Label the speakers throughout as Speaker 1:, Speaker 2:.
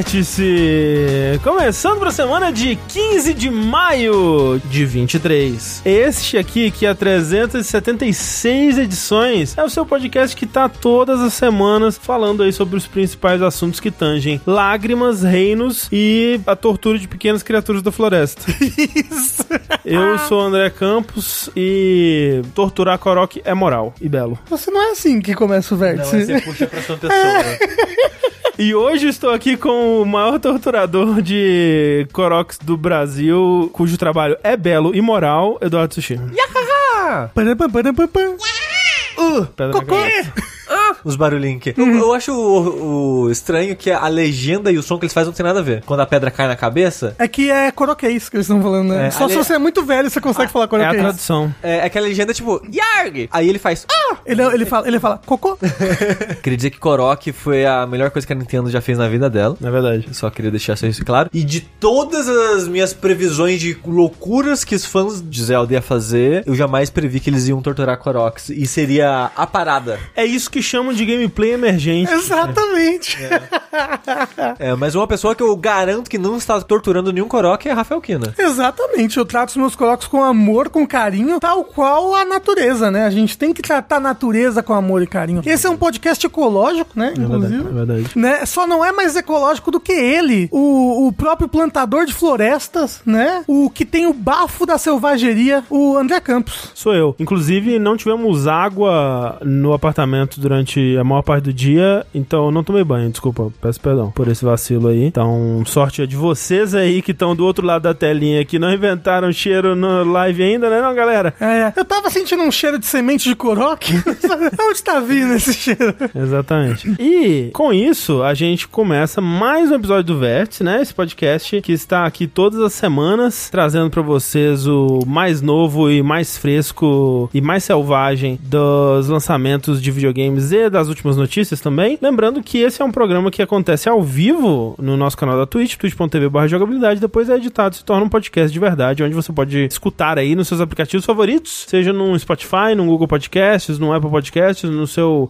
Speaker 1: Vértice! Começando para a semana de 15 de maio de 23. Este aqui, que é há 376 edições, é o seu podcast que tá todas as semanas falando aí sobre os principais assuntos que tangem lágrimas, reinos e a tortura de pequenas criaturas da floresta.
Speaker 2: Isso.
Speaker 1: Eu sou o André Campos e torturar Korok é moral e belo.
Speaker 2: Você não é assim que começa o
Speaker 3: Não,
Speaker 1: é
Speaker 2: vértice.
Speaker 3: aí
Speaker 1: assim,
Speaker 3: você puxa pra sua pessoa.
Speaker 1: E hoje estou aqui com o maior torturador de Koroks do Brasil, cujo trabalho é belo e moral, Eduardo Sushiro.
Speaker 2: Parapam, parapam, pam.
Speaker 1: Pedra na cabeça.
Speaker 3: Os barulhinhos aqui. Eu, eu acho o, o estranho que a legenda e o som que eles fazem não tem nada a ver. Quando a pedra cai na cabeça,
Speaker 2: É que é coroquês que eles estão falando, né?
Speaker 3: É,
Speaker 2: Só
Speaker 3: ali-
Speaker 2: se você é muito velho você consegue falar
Speaker 1: É a
Speaker 2: coroquês.
Speaker 1: tradução.
Speaker 3: é, é que a legenda é tipo, Yarg! Aí ele faz. Ah!
Speaker 2: ele, ele, fala, ele fala cocô.
Speaker 3: Queria dizer que Korok foi a melhor coisa que a Nintendo já fez na vida dela.
Speaker 1: Na verdade.
Speaker 3: Só queria deixar só isso claro. E de todas as minhas previsões de loucuras que os fãs de Zelda ia fazer, eu jamais previ que eles iam torturar Koroks. E seria a parada.
Speaker 1: É isso que chamam de gameplay emergente.
Speaker 2: Exatamente.
Speaker 3: É, mas uma pessoa que eu garanto que não está torturando nenhum Korok é a Rafael Kina.
Speaker 2: Exatamente, eu trato os meus corocos com amor, com carinho, tal qual a natureza, né? A gente tem que tratar a natureza com amor e carinho. Esse é um podcast ecológico, né? Inclusive.
Speaker 1: é verdade.
Speaker 2: Né? Só não é mais ecológico do que ele, o, o próprio plantador de florestas, né? O que tem o bafo da selvageria, o André Campos.
Speaker 1: Sou eu. Inclusive, não tivemos água no apartamento durante a maior parte do dia, então eu não tomei banho, desculpa. Peço perdão por esse vacilo aí. Então, sorte é de vocês aí que estão do outro lado da telinha, que não inventaram cheiro no live ainda, né não, galera?
Speaker 2: É, eu tava sentindo um cheiro de semente de coroque. Onde tá vindo esse cheiro?
Speaker 1: Exatamente. E com isso, a gente começa mais um episódio do Vértice, né? Esse podcast que está aqui todas as semanas, trazendo pra vocês o mais novo e mais fresco e mais selvagem dos lançamentos de videogames e das últimas notícias também. Lembrando que esse é um programa que acontece ao vivo no nosso canal da Twitch, twitch.tv/jogabilidade, depois é editado e se torna um podcast de verdade, onde você pode escutar aí nos seus aplicativos favoritos, seja num Spotify, num Google Podcasts, num Apple Podcasts, no seu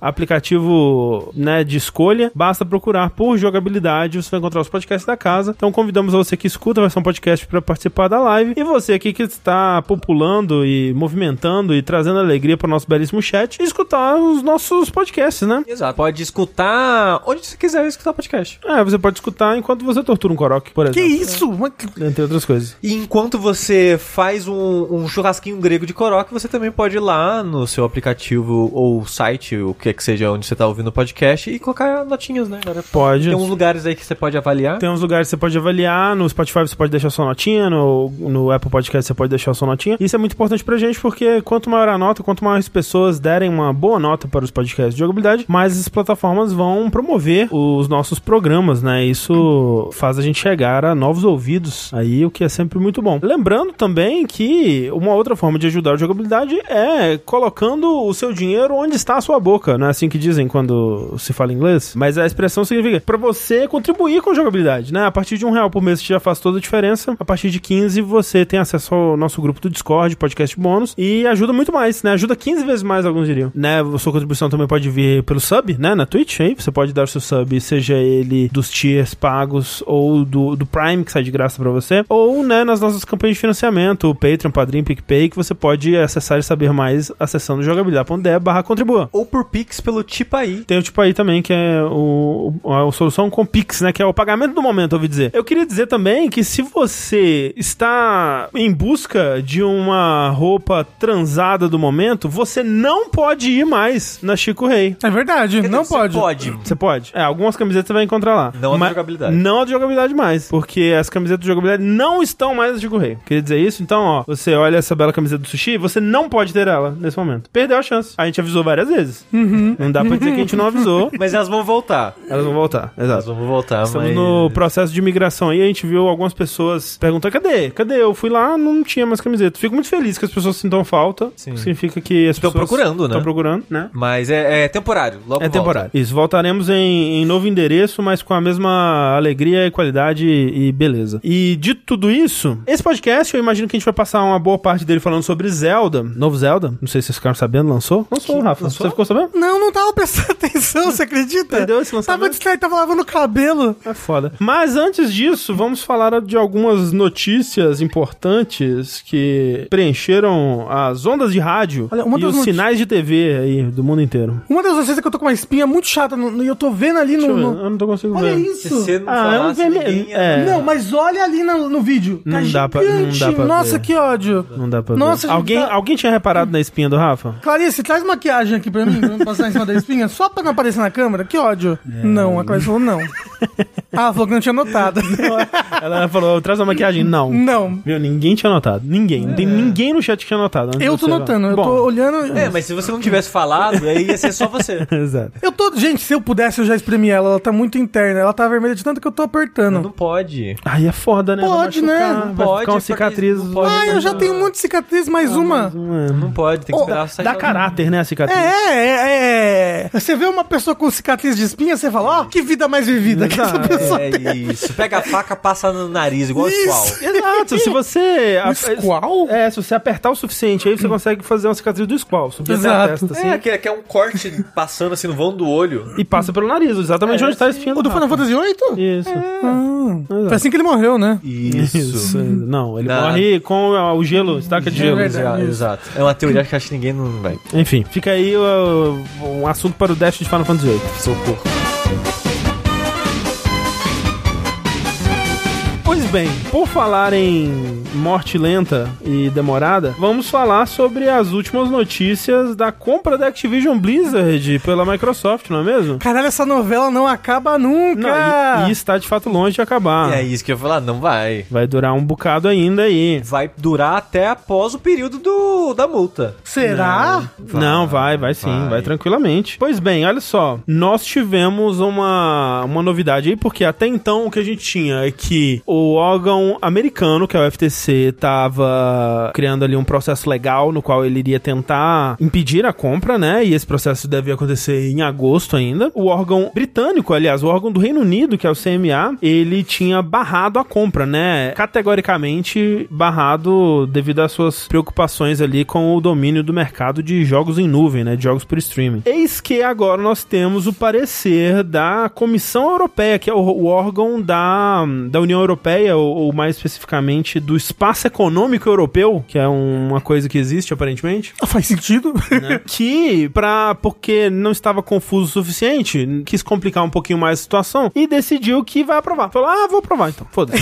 Speaker 1: aplicativo né, de escolha. Basta procurar por jogabilidade, você vai encontrar os podcasts da casa. Então convidamos a você que escuta a versão podcast para participar da live e você aqui que está populando e movimentando e trazendo alegria para o nosso belíssimo chat e escutar os nossos podcasts, né?
Speaker 3: Exato. Pode escutar onde você quiser escutar podcast.
Speaker 1: É, você pode escutar enquanto você tortura um coroque, por
Speaker 2: Que
Speaker 1: exemplo.
Speaker 2: isso? É. Mas que-
Speaker 1: Entre outras coisas.
Speaker 3: E enquanto você faz um, um churrasquinho grego de Korok, você também pode ir lá no seu aplicativo ou site, o que é que seja onde você tá ouvindo o podcast, e colocar notinhas, né? Agora
Speaker 1: Pode.
Speaker 2: um
Speaker 3: tem uns lugares aí que você pode avaliar.
Speaker 1: Tem uns lugares que você pode avaliar, no Spotify você pode deixar sua notinha, no, no Apple Podcast você pode deixar sua notinha. Isso é muito importante pra gente, porque quanto maior a nota, quanto maiores pessoas derem uma boa nota para os podcasts de jogabilidade, mais as plataformas vão promover os nossos programas, né? Isso faz a gente chegar a novos ouvidos aí, o que é sempre muito bom. Lembrando também que uma outra forma de ajudar a jogabilidade é colocando o seu dinheiro onde está a sua boca, não é assim que dizem quando se fala inglês, mas a expressão significa pra você contribuir com jogabilidade, né? A partir de um real por mês você já faz toda a diferença, a partir de 15 você tem acesso ao nosso grupo do Discord, podcast bônus, e ajuda muito mais, né? Ajuda 15 vezes mais, alguns diriam, né? A sua contribuição também pode vir pelo sub, né? Na Twitch aí, você pode dar o seu sub, seja ele dos tiers pagos ou do, do Prime, que sai de graça pra você, ou, né, nas nossas campanhas de financiamento, o Patreon, Padrim, PicPay, que você pode acessar e saber mais acessando jogabilidade.de barra contribua.
Speaker 3: Ou por Pix pelo Tipaí.
Speaker 1: Tem o tipo aí também, que é o, o- a solução com Pix, né? Que é o pagamento do momento, eu ouvi dizer. Eu queria dizer também que se você está em busca de uma roupa transada do momento, você não pode ir mais na Chico Rei.
Speaker 2: É verdade, não
Speaker 3: Você
Speaker 2: pode.
Speaker 3: Pode.
Speaker 1: Você pode. É, algumas camisetas você vai encontrar lá.
Speaker 3: Não a de
Speaker 1: Ma-
Speaker 3: jogabilidade.
Speaker 1: Não a de jogabilidade mais. Porque as camisetas de jogabilidade não estão mais na Chico Rei. Queria dizer isso. Então, ó, você olha essa bela camiseta do sushi, você não pode ter ela nesse momento. Perdeu a chance. A gente avisou várias vezes. Não dá pra dizer que a gente não avisou.
Speaker 3: Mas elas vão voltar.
Speaker 1: Elas vão voltar,
Speaker 3: Elas
Speaker 1: exato.
Speaker 3: vão voltar,
Speaker 1: Estamos
Speaker 3: mas...
Speaker 1: no processo de migração aí, a gente viu algumas pessoas perguntando, cadê? Cadê? Eu fui lá, não tinha mais camiseta. Fico muito feliz que as pessoas sintam falta.
Speaker 3: Sim.
Speaker 1: Significa que as
Speaker 3: Estão
Speaker 1: pessoas...
Speaker 3: procurando, né?
Speaker 1: Estão procurando, né?
Speaker 3: Mas é, é tempo temporário, logo
Speaker 1: É temporário. Isso, voltaremos em, em novo endereço, mas com a mesma alegria e qualidade e beleza. E dito tudo isso, esse podcast, eu imagino que a gente vai passar uma boa parte dele falando sobre Zelda, novo Zelda. Não sei se vocês ficaram sabendo, lançou? Lançou, Rafa.
Speaker 3: lançou?
Speaker 1: Você ficou sabendo?
Speaker 2: Não, não tava prestando atenção, você acredita?
Speaker 1: Perdeu esse lançamento?
Speaker 2: Tava distraído, tava lavando o cabelo.
Speaker 1: É foda. Mas antes disso, vamos falar de algumas notícias importantes que preencheram as ondas de rádio
Speaker 2: Olha, uma
Speaker 1: e
Speaker 2: das
Speaker 1: os
Speaker 2: noti-
Speaker 1: sinais de TV aí do mundo inteiro.
Speaker 2: Uma das notícias é que eu tô com uma espinha muito chata no- no- e eu tô vendo ali no.
Speaker 1: Deixa eu ver,
Speaker 2: no-
Speaker 1: eu não tô conseguindo
Speaker 2: Olha
Speaker 1: ver.
Speaker 2: isso!
Speaker 3: Se você não
Speaker 1: Ah, é um
Speaker 3: falasse,
Speaker 1: vermelho,
Speaker 3: ninguém...
Speaker 1: é.
Speaker 2: Não, mas olha ali no, no vídeo. Tá
Speaker 1: Não dá pra- não
Speaker 2: gigante.
Speaker 1: dá pra
Speaker 2: Nossa,
Speaker 1: ver.
Speaker 2: que ódio.
Speaker 1: Não dá pra
Speaker 2: Nossa,
Speaker 1: ver.
Speaker 2: gente,
Speaker 1: Alguém,
Speaker 2: tá-
Speaker 1: alguém tinha reparado na espinha do Rafa?
Speaker 2: Clarice, traz maquiagem aqui pra mim, pra não passar em cima da espinha, só pra não aparecer na câmera. Que ódio. Não, a Clarice falou não. Ah, falou que não tinha notado.
Speaker 1: Ela falou, traz uma maquiagem. Não.
Speaker 2: Não. É.
Speaker 1: Meu, ninguém tinha notado. Ninguém. Não tem ninguém no chat que tinha notado. Antes
Speaker 2: Eu
Speaker 1: de
Speaker 2: tô
Speaker 1: você-
Speaker 2: notando, eu
Speaker 1: Bom,
Speaker 2: tô olhando.
Speaker 3: É, mas se você não tivesse falado, aí ia ser só você.
Speaker 1: Exato.
Speaker 2: Eu tô. Gente, se eu pudesse, eu já espremi ela. Ela tá muito interna. Ela tá vermelha de tanto que eu tô apertando.
Speaker 3: Não pode.
Speaker 1: Aí é foda, né? Vai
Speaker 2: Pode,
Speaker 1: machucar, Vai
Speaker 2: né?
Speaker 3: Pode,
Speaker 1: ficar uma
Speaker 3: porque
Speaker 1: cicatriz.
Speaker 3: não pode.
Speaker 2: Ah, eu já tenho um monte de cicatriz, mais uma.
Speaker 1: Mano,
Speaker 3: Não pode, tem que
Speaker 2: Ô,
Speaker 3: esperar sair.
Speaker 1: Dá caráter, né, a cicatriz?
Speaker 2: É, é, é. Você vê uma pessoa com cicatriz de espinha, você fala, ó, que vida mais vivida que essa
Speaker 1: Exato.
Speaker 2: pessoa tem.
Speaker 3: É isso. Pega a faca, passa no nariz, igual o
Speaker 2: Isso.
Speaker 3: qual.
Speaker 1: Exato, se você. a-
Speaker 2: um Squall?
Speaker 1: É, se você apertar o suficiente, aí você consegue fazer uma cicatriz do squall. Subir até a
Speaker 2: Exato.
Speaker 1: testa, assim.
Speaker 3: É, que é, que é um corte passando assim no vão do olho.
Speaker 1: E passa pelo nariz, exatamente onde tá a espinha
Speaker 2: É. O do É.
Speaker 1: Rafa.
Speaker 2: Final Fantasy VIII?
Speaker 1: Isso.
Speaker 2: Foi assim que ele morreu, né?
Speaker 3: Isso.
Speaker 1: Não, ele
Speaker 3: Não.
Speaker 1: morre com ah, o gelo, estaca de
Speaker 2: É
Speaker 1: gelo.
Speaker 2: verdade.
Speaker 3: Exa- Exato. É uma teoria que acho que ninguém não vai.
Speaker 1: Enfim, fica aí ó, um assunto para o Dash de Final Fantasy VIII.
Speaker 3: Socorro.
Speaker 1: Pois bem, por falar em morte lenta e demorada, vamos falar sobre as últimas notícias da compra da Activision Blizzard pela Microsoft, não é mesmo?
Speaker 2: Caralho, essa novela não acaba nunca.
Speaker 1: Não, e, e está de fato longe de acabar.
Speaker 3: E é isso que eu ia falar, não vai.
Speaker 1: Vai durar um bocado ainda aí.
Speaker 3: Vai durar até após o período do, da multa.
Speaker 2: Será?
Speaker 1: Não, vai, vai sim, vai. tranquilamente. Pois bem, olha só, nós tivemos uma, uma novidade aí, porque até então o que a gente tinha é que o órgão americano, que é o FTC, tava criando ali um processo legal no qual ele iria tentar impedir a compra, né? E esse processo deve acontecer em agosto ainda. O órgão britânico, aliás, o órgão do Reino Unido, que é o CMA, ele tinha barrado a compra, né? Categoricamente barrado devido às suas preocupações ali com o domínio do mercado de jogos em nuvem, né? De jogos por streaming. Eis que agora nós temos o parecer da Comissão Europeia, que é o, o órgão da, da União Europeia, ou, ou mais especificamente do Espaço Econômico Europeu, que é uma coisa que existe aparentemente
Speaker 2: Ah, Faz sentido?
Speaker 1: né? que, pra, porque não estava confuso o suficiente, quis complicar um pouquinho mais a situação e decidiu que vai aprovar. Falou, ah, vou aprovar então, foda-se.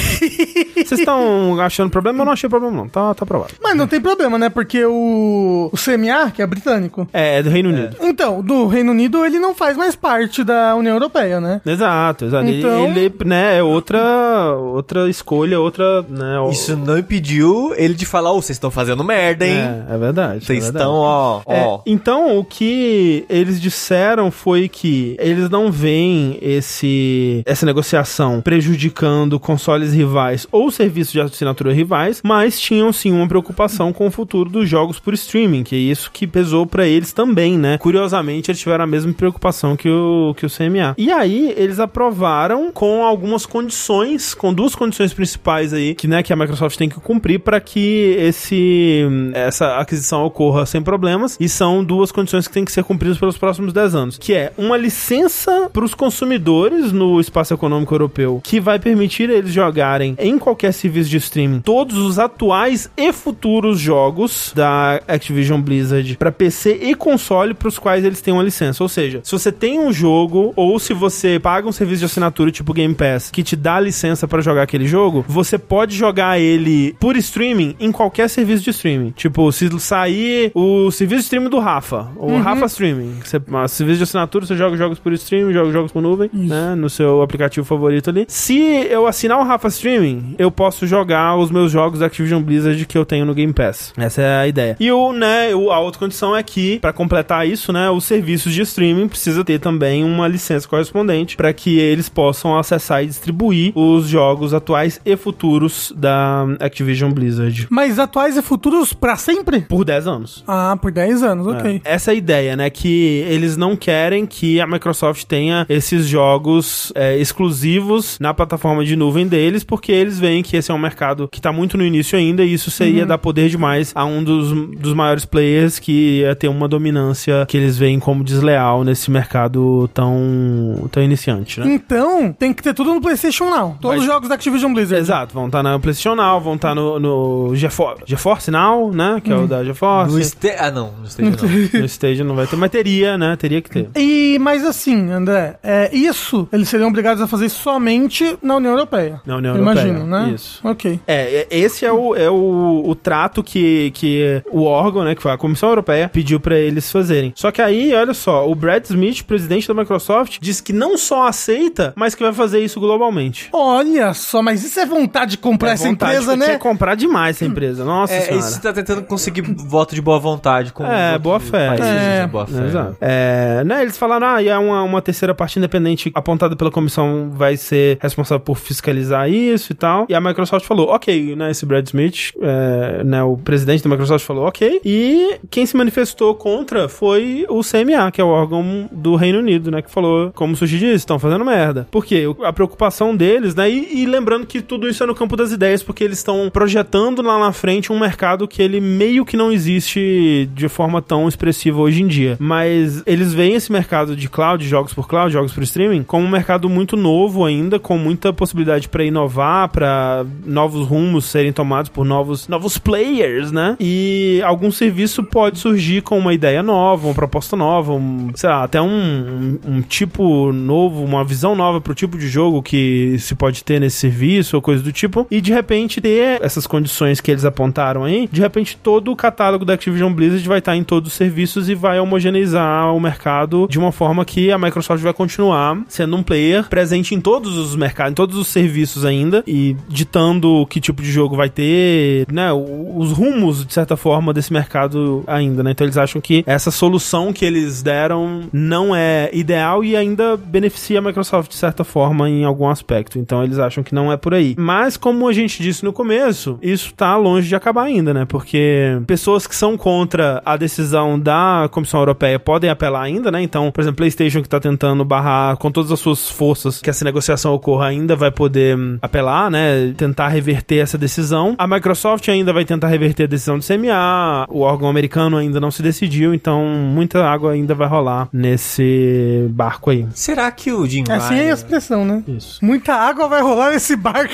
Speaker 1: Vocês estão achando problema? Eu não achei problema não, tá, tá aprovado.
Speaker 2: Mas não tem problema, né? Porque o, o CMA, que é britânico.
Speaker 1: É, é do Reino Unido.
Speaker 2: Então, do Reino Unido, ele não faz mais parte da União Europeia, né?
Speaker 1: Exato, exato. Ele-
Speaker 2: Então-
Speaker 1: Ele, né, é outra, outra escolha, outra, né... o-
Speaker 3: Isso não impediu ele de falar, ô, vocês estão fazendo merda, hein?
Speaker 1: É, é verdade.
Speaker 3: Vocês
Speaker 1: é verdade.
Speaker 3: estão, ó,
Speaker 1: É,
Speaker 3: ó.
Speaker 1: então, o que eles disseram foi que eles não veem esse, essa negociação prejudicando consoles rivais ou serviços de assinatura rivais, mas tinham sim uma preocupação com o futuro dos jogos por streaming, que é isso que pesou pra eles também, né? Curiosamente, eles tiveram a mesma preocupação que o, que o CMA. E aí, eles aprovaram com algumas condições, com duas condições principais aí, que, né, que a Microsoft tem que cumprir para que esse, essa aquisição ocorra sem problemas. E são duas condições que têm que ser cumpridas pelos próximos 10 anos, que é uma licença para os consumidores no espaço econômico europeu, que vai permitir eles jogarem em qualquer serviço de streaming todos os atuais e futuros jogos da Activision Blizzard para PC e console para os quais eles têm uma licença. Ou seja, se você tem um jogo ou se você paga um serviço de assinatura tipo Game Pass que te dá licença para jogar aquele jogo, você pode jogar ele por streaming em qualquer serviço de streaming. Tipo, se sair o serviço de streaming do Rafa, o Rafa Streaming, que você, mas serviço de assinatura, você joga jogos por streaming, joga jogos por nuvem, né, no seu aplicativo favorito ali. Se eu assinar o Rafa Streaming, eu posso jogar os meus jogos da Activision Blizzard que eu tenho no Game Pass. Essa é a ideia. E o, né, o- a outra condição é que, pra completar isso, né, os serviços de streaming precisa ter também uma licença correspondente pra que eles possam acessar e distribuir os jogos atuais atuais e futuros da Activision Blizzard.
Speaker 2: Mas atuais e futuros pra sempre?
Speaker 1: Por 10 anos.
Speaker 2: Ah, por 10 anos, ok.
Speaker 1: É. Essa é a ideia, né? Que eles não querem que a Microsoft tenha esses jogos é, exclusivos na plataforma de nuvem deles, porque eles veem que esse é um mercado que tá muito no início ainda e isso seria
Speaker 2: Uhum.
Speaker 1: dar poder demais a um dos, dos maiores players que ia ter uma dominância que eles veem como desleal nesse mercado tão, tão iniciante, né?
Speaker 2: Então, tem que ter tudo no PlayStation Now. Todos os jogos da Activision Blizzard.
Speaker 1: Exato, vão estar tá na PlayStation Now, vão estar no, no GeForce, GeForce Now, né?
Speaker 2: Uhum.
Speaker 1: Que é o da GeForce.
Speaker 3: No este... Ah, não, no Stage não.
Speaker 1: No Stage não vai ter, mas teria, né? Teria que ter.
Speaker 2: E, mas assim, André, é, isso eles seriam obrigados a fazer somente na União Europeia.
Speaker 1: Na União
Speaker 2: Imagino,
Speaker 1: Europeia,
Speaker 2: né?
Speaker 1: isso.
Speaker 2: Ok.
Speaker 1: É, é, esse é o, é o, o trato que, que o órgão, né, que foi a Comissão Europeia, pediu pra eles fazerem. Só que aí, olha só, o Brad Smith, presidente da Microsoft, diz que não só aceita, mas que vai fazer isso globalmente.
Speaker 2: Olha só, mas isso é vontade de comprar
Speaker 1: É
Speaker 2: essa
Speaker 1: vontade,
Speaker 2: empresa,
Speaker 1: porque
Speaker 2: né?
Speaker 1: Quer comprar demais essa empresa. Nossa
Speaker 3: É,
Speaker 1: senhora.
Speaker 3: isso tá tentando conseguir voto de boa vontade. Com
Speaker 1: É,
Speaker 3: outros
Speaker 1: boa fé.
Speaker 3: países,
Speaker 2: É,
Speaker 3: né, boa fé.
Speaker 1: Exato. É, né, eles falaram, ah, e é uma, uma terceira parte independente apontada pela comissão vai ser responsável por fiscalizar isso e tal. E a Microsoft falou, ok, né, esse Brad Smith, é, né, o presidente da Microsoft falou, ok. E quem se manifestou contra foi o CMA, que é o órgão do Reino Unido, né, que falou, como o Sushi disse, estão fazendo merda. Por quê? O- A preocupação deles, né, e, e lembrando que tudo isso é no campo das ideias, porque eles estão projetando lá na frente um mercado que ele meio que não existe de forma tão expressiva hoje em dia. Mas eles veem esse mercado de cloud, jogos por cloud, jogos por streaming, como um mercado muito novo ainda, com muita possibilidade pra inovar, pra novos rumos serem tomados por novos, novos players, né? E algum serviço pode surgir com uma ideia nova, uma proposta nova, um, sei lá, até um, um- um tipo novo, uma visão nova pro tipo de jogo que se pode ter nesse serviço ou coisa do tipo. E de repente ter essas condições que eles apontaram aí, de repente todo o catálogo da Activision Blizzard vai estar em todos os serviços e vai homogeneizar o mercado de uma forma que a Microsoft vai continuar sendo um player presente em todos os mercados, em todos os serviços ainda e ditando que tipo de jogo vai ter, né, o- os rumos de certa forma desse mercado ainda, né? Então eles acham que essa solução que eles deram não é ideal e ainda beneficia a Microsoft de certa forma em algum aspecto. Então eles acham que não é por aí. Mas como a gente disse no começo, isso tá longe de acabar ainda, né? Porque pessoas que são contra a decisão da Comissão Europeia podem apelar ainda, né? Então, por exemplo, PlayStation que tá tentando barrar com todas as suas forças que essa negociação ocorra ainda vai poder hum, apelar, né? Tentar reverter essa decisão. A Microsoft ainda vai tentar reverter a decisão do CMA. O órgão americano ainda não se decidiu, então muita água ainda vai rolar nesse barco aí.
Speaker 3: Será que o Jim
Speaker 2: Essa é a expressão, né?
Speaker 1: Isso.
Speaker 2: Muita água vai rolar nesse barco.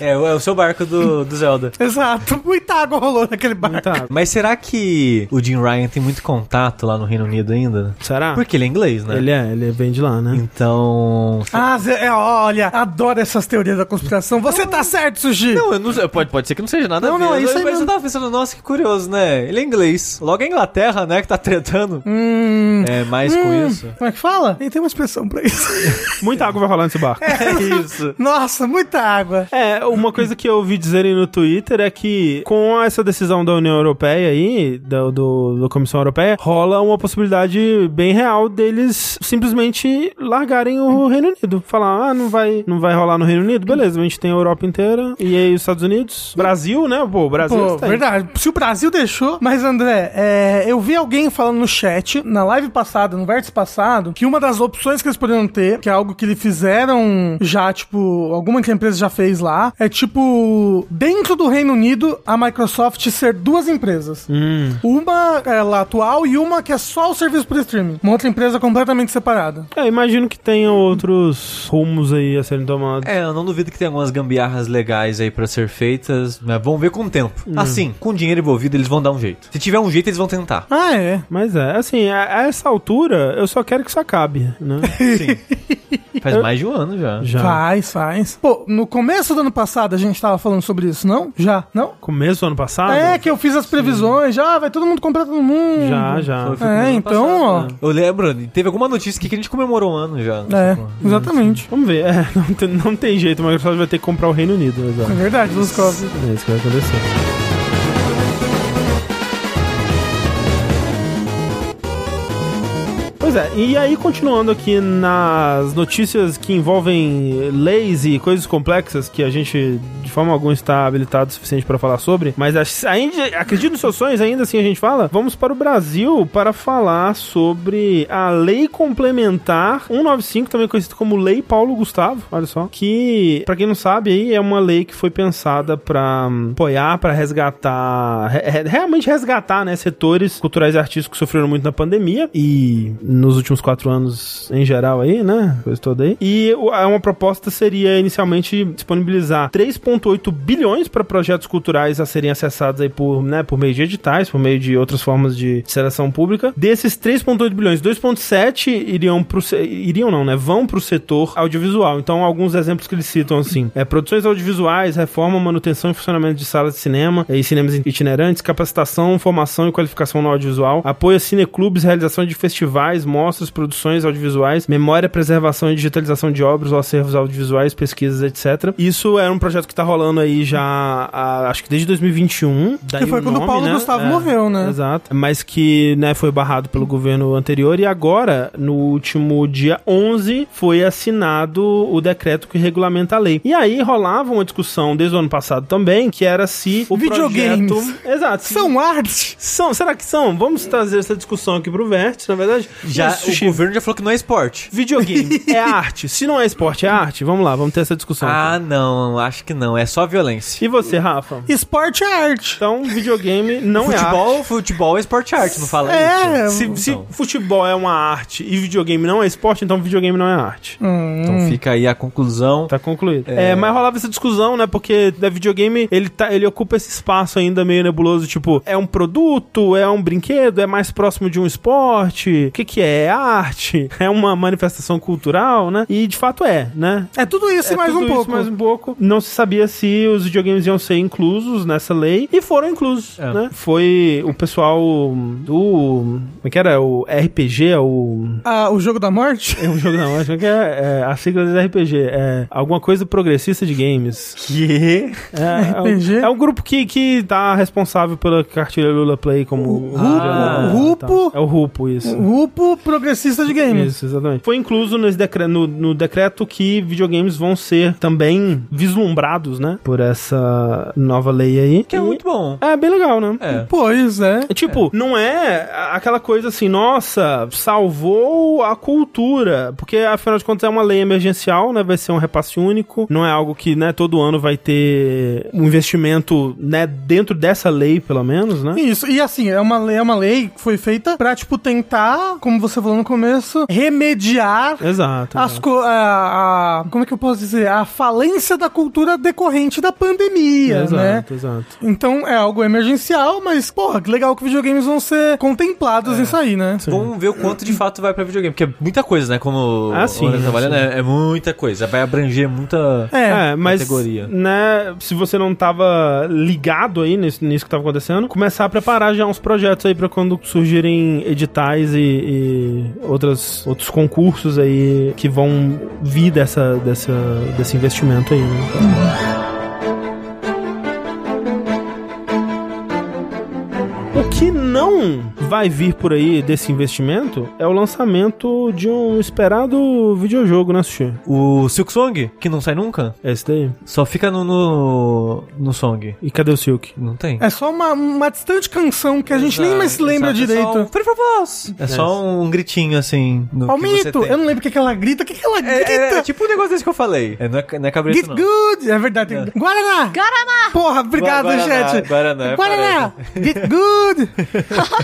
Speaker 3: É, o- é o seu barco do, do Zelda.
Speaker 2: Exato, muita água rolou naquele barco.
Speaker 1: Muita água.
Speaker 3: Mas será que o Jim Ryan tem muito contato lá no Reino Unido ainda?
Speaker 1: Será?
Speaker 3: Porque ele é inglês, né?
Speaker 1: Ele é, ele vem de lá, né?
Speaker 3: Então.
Speaker 2: Ah, Zé, é, olha, adoro essas teorias da conspiração. Você tá certo, Sushi.
Speaker 3: Não, eu não sei, pode, pode ser que não seja nada
Speaker 2: Não,
Speaker 3: a ver.
Speaker 2: não, é isso aí
Speaker 3: Mas
Speaker 2: mesmo.
Speaker 3: eu tava pensando, nossa, que curioso, né? Ele é inglês. Logo a Inglaterra, né, que tá tretando.
Speaker 2: Hum,
Speaker 3: É, mais com isso.
Speaker 2: como é que fala? Ele tem uma expressão pra isso.
Speaker 1: Muita água vai rolar nesse barco.
Speaker 3: É isso.
Speaker 2: Nossa, muita água.
Speaker 1: É, uma coisa que eu ouvi dizerem no Twitter é que com essa decisão da União Europeia aí, da, do, da Comissão Europeia, rola uma possibilidade bem real deles simplesmente largarem o Reino Unido. Falar, ah, não vai, não vai rolar no Reino Unido? Beleza, a gente tem a Europa inteira e aí os Estados Unidos, Brasil, né? Pô, o Brasil
Speaker 2: Pô,
Speaker 1: tem.
Speaker 2: verdade. Se o Brasil deixou. Mas, André, é, eu vi alguém falando no chat, na live passada, no vértice passado, que uma das opções que eles poderiam ter, que é algo que eles fizeram já, tipo, alguma que a empresa já fez lá, é tipo, dentro do Reino Unido, a Microsoft ser duas empresas. Uma é lá atual e uma que é só o serviço por streaming. Uma outra empresa completamente separada.
Speaker 1: É, imagino que tenha outros rumos aí a serem tomados.
Speaker 3: É, eu não duvido que tem algumas gambiarras legais aí pra ser feitas, mas vamos ver com o tempo. Assim, com dinheiro envolvido, eles vão dar um jeito. Se tiver um jeito, eles vão tentar.
Speaker 2: Ah, é.
Speaker 1: Mas é, assim, a, a essa altura, eu só quero que isso acabe, né?
Speaker 3: Sim. Faz mais de um ano já.
Speaker 1: Já.
Speaker 2: Faz, faz. Pô, no começo do ano passado a gente tava falando sobre isso, não? Já, não?
Speaker 1: Começo do ano passado?
Speaker 2: É, que eu fiz as previsões, já vai todo mundo comprar todo mundo.
Speaker 1: Já, já.
Speaker 3: Foi- foi no
Speaker 2: É,
Speaker 3: ano
Speaker 2: então, ó.
Speaker 1: né?
Speaker 3: passado. Ah. Eu lembro, teve alguma notícia aqui que a gente comemorou um ano já.
Speaker 2: É, exatamente.
Speaker 1: Vamos ver, é, não tem, não tem jeito, a Microsoft vai ter que comprar o Reino Unido,
Speaker 2: É
Speaker 1: exato.
Speaker 2: verdade, dos copos.
Speaker 1: É isso que vai acontecer. Pois Pois é, e aí continuando aqui nas notícias que envolvem leis e coisas complexas que a gente de forma alguma está habilitado o suficiente para falar sobre, mas as- ainda acredito nos seus sonhos, ainda assim a gente fala. Vamos para o Brasil para falar sobre a Lei Complementar 195, também conhecida como Lei Paulo Gustavo, olha só, que para quem não sabe aí é uma lei que foi pensada para apoiar, para resgatar, re- re- realmente resgatar, né, setores culturais e artísticos que sofreram muito na pandemia e nos últimos quatro anos em geral aí, né, coisa toda aí. E o- a- uma proposta seria inicialmente disponibilizar 3,8 bilhões para projetos culturais a serem acessados aí por, né, por meio de editais, por meio de outras formas de seleção pública. Desses 3,8 bilhões, 2,7 iriam pro se- iriam não, né, vão para o setor audiovisual. Então, alguns exemplos que eles citam assim, é produções audiovisuais, reforma, manutenção e funcionamento de salas de cinema é, e cinemas itinerantes, capacitação, formação e qualificação no audiovisual, apoio a cineclubes, realização de festivais, mostras, produções audiovisuais, memória, preservação e digitalização de obras ou acervos audiovisuais, pesquisas, etc. Isso é um projeto que tá rolando aí já, há- acho que desde 2021. daí
Speaker 2: Que foi quando o
Speaker 1: nome,
Speaker 2: Paulo
Speaker 1: né?
Speaker 2: Gustavo
Speaker 1: É.
Speaker 2: morreu, né?
Speaker 1: Exato. Mas que né, foi barrado pelo governo anterior e agora, no último dia 11, foi assinado o decreto que regulamenta a lei. E aí rolava uma discussão desde o ano passado também, que era se o
Speaker 2: Videogames.
Speaker 1: projeto... Exato. se-
Speaker 2: São arte.
Speaker 1: São, será que são? Vamos trazer essa discussão aqui pro Vértice, na verdade.
Speaker 3: Já,
Speaker 1: Isso,
Speaker 3: o governo já falou que não é esporte.
Speaker 1: Videogame é arte. Se não é esporte, é arte. Vamos lá, vamos ter essa discussão.
Speaker 3: Ah, não, acho que não. É só violência.
Speaker 1: E você, Rafa?
Speaker 2: Esporte é arte.
Speaker 1: Então, videogame não é arte.
Speaker 3: futebol, futebol é esporte e arte, não fala
Speaker 2: É,
Speaker 3: isso.
Speaker 1: Se, se
Speaker 3: Então.
Speaker 1: futebol é uma arte e videogame não é esporte, então videogame não é arte.
Speaker 2: Hum.
Speaker 3: Então fica aí a conclusão.
Speaker 1: Tá concluído. É... mas rolava essa discussão, né? Porque da videogame, ele, tá, ele ocupa esse espaço ainda meio nebuloso, tipo, é um produto, é um brinquedo, é mais próximo de um esporte, o que que é? É arte? É uma manifestação cultural, né? E de fato é, né?
Speaker 2: É tudo isso
Speaker 1: É
Speaker 2: e mais
Speaker 1: tudo
Speaker 2: um
Speaker 1: isso,
Speaker 2: pouco.
Speaker 1: mais um pouco. Não se sabia se os videogames iam ser inclusos nessa lei e foram inclusos,
Speaker 3: É.
Speaker 1: né? Foi o pessoal do... Como é que era? O RPG, é o...
Speaker 2: Ah, o jogo da morte?
Speaker 1: É um jogo não, acho que é, é a sigla do RPG. É alguma coisa progressista de games.
Speaker 3: Que?
Speaker 1: É, é,
Speaker 2: RPG?
Speaker 1: um, é um grupo que, que tá responsável pela cartilha Lula Play como.
Speaker 2: O Rupo-
Speaker 1: Ah,
Speaker 2: Rupo-
Speaker 1: tá. É o Rupo, isso.
Speaker 2: Grupo progressista de games.
Speaker 1: Isso, exatamente. Foi incluso nesse decre- no, no decreto que videogames vão ser também vislumbrados, né? Por essa nova lei aí.
Speaker 3: Que é
Speaker 1: E-
Speaker 3: muito bom.
Speaker 1: É bem legal, né?
Speaker 3: É.
Speaker 2: Pois é.
Speaker 1: É, Tipo, não é a- aquela coisa assim, nossa, salvou a cultura. Porque, afinal de contas, é uma lei emergencial, né? Vai ser um repasse único. Não é algo que, né, todo ano vai ter um investimento, né, dentro dessa lei, pelo menos, né?
Speaker 2: Isso, e assim, é uma lei, é uma lei que foi feita pra, tipo, tentar, como você falou no começo, remediar
Speaker 1: Exato.
Speaker 3: Tá.
Speaker 2: as
Speaker 1: exato.
Speaker 2: co- a, a- como é que eu posso dizer? A falência da cultura decorrente da pandemia,
Speaker 1: Exato,
Speaker 2: né?
Speaker 1: exato.
Speaker 2: Então é algo emergencial, mas, porra, que legal que videogames vão ser contemplados
Speaker 3: É.
Speaker 2: nisso aí, né?
Speaker 3: Vamos ver o quanto de fato vai pra videogame, porque é muita coisa, né? Como
Speaker 1: Ah, sim,
Speaker 3: o André
Speaker 1: sim.
Speaker 3: trabalha, né? É muita coisa. Vai abranger muita.
Speaker 2: É.
Speaker 1: É, mas,
Speaker 3: categoria.
Speaker 1: né, se você não tava ligado aí nisso, nisso que tava acontecendo, começar a preparar já uns projetos aí pra quando surgirem editais e, e outras, outros concursos aí que vão vir dessa, dessa, desse investimento aí, né? O que não vai vir por aí desse investimento é o lançamento de um esperado videojogo, né, Sushi? É
Speaker 3: O Silk Song, que não sai nunca,
Speaker 1: Esse daí.
Speaker 3: só fica no, no, no Song.
Speaker 1: E cadê o Silk?
Speaker 3: Não tem.
Speaker 2: É só uma, uma distante canção que a gente nem mais se lembra
Speaker 3: Exato,
Speaker 2: direito.
Speaker 3: É só, um, "Free for boss!" é só um gritinho assim. No que
Speaker 2: Palmito,
Speaker 3: você tem.
Speaker 2: eu não lembro o que, que ela grita, o que, que ela
Speaker 3: É,
Speaker 2: grita?
Speaker 3: é, é tipo o negócio desse que eu falei. É, não é, não é cabrito,
Speaker 2: Get
Speaker 3: não.
Speaker 2: good! É verdade. tem- Guaraná! Guaraná! Porra, obrigado,
Speaker 3: Gua- Guaraná,
Speaker 2: gente.
Speaker 3: Guaraná, é
Speaker 2: Guaraná! Get good!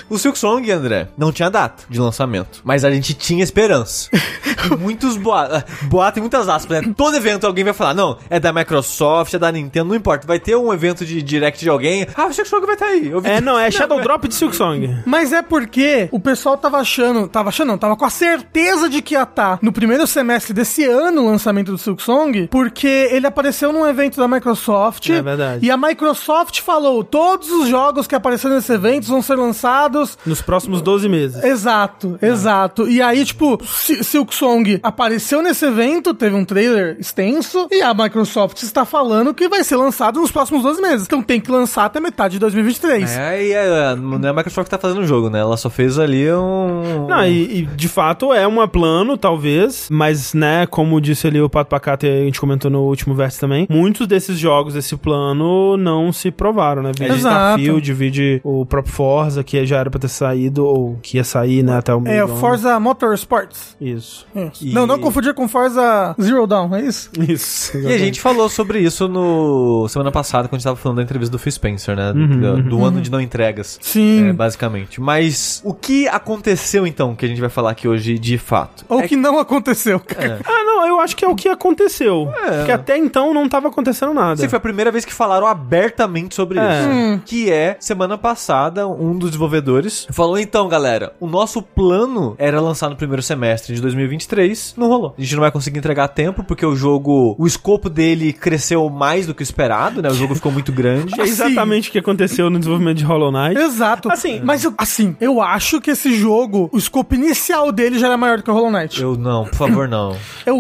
Speaker 3: O Silk Song, André, não tinha data de lançamento, mas a gente tinha esperança. E muitos boatos, boato e muitas aspas, né? Todo evento alguém vai falar, não, é da Microsoft, é da Nintendo, não importa, vai ter um evento de direct de alguém, ah, o Silk Song vai estar aí. Eu vi
Speaker 1: É, não, é Shadow Drop de Silk Song.
Speaker 2: Mas é porque o pessoal tava achando, tava achando, não, tava com a certeza de que ia estar no primeiro semestre desse ano o lançamento do Silk Song, porque ele apareceu num evento da Microsoft.
Speaker 1: É verdade.
Speaker 2: E a Microsoft falou: todos os jogos que apareceram nesse evento vão ser lançados.
Speaker 1: Nos próximos 12 meses.
Speaker 2: É. Exato,
Speaker 3: Ah.
Speaker 2: exato. E aí, tipo, Si- Silk Song apareceu nesse evento, teve um trailer extenso, e a Microsoft está falando que vai ser lançado nos próximos 12 meses. Então tem que lançar até metade de 2023.
Speaker 3: É, e a, não é a Microsoft que tá fazendo o jogo, né? Ela só fez ali um.
Speaker 1: Não, e, e, de fato é um plano, talvez, mas, né, como disse ali o Pato Pacato e a gente comentou no último verso também, muitos desses jogos desse plano não se provaram, né? Vide
Speaker 2: Exato.
Speaker 1: Starfield, vide o próprio Forza, que já era pra ter saído, ou que ia sair, né, até o meio
Speaker 2: É,
Speaker 1: do ano.
Speaker 2: Forza Motorsports.
Speaker 1: Isso.
Speaker 2: Isso.
Speaker 3: E-
Speaker 2: Não, não confundir com Forza Zero Dawn, é isso?
Speaker 1: Isso.
Speaker 3: E a gente falou sobre isso no semana passada, quando a gente tava falando da entrevista do Phil Spencer, né? do do ano de não entregas.
Speaker 2: Sim.
Speaker 3: É, basicamente. Mas o que aconteceu então que a gente vai falar aqui hoje de fato?
Speaker 2: Ou que não
Speaker 3: É
Speaker 2: aconteceu, cara.
Speaker 1: Ah, não, eu acho que é o que aconteceu. Porque até então não tava acontecendo nada.
Speaker 3: Sim, foi a primeira vez que falaram abertamente sobre
Speaker 1: É.
Speaker 3: isso. Que é, semana passada, um dos desenvolvedores falou: então, galera, o nosso plano era lançar no primeiro semestre de 2023, não rolou. A gente não vai conseguir entregar a tempo, porque o jogo, o escopo dele cresceu mais do que o esperado, né? O jogo ficou muito grande.
Speaker 1: É exatamente o que aconteceu no desenvolvimento de Hollow Knight.
Speaker 2: Exato.
Speaker 1: Assim-
Speaker 2: mas eu- assim, eu acho que esse jogo, o scope inicial dele já era maior do que o Hollow Knight. Eu,
Speaker 3: Eu não, por favor, não.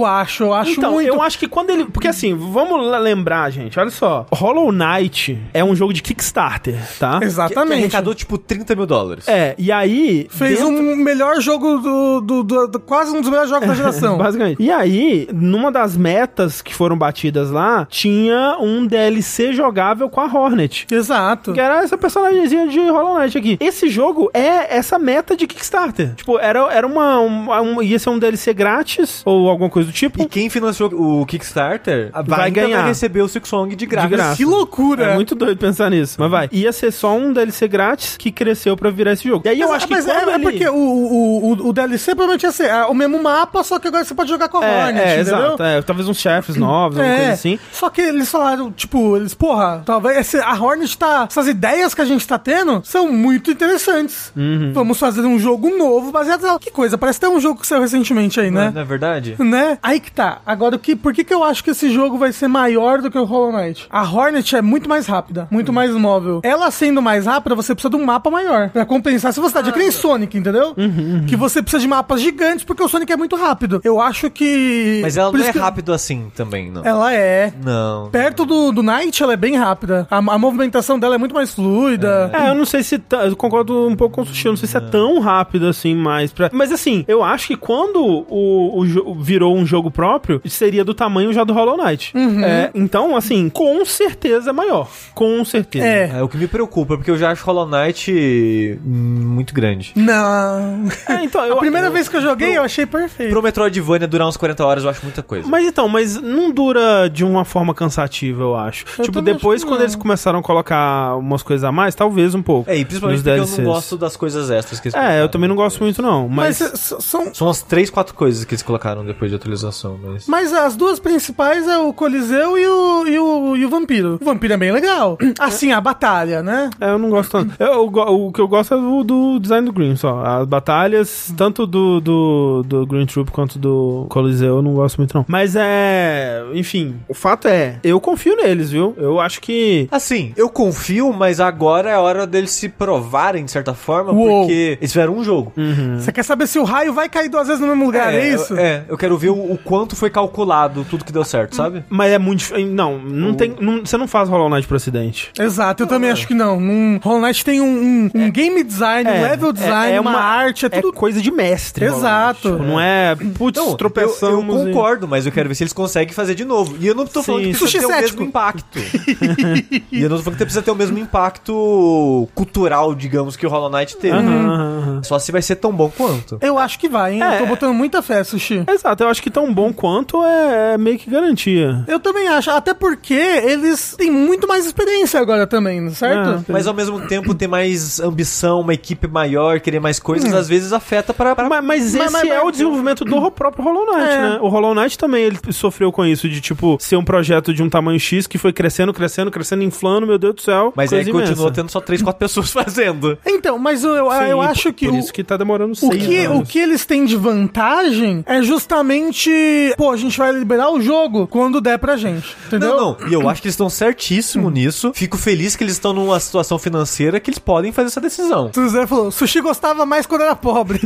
Speaker 2: acho, eu acho
Speaker 1: Então,
Speaker 2: muito.
Speaker 1: eu acho que quando ele. Porque assim, vamos l- lembrar, gente, olha só. Hollow Knight é um jogo de Kickstarter, tá?
Speaker 3: Que
Speaker 2: Exatamente.
Speaker 3: arrecadou tipo 30 mil dólares.
Speaker 1: É, e aí.
Speaker 2: Fez
Speaker 1: dentro-
Speaker 2: um melhor jogo do, do- do- do- Quase um dos melhores jogos da geração.
Speaker 1: Basicamente. E aí, numa das metas que foram batidas lá, tinha um DLC jogável com a Hornet.
Speaker 2: Exato.
Speaker 1: Que é era essa personagemzinha de Hollow Knight aqui. Esse jogo é essa meta de Kickstarter. Tipo, era, era uma, um, um- Ia ser um DLC grátis ou alguma coisa do tipo.
Speaker 3: E quem financiou o Kickstarter
Speaker 1: Ah, Vai
Speaker 3: ainda
Speaker 1: ganhar.
Speaker 3: vai receber o Six Song de graça.
Speaker 1: De graça.
Speaker 2: Que loucura.
Speaker 1: É muito doido pensar nisso. Mas vai. Ia ser só um DLC grátis que cresceu pra virar esse jogo. E aí eu
Speaker 2: Mas-
Speaker 1: acho que
Speaker 2: mas é,
Speaker 1: quando
Speaker 2: é
Speaker 1: ele-
Speaker 2: porque o, o, o- o DLC provavelmente ia ser ah, o mesmo mapa, só que agora você pode jogar com a
Speaker 1: É,
Speaker 2: Hornet,
Speaker 1: é,
Speaker 2: entendeu? É.
Speaker 1: exato. é, talvez uns chefes novos, alguma coisa assim.
Speaker 2: Só que eles falaram, tipo, eles, porra, talvez esse- a Hornet tá. Essas ideias que a gente tá tendo são muito interessantes.
Speaker 1: Uhum.
Speaker 2: Vamos fazer um jogo novo baseado nela. Que coisa, parece até um jogo que saiu recentemente aí, né?
Speaker 3: Não é verdade?
Speaker 2: Né? Aí que tá. Agora, o que, por que, que eu acho que esse jogo vai ser maior do que o Hollow Knight? A Hornet é muito mais rápida, muito mais móvel. Ela sendo mais rápida, você precisa de um mapa maior. Pra compensar se você tá de que nem Sonic, entendeu?
Speaker 3: Uhum,
Speaker 2: Que você precisa de mapas gigantes, porque o Sonic é muito rápido. Eu acho que.
Speaker 3: Mas ela
Speaker 2: por
Speaker 3: não
Speaker 2: isso
Speaker 3: é
Speaker 2: que-
Speaker 3: rápido assim também, não.
Speaker 2: Ela é.
Speaker 3: Não.
Speaker 2: Perto do, do Knight, ela é bem rápida. A, a movimentação dela é muito mais fluida.
Speaker 1: É, eu não sei se. tá- eu concordo um pouco com o Sushi, eu não sei se é tão rápido assim, mas. Pra... Mas assim, eu acho que quando o, o jo- virou um jogo próprio, seria do tamanho já do Hollow Knight.
Speaker 2: Uhum.
Speaker 1: É, então, assim, com certeza é maior. Com certeza.
Speaker 2: É.
Speaker 3: É o que me preocupa, porque eu já acho Hollow Knight hum, muito grande.
Speaker 2: Não.
Speaker 1: É, então,
Speaker 2: A
Speaker 1: eu-
Speaker 2: primeira
Speaker 1: eu-
Speaker 2: vez que eu joguei, eu achei perfeito.
Speaker 3: Pro Metroidvania durar uns 40 horas, eu acho muita coisa.
Speaker 1: Mas então, mas não dura de uma forma cansativa, eu acho.
Speaker 2: Eu
Speaker 1: tipo,
Speaker 2: também
Speaker 1: depois,
Speaker 2: acho que
Speaker 1: quando
Speaker 2: não.
Speaker 1: eles começaram a colocar umas coisas a mais, talvez um pouco.
Speaker 3: É, e principalmente
Speaker 1: nos
Speaker 3: porque eu
Speaker 1: DLCs.
Speaker 3: não gosto das coisas extras que eles
Speaker 1: É, eu também não gosto muito, não.
Speaker 2: Mas,
Speaker 1: Mas.
Speaker 2: s- s- são.
Speaker 3: São as três, quatro coisas que eles colocaram depois de atualização, mas...
Speaker 2: Mas as duas principais é o Coliseu e o, e o, e o Vampiro. O Vampiro é bem legal. Assim, a batalha, né?
Speaker 1: É, eu não gosto tanto. Eu, eu go- o que eu gosto é do, do design do Green, só. As batalhas, tanto do, do, do Green Troop quanto do Coliseu, eu não gosto muito, não. Mas é. Enfim, o fato é, eu confio neles, viu? Eu acho que.
Speaker 3: Assim, eu confio, mas agora é hora deles se provarem, de certa forma,
Speaker 2: Uou.
Speaker 3: porque eles fizeram um jogo.
Speaker 2: Você quer saber se o raio vai cair duas vezes no mesmo lugar, é, isso?
Speaker 3: Eu, é, eu quero ver o, o quanto foi calculado, tudo que deu certo, sabe?
Speaker 1: Mas é muito. dif- Não, não tem. não- você não faz Hollow Knight pro acidente.
Speaker 2: Exato, eu também acho que não. Um, Hollow Knight tem um, um- um game design,
Speaker 1: É,
Speaker 2: um level design, uma, arte, é tudo.
Speaker 1: coisa de mestre. Hollow Knight.
Speaker 2: Exato.
Speaker 1: Tipo, não é. Putz,
Speaker 3: Não, eu, eu
Speaker 1: tropeçamos. e-
Speaker 3: concordo, mas eu quero ver se eles conseguem fazer de novo. E eu não tô falando
Speaker 1: Sim,
Speaker 3: que precisa
Speaker 2: sushi
Speaker 3: ter o
Speaker 2: cético.
Speaker 3: mesmo impacto. e eu não tô falando que precisa ter o mesmo impacto cultural, digamos, que o Hollow Knight teve.
Speaker 1: Aham,
Speaker 2: Uhum.
Speaker 1: aham.
Speaker 3: Só se vai ser tão bom quanto.
Speaker 2: Eu acho que vai, hein?
Speaker 1: É.
Speaker 2: Eu tô botando muita fé, Sushi.
Speaker 1: Exato, eu acho que tão bom quanto é, é meio que garantia.
Speaker 2: Eu também acho, até porque eles têm muito mais experiência agora também, certo?
Speaker 1: É.
Speaker 3: Mas ao mesmo tempo ter mais ambição, uma equipe maior, querer mais coisas,
Speaker 1: Hum.
Speaker 3: às vezes afeta pra... pra-
Speaker 1: Mas, mas esse
Speaker 2: Mas- mas-
Speaker 1: é o
Speaker 2: mas-
Speaker 1: desenvolvimento do ro- próprio Hollow Knight,
Speaker 2: É.
Speaker 1: né? O Hollow Knight também ele sofreu com isso, de tipo, ser um projeto de um tamanho X que foi crescendo, crescendo, crescendo, inflando, meu Deus do céu.
Speaker 3: Mas
Speaker 1: coisa
Speaker 3: aí
Speaker 1: imensa.
Speaker 3: continua tendo só 3, 4 pessoas fazendo.
Speaker 2: Então, mas eu, eu,
Speaker 1: Sim,
Speaker 2: eu
Speaker 1: por-
Speaker 2: acho que,
Speaker 1: Por
Speaker 2: o,
Speaker 1: isso que tá demorando
Speaker 2: o,
Speaker 1: seis
Speaker 2: que o
Speaker 1: anos.
Speaker 2: que eles têm de vantagem é justamente, pô, a gente vai liberar o jogo quando der pra gente, entendeu?
Speaker 3: Não, não. E eu acho que eles estão certíssimo nisso. Fico feliz que eles estão numa situação financeira que eles podem fazer essa decisão.
Speaker 2: O Zé falou, sushi gostava mais quando era pobre.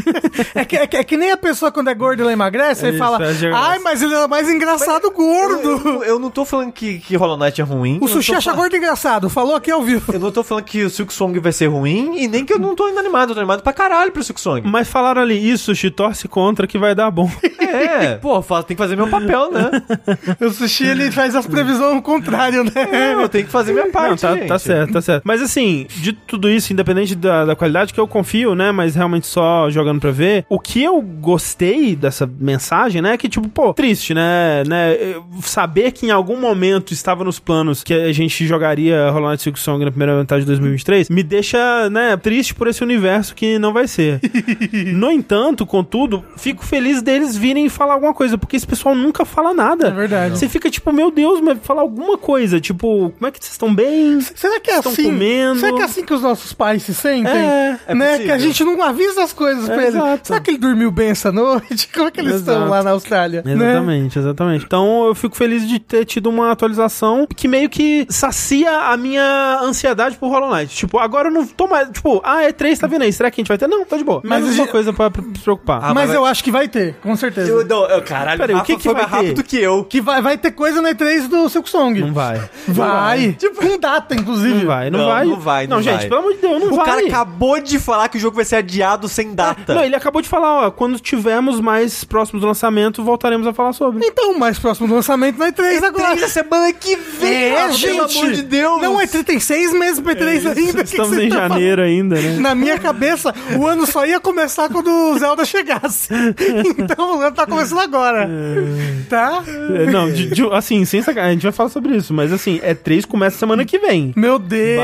Speaker 2: é, que, é que- é que nem a pessoa quando é gorda ela emagrece, aí
Speaker 1: Isso,
Speaker 2: fala,
Speaker 1: é de
Speaker 2: ai,
Speaker 1: graça."
Speaker 2: mas ele era mais engraçado gordo.
Speaker 3: Eu, eu não tô falando que, que Hollow Knight é ruim.
Speaker 2: o sushi
Speaker 3: eu não tô
Speaker 2: acha gordo engraçado, falou aqui ao vivo.
Speaker 3: Eu não tô falando que o Silk Song vai ser ruim e nem que eu não tô animado, eu tô animado pra caralho pro Silk Song.
Speaker 1: Mas falaram ali, isso, te torce contra que vai dar bom.
Speaker 3: É, pô, eu faço- tem que fazer meu papel, né?
Speaker 2: o sushi, ele faz as previsões ao contrário, né?
Speaker 3: Eu tenho É, que fazer minha parte.
Speaker 1: Não, tá,
Speaker 3: gente.
Speaker 1: tá certo, tá certo. Mas assim, de tudo isso, independente da, da qualidade, que eu confio, né? Mas realmente só jogando pra ver. O que eu gostei dessa mensagem, né? É que, tipo, pô, triste, né? né eu- saber que em algum momento estava nos planos que a gente jogaria Hollow Knight Silk Song na primeira metade de 2023, me deixa, né, triste por esse universo que não vai ser. no entanto, contudo, fico feliz deles virem falar alguma coisa, porque esse pessoal nunca fala nada.
Speaker 2: É verdade.
Speaker 1: Você fica tipo, meu Deus, mas falar alguma coisa. Tipo, como é que vocês estão bem?
Speaker 2: Será que é
Speaker 1: Estão
Speaker 2: assim?
Speaker 1: comendo.
Speaker 2: Será que é assim que os nossos pais se sentem?
Speaker 1: É,
Speaker 3: é
Speaker 2: né?
Speaker 3: possível.
Speaker 2: Que a gente não avisa as coisas pra ele.
Speaker 1: exato.
Speaker 2: Será que ele dormiu bem essa noite? Como é que eles estão
Speaker 1: Exato.
Speaker 2: lá na Austrália? né?
Speaker 1: Exatamente, exatamente. Então eu fico feliz de ter tido uma atualização que meio que sacia a minha ansiedade por Hollow Knight. Tipo, agora eu não tô mais. Tipo, ah, E3 tá vindo aí. Será que a gente vai ter? Não, tá de boa.
Speaker 2: Mas
Speaker 1: Mas uma
Speaker 2: a gente-
Speaker 1: coisa pra pra se preocupar.
Speaker 3: Ah,
Speaker 2: mas
Speaker 3: mas
Speaker 2: eu acho que vai ter, com certeza.
Speaker 3: Eu, não, eu, caralho,
Speaker 1: Peraí,
Speaker 3: o Rafa que que foi mais
Speaker 1: vai ter?
Speaker 3: rápido que eu.
Speaker 2: Que vai, vai ter coisa na E3 do Silk Song.
Speaker 1: Não vai.
Speaker 2: Vai. Tipo, Com data, inclusive.
Speaker 1: Não vai, não,
Speaker 3: Não,
Speaker 1: vai.
Speaker 3: não vai, não
Speaker 1: gente,
Speaker 3: vai.
Speaker 1: pelo amor de Deus, não
Speaker 3: o
Speaker 1: vai.
Speaker 3: cara acabou de falar que o jogo vai ser adiado sem data.
Speaker 1: Não, ele acabou de falar, ó, quando tivermos mais próximos do lançamento, voltaremos a falar sobre.
Speaker 2: Então, mais próximo do lançamento na E3 agora.
Speaker 3: Três da semana que vem,
Speaker 2: É,
Speaker 3: Rafa,
Speaker 2: gente.
Speaker 3: pelo amor de Deus.
Speaker 2: Não, é 36 meses pra E3 ainda. que que
Speaker 1: Estamos
Speaker 2: você
Speaker 1: em
Speaker 2: tá falando?
Speaker 1: janeiro ainda, né?
Speaker 2: Na minha cabeça, o ano só ia começar quando o Zelda chegasse. Então o ano tá começando agora. Tá?
Speaker 1: É, Não, de- de- assim, sem sacanagem, a gente vai falar sobre isso, mas assim, é 3 começa semana que vem.
Speaker 2: Meu Deus.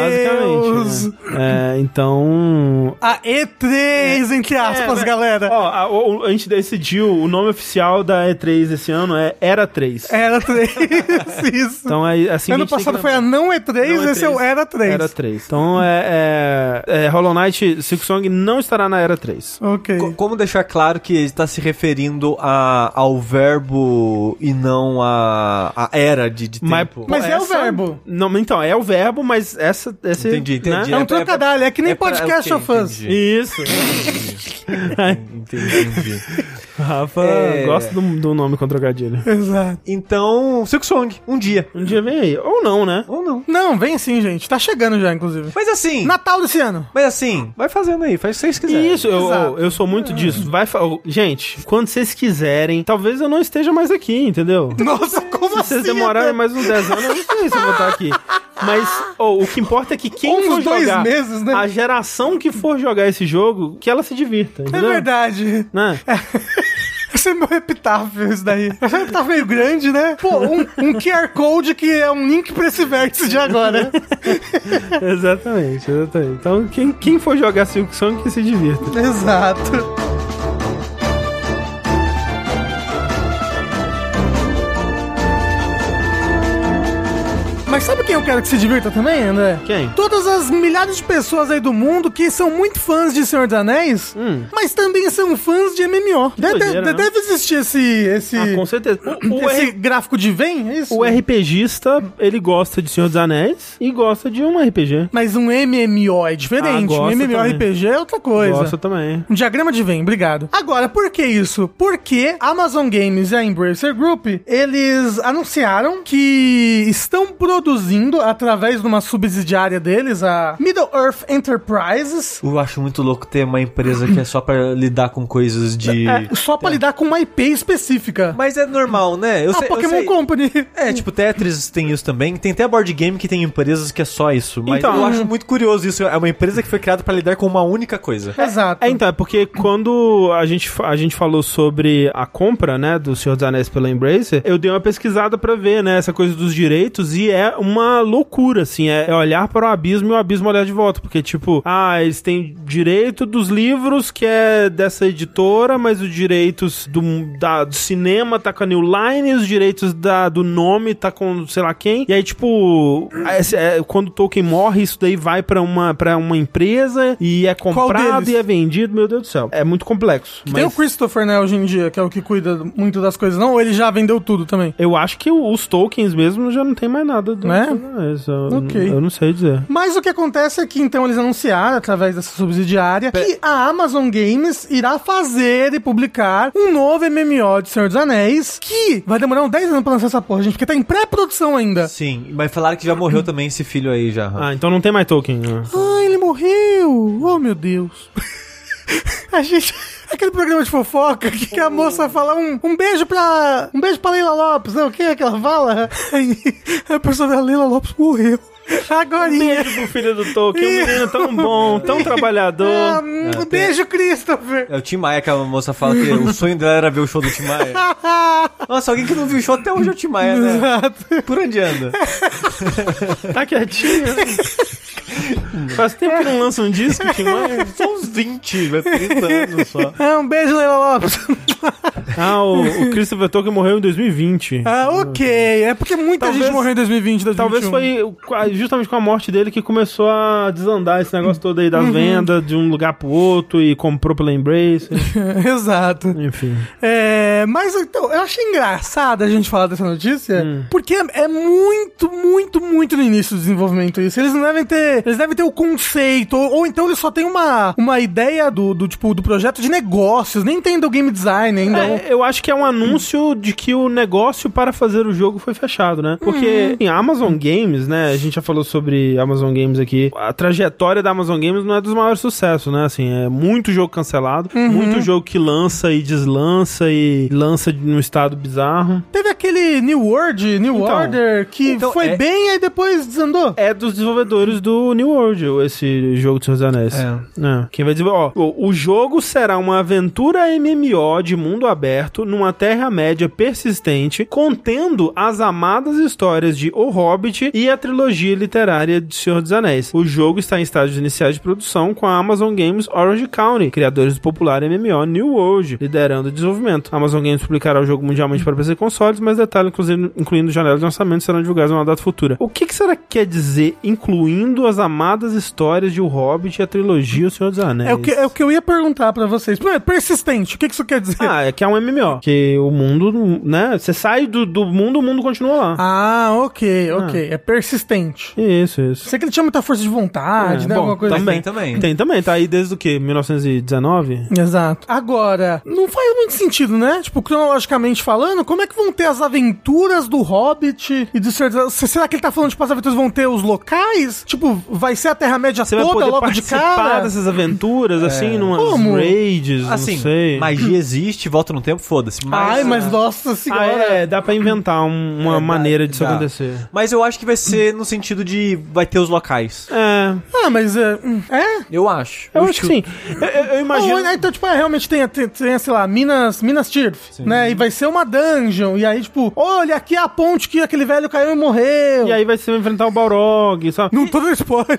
Speaker 1: Basicamente. né? É, então.
Speaker 2: A E3, entre aspas,
Speaker 1: É,
Speaker 2: galera.
Speaker 1: Ó, a, o- a gente decidiu, o nome oficial da E3 esse ano é Era 3.
Speaker 2: Era 3, isso.
Speaker 1: Então é assim. que
Speaker 2: ano
Speaker 1: a gente tem
Speaker 2: passado
Speaker 1: que
Speaker 2: foi a
Speaker 1: lembrar.
Speaker 2: não E3,
Speaker 1: Não
Speaker 2: esse é o Era 3.
Speaker 1: Era 3. Então é, é, é, Hollow Knight Silk Song não estará na Era 3.
Speaker 2: Ok.
Speaker 3: Co- Como deixar claro que ele está se referindo a- ao verbo e não à a, era de, de tempo?
Speaker 1: Mas, pô,
Speaker 2: Mas é o
Speaker 1: essa-
Speaker 2: verbo.
Speaker 1: Não, mas então, é o verbo, mas essa. esse-
Speaker 3: Entendi, entendi.
Speaker 1: né?
Speaker 2: É um trocadalho, é que nem
Speaker 3: É pra-
Speaker 2: podcast
Speaker 3: ok,
Speaker 2: of fãs.
Speaker 3: entendi.
Speaker 1: Isso.
Speaker 3: Entendi, entendi.
Speaker 1: Rafa,
Speaker 3: É.
Speaker 1: gosta do, do nome com trocadilho.
Speaker 2: Exato.
Speaker 3: Então, Silk Song, um dia.
Speaker 1: Um dia vem aí. Ou não, né?
Speaker 3: Ou não.
Speaker 2: Não, vem sim, gente. Tá chegando já, inclusive.
Speaker 3: Mas assim.
Speaker 2: Natal desse ano.
Speaker 3: Mas assim, vai fazendo aí, faz o que vocês quiserem.
Speaker 1: Isso, eu,
Speaker 2: Exato. É.
Speaker 1: eu, eu sou muito disso. Vai, fa- ô, gente, quando vocês quiserem, talvez eu não esteja mais aqui, entendeu?
Speaker 2: Nossa, como
Speaker 1: Se vocês
Speaker 2: assim?
Speaker 1: demorarem mais uns 10 anos, eu não sei se eu vou estar aqui. Mas ô, o que importa é que quem
Speaker 2: Uns
Speaker 1: for
Speaker 2: dois
Speaker 1: jogar,
Speaker 2: meses, né?
Speaker 1: a geração que for jogar esse jogo, que ela se divirta,
Speaker 2: É
Speaker 1: entendeu?
Speaker 2: verdade.
Speaker 1: Né?
Speaker 2: Esse é meu epitáfio, isso daí. Esse é um epitáfio meio grande, né? Pô, um, um QR Code que é um link pra esse vértice de agora.
Speaker 1: Exatamente, exatamente. Então, quem, quem for jogar Silk Song, que se divirta.
Speaker 2: Exato. Mas sabe quem eu quero que se divirta também, André?
Speaker 1: Quem?
Speaker 2: Todas as milhares de pessoas aí do mundo que são muito fãs de Senhor dos Anéis,
Speaker 1: Hum.
Speaker 2: mas também são fãs de MMO. Deve,
Speaker 1: doideira,
Speaker 2: deve-
Speaker 1: né?
Speaker 2: deve existir esse. esse...
Speaker 1: Ah, com certeza. O, o
Speaker 2: esse
Speaker 1: R-
Speaker 2: gráfico de Vem, é isso?
Speaker 1: o RPGista, ele gosta de Senhor dos Anéis e gosta de um RPG.
Speaker 2: Mas um MMO é diferente.
Speaker 1: Ah,
Speaker 2: um
Speaker 1: gosta
Speaker 2: MMORPG é outra coisa.
Speaker 1: Gosta também.
Speaker 2: Um diagrama de Venn, obrigado. Agora, por que isso? Porque a Amazon Games e a Embracer Group, eles anunciaram que estão produzindo, através de uma subsidiária deles, a Middle Earth Enterprises,
Speaker 3: Eu acho muito louco ter uma empresa que é só pra lidar com coisas de.
Speaker 2: é, só pra lidar com uma IP específica.
Speaker 3: Mas é normal, né? É. Eu
Speaker 2: a
Speaker 3: sei- eu
Speaker 2: Ah, Pokémon
Speaker 3: sei-
Speaker 2: Company.
Speaker 3: É, tipo, Tetris tem isso também. Tem até board game que tem empresas que é só isso. Mas
Speaker 1: Então-
Speaker 3: eu acho muito curioso isso. É uma empresa que foi criada pra lidar com uma única coisa.
Speaker 2: Exato.
Speaker 1: É, então, é porque quando a gente, fa- a gente falou sobre a compra, né, do Senhor dos Anéis pela Embracer, eu dei uma pesquisada pra ver, né, essa coisa dos direitos e é uma loucura, assim, é, é olhar para o abismo e o abismo olhar de volta, porque, tipo, ah, eles têm direito dos livros que é dessa editora, mas os direitos do, da- do cinema tá com a New Line, os direitos da, do nome tá com sei lá quem, e aí, tipo, esse- é, quando o Tolkien morre, isso daí vai pra uma, pra uma empresa e é comprado
Speaker 2: deles?
Speaker 1: e é vendido, meu Deus do céu. É muito complexo.
Speaker 2: Tem o
Speaker 1: mas
Speaker 2: Christopher, né, hoje em dia, que é o que cuida muito das coisas, não? Ou ele já vendeu tudo também?
Speaker 1: eu acho que o- os tokens mesmo já não tem mais nada do
Speaker 2: né?
Speaker 1: Ah, isso, eu,
Speaker 2: Ok.
Speaker 1: eu não sei dizer.
Speaker 2: Mas o que acontece é que então eles anunciaram, através dessa subsidiária, que a Amazon Games irá fazer e publicar um novo MMO de Senhor dos Anéis, que vai demorar uns 10 anos pra lançar essa porra, gente, porque tá em pré-produção ainda.
Speaker 3: Sim, mas falaram que já morreu também esse filho aí já.
Speaker 1: Ah, então não tem mais Tolkien. né?
Speaker 2: Ah, ele morreu! Oh, meu Deus! a gente. Aquele programa de fofoca que, que a moça fala um, um beijo pra. Um beijo pra Leila Lopes, não? O que é que ela fala? Aí a pessoa da Leila Lopes morreu. Agora.
Speaker 1: Beijo pro filho do Tolkien, um menino tão bom, tão
Speaker 2: Ah,
Speaker 1: trabalhador.
Speaker 2: hum, beijo, Christopher!
Speaker 3: É o Tim Maia que a moça fala que o sonho dela era ver o show do Tim Maia. Nossa, alguém que não viu o show até hoje é o Tim Maia, né?
Speaker 2: Exato.
Speaker 3: Por onde anda?
Speaker 1: Tá quietinho. Faz tempo que não lança um disco, Tim Maia.
Speaker 3: São uns 20, né? 30 anos só.
Speaker 2: Ah, um beijo, Leila Lopes.
Speaker 1: Ah, o, o Christopher Tolkien morreu em 2020.
Speaker 2: Ah, ok. É porque muita
Speaker 1: Talvez-
Speaker 2: gente morreu em 2020, 2021.
Speaker 1: Talvez foi o- qua- justamente com a morte dele que começou a desandar esse negócio todo aí da venda de um lugar pro outro e comprou pela Embrace.
Speaker 2: É, Exato.
Speaker 1: Enfim.
Speaker 2: É, mas então, eu achei engraçado a gente falar dessa notícia,
Speaker 1: Hum.
Speaker 2: porque é é muito, muito, muito no início do desenvolvimento isso. Eles não devem ter. Eles devem ter o conceito, ou, ou então eles só têm uma, uma ideia do, do tipo do projeto de negócios, nem tem do game design ainda. né? ou-
Speaker 1: É, eu acho que é um anúncio de que o negócio para fazer o jogo foi fechado, né? Porque em Amazon Games, né? A gente já falou sobre Amazon Games aqui. A trajetória da Amazon Games não é dos maiores sucessos, né? Assim, é muito jogo cancelado, muito jogo que lança e deslança e lança num estado bizarro.
Speaker 2: Teve aquele New World, New
Speaker 1: Então,
Speaker 2: Order, que
Speaker 3: então
Speaker 2: foi
Speaker 3: é-
Speaker 2: bem aí depois desandou.
Speaker 1: É dos desenvolvedores do New World, esse jogo dos Senhor dos Anéis. É. Quem vai desenvolver. Ó, o, o jogo será uma aventura MMO de mundo aberto numa Terra-média persistente, contendo as amadas histórias de O Hobbit e a trilogia literária de Senhor dos Anéis. O jogo está em estágios iniciais de produção com a Amazon Games Orange County, criadores do popular MMO New World, liderando o desenvolvimento. A Amazon Games publicará o jogo mundialmente para PC e consoles, mas detalhes, inclusive, incluindo janelas de lançamento, serão divulgados numa data futura. O que, que será que quer dizer, incluindo as amadas histórias de O Hobbit e a trilogia O Senhor dos Anéis?
Speaker 2: É o, que, é o que eu ia perguntar pra vocês. Primeiro, persistente, o que que isso quer dizer?
Speaker 1: Ah, é que é um MMO. Que o mundo, né? Você sai do, do mundo, o mundo continua lá.
Speaker 2: Ah, ok, ok. É persistente.
Speaker 1: Isso, isso.
Speaker 2: Sei que ele tinha muita força de vontade,
Speaker 1: É,
Speaker 2: né?
Speaker 1: bom,
Speaker 2: Alguma coisa
Speaker 3: também,
Speaker 2: assim.
Speaker 3: também.
Speaker 1: Tem também, tá aí desde o quê? 1919?
Speaker 2: Exato. Agora, não faz muito sentido, né? Tipo, cronologicamente falando, como é que vão ter as aventuras do Hobbit e do Senhor dos Anéis? Será que ele tá falando, tipo, as aventuras vão ter os locais? Tipo, vai ser a Terra-média
Speaker 1: Você vai
Speaker 2: toda
Speaker 1: poder
Speaker 2: logo de
Speaker 1: participar
Speaker 2: cara? É.
Speaker 1: dessas aventuras, assim, numas
Speaker 2: Como?
Speaker 1: raids,
Speaker 3: Assim,
Speaker 1: não sei.
Speaker 3: magia existe, volta no tempo, foda-se. Mas,
Speaker 2: Ai, mas nossa
Speaker 1: Ah,
Speaker 2: senhora.
Speaker 1: é, dá pra inventar um- uma
Speaker 3: É, dá-
Speaker 1: maneira disso
Speaker 3: dá.
Speaker 1: acontecer.
Speaker 3: mas eu acho que vai ser no sentido de vai ter os locais.
Speaker 1: É,
Speaker 2: Ah, mas é. hum, É?
Speaker 3: Eu acho.
Speaker 1: eu acho que sim. Eu, eu- eu imagino...
Speaker 2: Ou, né, então, tipo, é, realmente tem, tem, tem, sei lá, Minas, Minas Tirith, né? E vai ser uma dungeon. E aí, tipo, olha, aqui é a ponte que aquele velho caiu e morreu.
Speaker 1: E aí vai ser enfrentar o Balrog, sabe?
Speaker 2: Não tô dando spoiler.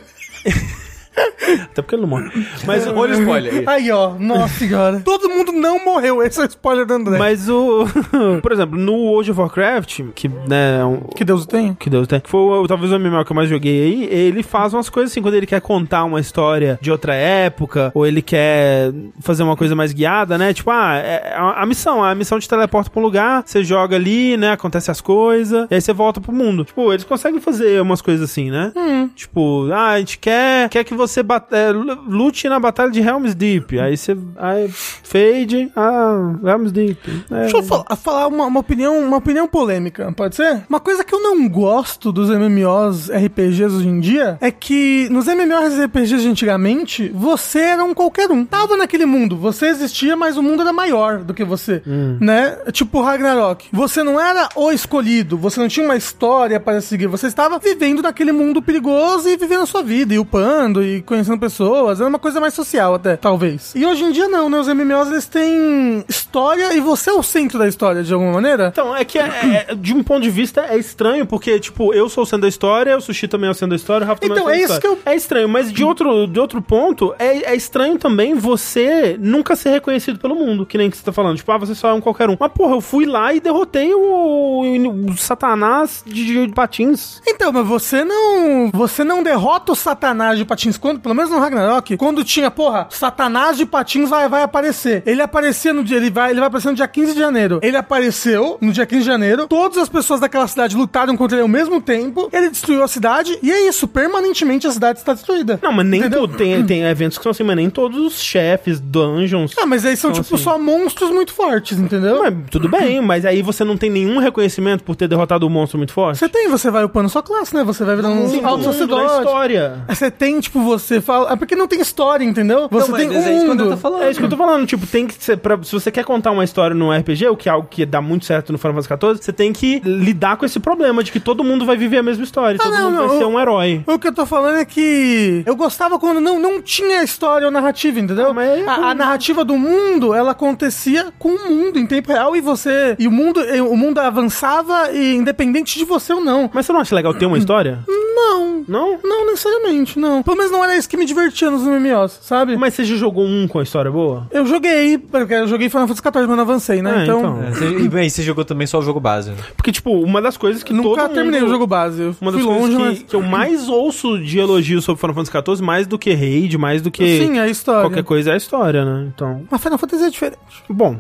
Speaker 1: Até porque ele não morre. Mas,
Speaker 3: Olha o spoiler aí.
Speaker 2: Aí, ó, nossa senhora. Todo mundo não morreu. Esse é o spoiler do André.
Speaker 1: mas o... Por exemplo, no World of Warcraft, que, né, é um-
Speaker 2: Que Deus o tenha.
Speaker 1: que Deus tem. Foi o- talvez o MMO que eu mais joguei aí. Ele faz umas coisas assim, quando ele quer contar uma história de outra época, ou ele quer fazer uma coisa mais guiada, né? Tipo, ah, é- é a, a missão, a missão te teleporta pra um lugar, você joga ali, né? Acontece as coisas, e aí você volta pro mundo. Tipo, eles conseguem fazer umas coisas assim, né?
Speaker 2: Hum.
Speaker 1: Tipo, ah, a gente quer, quer que você bate- é, lu- lute na batalha de Helm's Deep. Aí você. Aí, fade, ah, Helm's Deep. É.
Speaker 2: Deixa eu falar, falar uma, uma opinião, uma opinião polêmica, pode ser? Uma coisa que eu não gosto dos MMOs RPGs hoje em dia é que nos MMOs RPGs de antigamente, você era um qualquer um. Tava naquele mundo, você existia, mas o mundo era maior do que você, né? Tipo Ragnarok. Você não era o escolhido, você não tinha uma história para seguir, você estava vivendo naquele mundo perigoso e vivendo a sua vida, e upando, e conhecendo pessoas, era uma coisa mais social até, talvez. E hoje em dia não, né? Os MMOs eles têm história e você é o centro da história de alguma maneira.
Speaker 1: Então, é que é- é- de um ponto de vista é estranho, porque, tipo, eu sou o centro da história, o Sushi também é o centro da história, o Rafa também
Speaker 2: Então,
Speaker 1: é o
Speaker 2: é
Speaker 1: centro da
Speaker 2: isso
Speaker 1: história. É estranho, mas de outro, de outro ponto, é, é estranho também você nunca ser reconhecido pelo mundo, que nem que você tá falando. Tipo, ah, você só é um qualquer um. Mas, porra, eu fui lá e derrotei o, o satanás de, de patins.
Speaker 2: Então, mas você não. Você não derrota o Satanás de patins quando, pelo menos no Ragnarok, quando tinha, porra, Satanás de patins vai, vai aparecer. Ele aparecia no dia, ele vai, ele vai aparecer no dia 15 de janeiro. Ele apareceu no dia 15 de janeiro, todas as pessoas daquela cidade lutaram contra ele ao mesmo tempo, ele destruiu a cidade, e é isso, permanentemente a cidade está destruída.
Speaker 1: Não, mas nem todo, tem, tem eventos que são assim, mas nem todos os chefes, dungeons.
Speaker 2: Ah, mas aí são,
Speaker 1: Então,
Speaker 2: tipo,
Speaker 1: assim-
Speaker 2: só monstros muito fortes, entendeu?
Speaker 1: Mas tudo
Speaker 2: uhum.
Speaker 1: bem, mas aí você não tem nenhum reconhecimento por ter derrotado um monstro muito forte.
Speaker 2: Você tem, você vai upando sua classe, né? Você vai virando
Speaker 1: Sim,
Speaker 2: um alto
Speaker 1: mundo, na
Speaker 2: sacerdote.
Speaker 1: história.
Speaker 2: Você tem, tipo, você fala. É porque não tem história, entendeu? Você
Speaker 3: mas
Speaker 2: tem
Speaker 3: é isso
Speaker 2: um
Speaker 3: que o André
Speaker 2: mundo.
Speaker 3: tá falando.
Speaker 1: É isso que eu tô falando, tipo, tem que ser. pra- se você quer contar uma história num RPG, o que é algo que dá muito certo no Final Fantasy XIV, você tem que lidar com esse problema de que todo mundo vai viver a mesma história, e todo
Speaker 2: não,
Speaker 1: mundo vai
Speaker 2: não,
Speaker 1: ser
Speaker 2: eu-
Speaker 1: um herói.
Speaker 2: O que eu tô falando é que eu gostava quando não, não tinha história ou narrativa, entendeu?
Speaker 1: Ah, mas aí é
Speaker 2: a, a narrativa do mundo, ela acontecia com o mundo em tempo real e você. E o mundo, e o mundo avançava e independente de você ou não.
Speaker 1: Mas você não acha legal ter uma história?
Speaker 2: Não.
Speaker 1: Não?
Speaker 2: Não necessariamente, não. Pelo menos não era isso que me divertia nos MMOs, sabe?
Speaker 1: Mas você já jogou um com a história boa?
Speaker 2: Eu joguei, porque eu joguei Final Fantasy XIV, mas não avancei, né?
Speaker 1: É, então.
Speaker 3: É, você- e bem, você jogou também só o jogo base. né?
Speaker 1: Porque, tipo, uma das coisas que todo
Speaker 2: Nunca
Speaker 1: mundo-
Speaker 2: terminei o jogo base. Eu
Speaker 1: Uma das
Speaker 2: fui
Speaker 1: coisas
Speaker 2: longe,
Speaker 1: que,
Speaker 2: mas.
Speaker 1: que eu mais ouço de elogios sobre Final Fantasy XIV, mais do que raid, mais do que
Speaker 2: Sim, é a história.
Speaker 1: qualquer coisa, é a história, né? Então,
Speaker 2: Mas Final Fantasy é diferente.
Speaker 1: bom.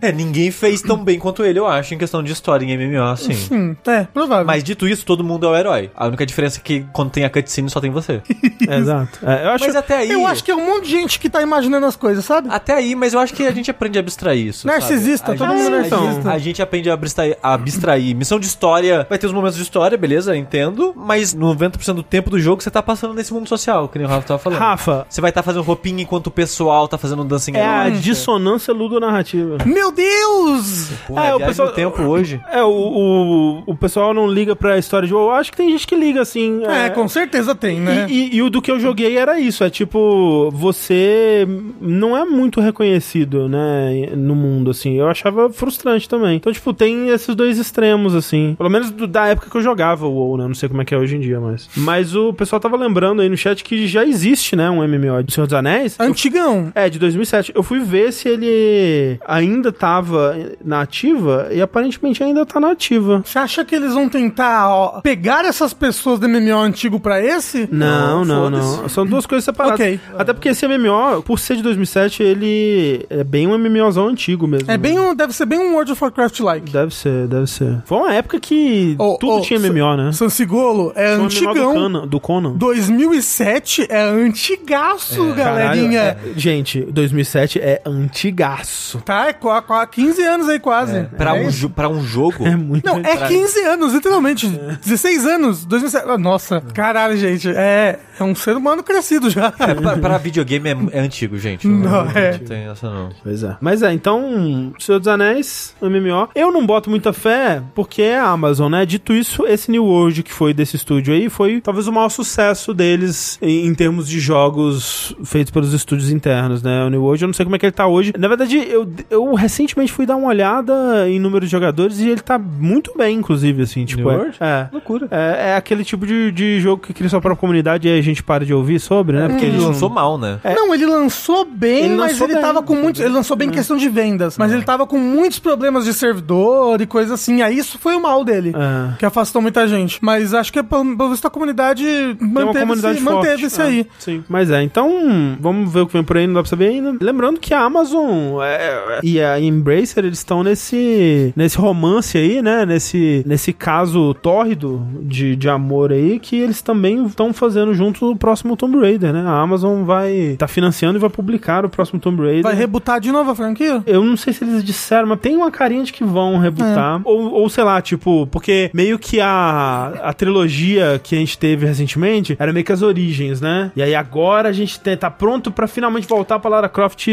Speaker 3: É, ninguém fez tão bem quanto ele, eu acho, em questão de história em MMO, assim.
Speaker 2: Sim, é, provável.
Speaker 3: Mas dito isso, todo mundo é o herói. A única diferença é que quando tem a cutscene só tem você.
Speaker 1: É, exato. É, eu acho...
Speaker 3: Mas até aí.
Speaker 2: Eu acho que é um monte de gente que tá imaginando as coisas, sabe?
Speaker 3: Até aí, mas eu acho que a gente aprende a abstrair isso. sabe?
Speaker 2: Narcisista,
Speaker 3: A
Speaker 2: todo
Speaker 3: gente-
Speaker 1: mundo
Speaker 3: a
Speaker 1: narcisista.
Speaker 3: gente- A gente aprende a abstrair, a abstrair. Missão de história, vai ter os momentos de história, beleza, entendo. Mas 90% do tempo do jogo você tá passando nesse mundo social, que nem o Rafa tava falando.
Speaker 1: Rafa,
Speaker 3: Você vai estar fazendo roupinha enquanto o pessoal tá fazendo dança em
Speaker 1: é a
Speaker 3: herói.
Speaker 1: dissonância ludonarrativa.
Speaker 2: Meu Deus!
Speaker 3: Porra,
Speaker 1: É,
Speaker 3: é,
Speaker 1: o
Speaker 3: o
Speaker 1: pessoal-
Speaker 3: pessoal... tempo hoje.
Speaker 1: É, o, o, o pessoal não liga pra história de. Eu acho que tem gente que liga, assim.
Speaker 2: É, com certeza tem, né?
Speaker 1: E, e- e o do que eu joguei era isso, é tipo, você não é muito reconhecido, né, no mundo, assim. Eu achava frustrante também. Então, tipo, tem esses dois extremos, assim. Pelo menos do- da época que eu jogava o WoW, né? Não sei como é que é hoje em dia, mas... Mas o pessoal tava lembrando aí no chat que já existe, né, um MMO do Senhor dos Anéis.
Speaker 2: Antigão.
Speaker 1: É, de 2007. Eu fui ver se ele ainda tava na ativa e aparentemente ainda tá na ativa.
Speaker 2: Você acha que eles vão tentar ó, pegar essas pessoas do MMO antigo pra esse?
Speaker 1: Não, não,
Speaker 2: foda-se.
Speaker 1: não. São duas coisas separadas.
Speaker 2: Ok.
Speaker 1: Até porque esse MMO, por ser de 2007, ele é bem um MMOzão antigo mesmo.
Speaker 2: É
Speaker 1: né?
Speaker 2: bem um, deve ser bem um World of Warcraft-like.
Speaker 1: Deve ser, deve ser. Foi uma época que
Speaker 2: Ô,
Speaker 1: tudo
Speaker 2: ô,
Speaker 1: tinha
Speaker 2: Sa-
Speaker 1: MMO, né?
Speaker 2: Sansigolo
Speaker 1: Foi
Speaker 2: é
Speaker 1: um MMO Do
Speaker 2: antigão.
Speaker 1: Conan. Do Conan.
Speaker 2: 2007 é antigaço,
Speaker 1: Caralho,
Speaker 2: galerinha.
Speaker 1: é- gente, 2007 é antigaço.
Speaker 2: Tá, é qua- qua- 15 anos aí quase.
Speaker 3: Pra,
Speaker 2: É
Speaker 3: um,
Speaker 2: isso.
Speaker 3: jo- pra um jogo.
Speaker 1: É muito...
Speaker 2: Não, é 15 anos, literalmente.
Speaker 1: É.
Speaker 2: 16 anos, 2007. Ah, Nossa, caralho, gente. É, é um ser humano crescido já.
Speaker 3: É, pra, pra videogame é, é antigo, gente. Não,
Speaker 2: Não, é.
Speaker 3: não tem essa não.
Speaker 1: Pois é. Mas é, então, Senhor dos Anéis, MMO. Eu não boto muita fé porque é a Amazon, né? Dito isso, esse New World que foi desse estúdio aí foi talvez o maior sucesso deles em, em termos de jogos feitos pelos estúdios internos, né? O New World, eu não sei como é que ele tá hoje. Na verdade, eu, eu recentemente fui dar uma olhada em número de jogadores e ele tá muito bem, inclusive, assim. Tipo,
Speaker 3: New
Speaker 1: é,
Speaker 3: World?
Speaker 1: É.
Speaker 3: Loucura.
Speaker 1: É, é aquele tipo de, de jogo que cria sua própria comunidade e aí a gente para de ouvir sobre, né?
Speaker 3: Porque
Speaker 1: Porque
Speaker 3: ele
Speaker 1: eles não
Speaker 3: lançou mal, né?
Speaker 1: É.
Speaker 2: Não, ele lançou bem,
Speaker 1: Ele
Speaker 2: mas
Speaker 1: lançou
Speaker 2: ele
Speaker 1: bem. Hum.
Speaker 2: tava com muitos. Ele lançou bem em questão de vendas, mas ele tava com muitos problemas de servidor e coisa assim. Aí isso foi o mal dele.
Speaker 1: É.
Speaker 2: Que afastou muita gente. Mas acho que é pelo pelo visto a comunidade manteve-se
Speaker 1: comunidade forte. né? Ah,
Speaker 2: manteve-se aí.
Speaker 1: Sim. Mas é, então vamos ver o que vem por aí, não dá pra saber ainda. Lembrando que a Amazon é, é, e a Embracer, eles estão nesse, nesse romance aí, né? Nesse, nesse caso tórrido de, de amor aí, que eles também estão fazendo junto o próximo Tomb Raider, né? A Amazon vai tá financiando e vai publicar o próximo Tomb Raider.
Speaker 2: Vai rebutar de novo a franquia?
Speaker 1: Eu não sei se eles disseram, mas tem uma carinha de que vão rebutar. Ou, ou sei lá, tipo, porque meio que a, a trilogia que a gente teve recentemente era meio que as origens, né? E aí agora a gente tem- tá pronto pra finalmente voltar pra Lara Croft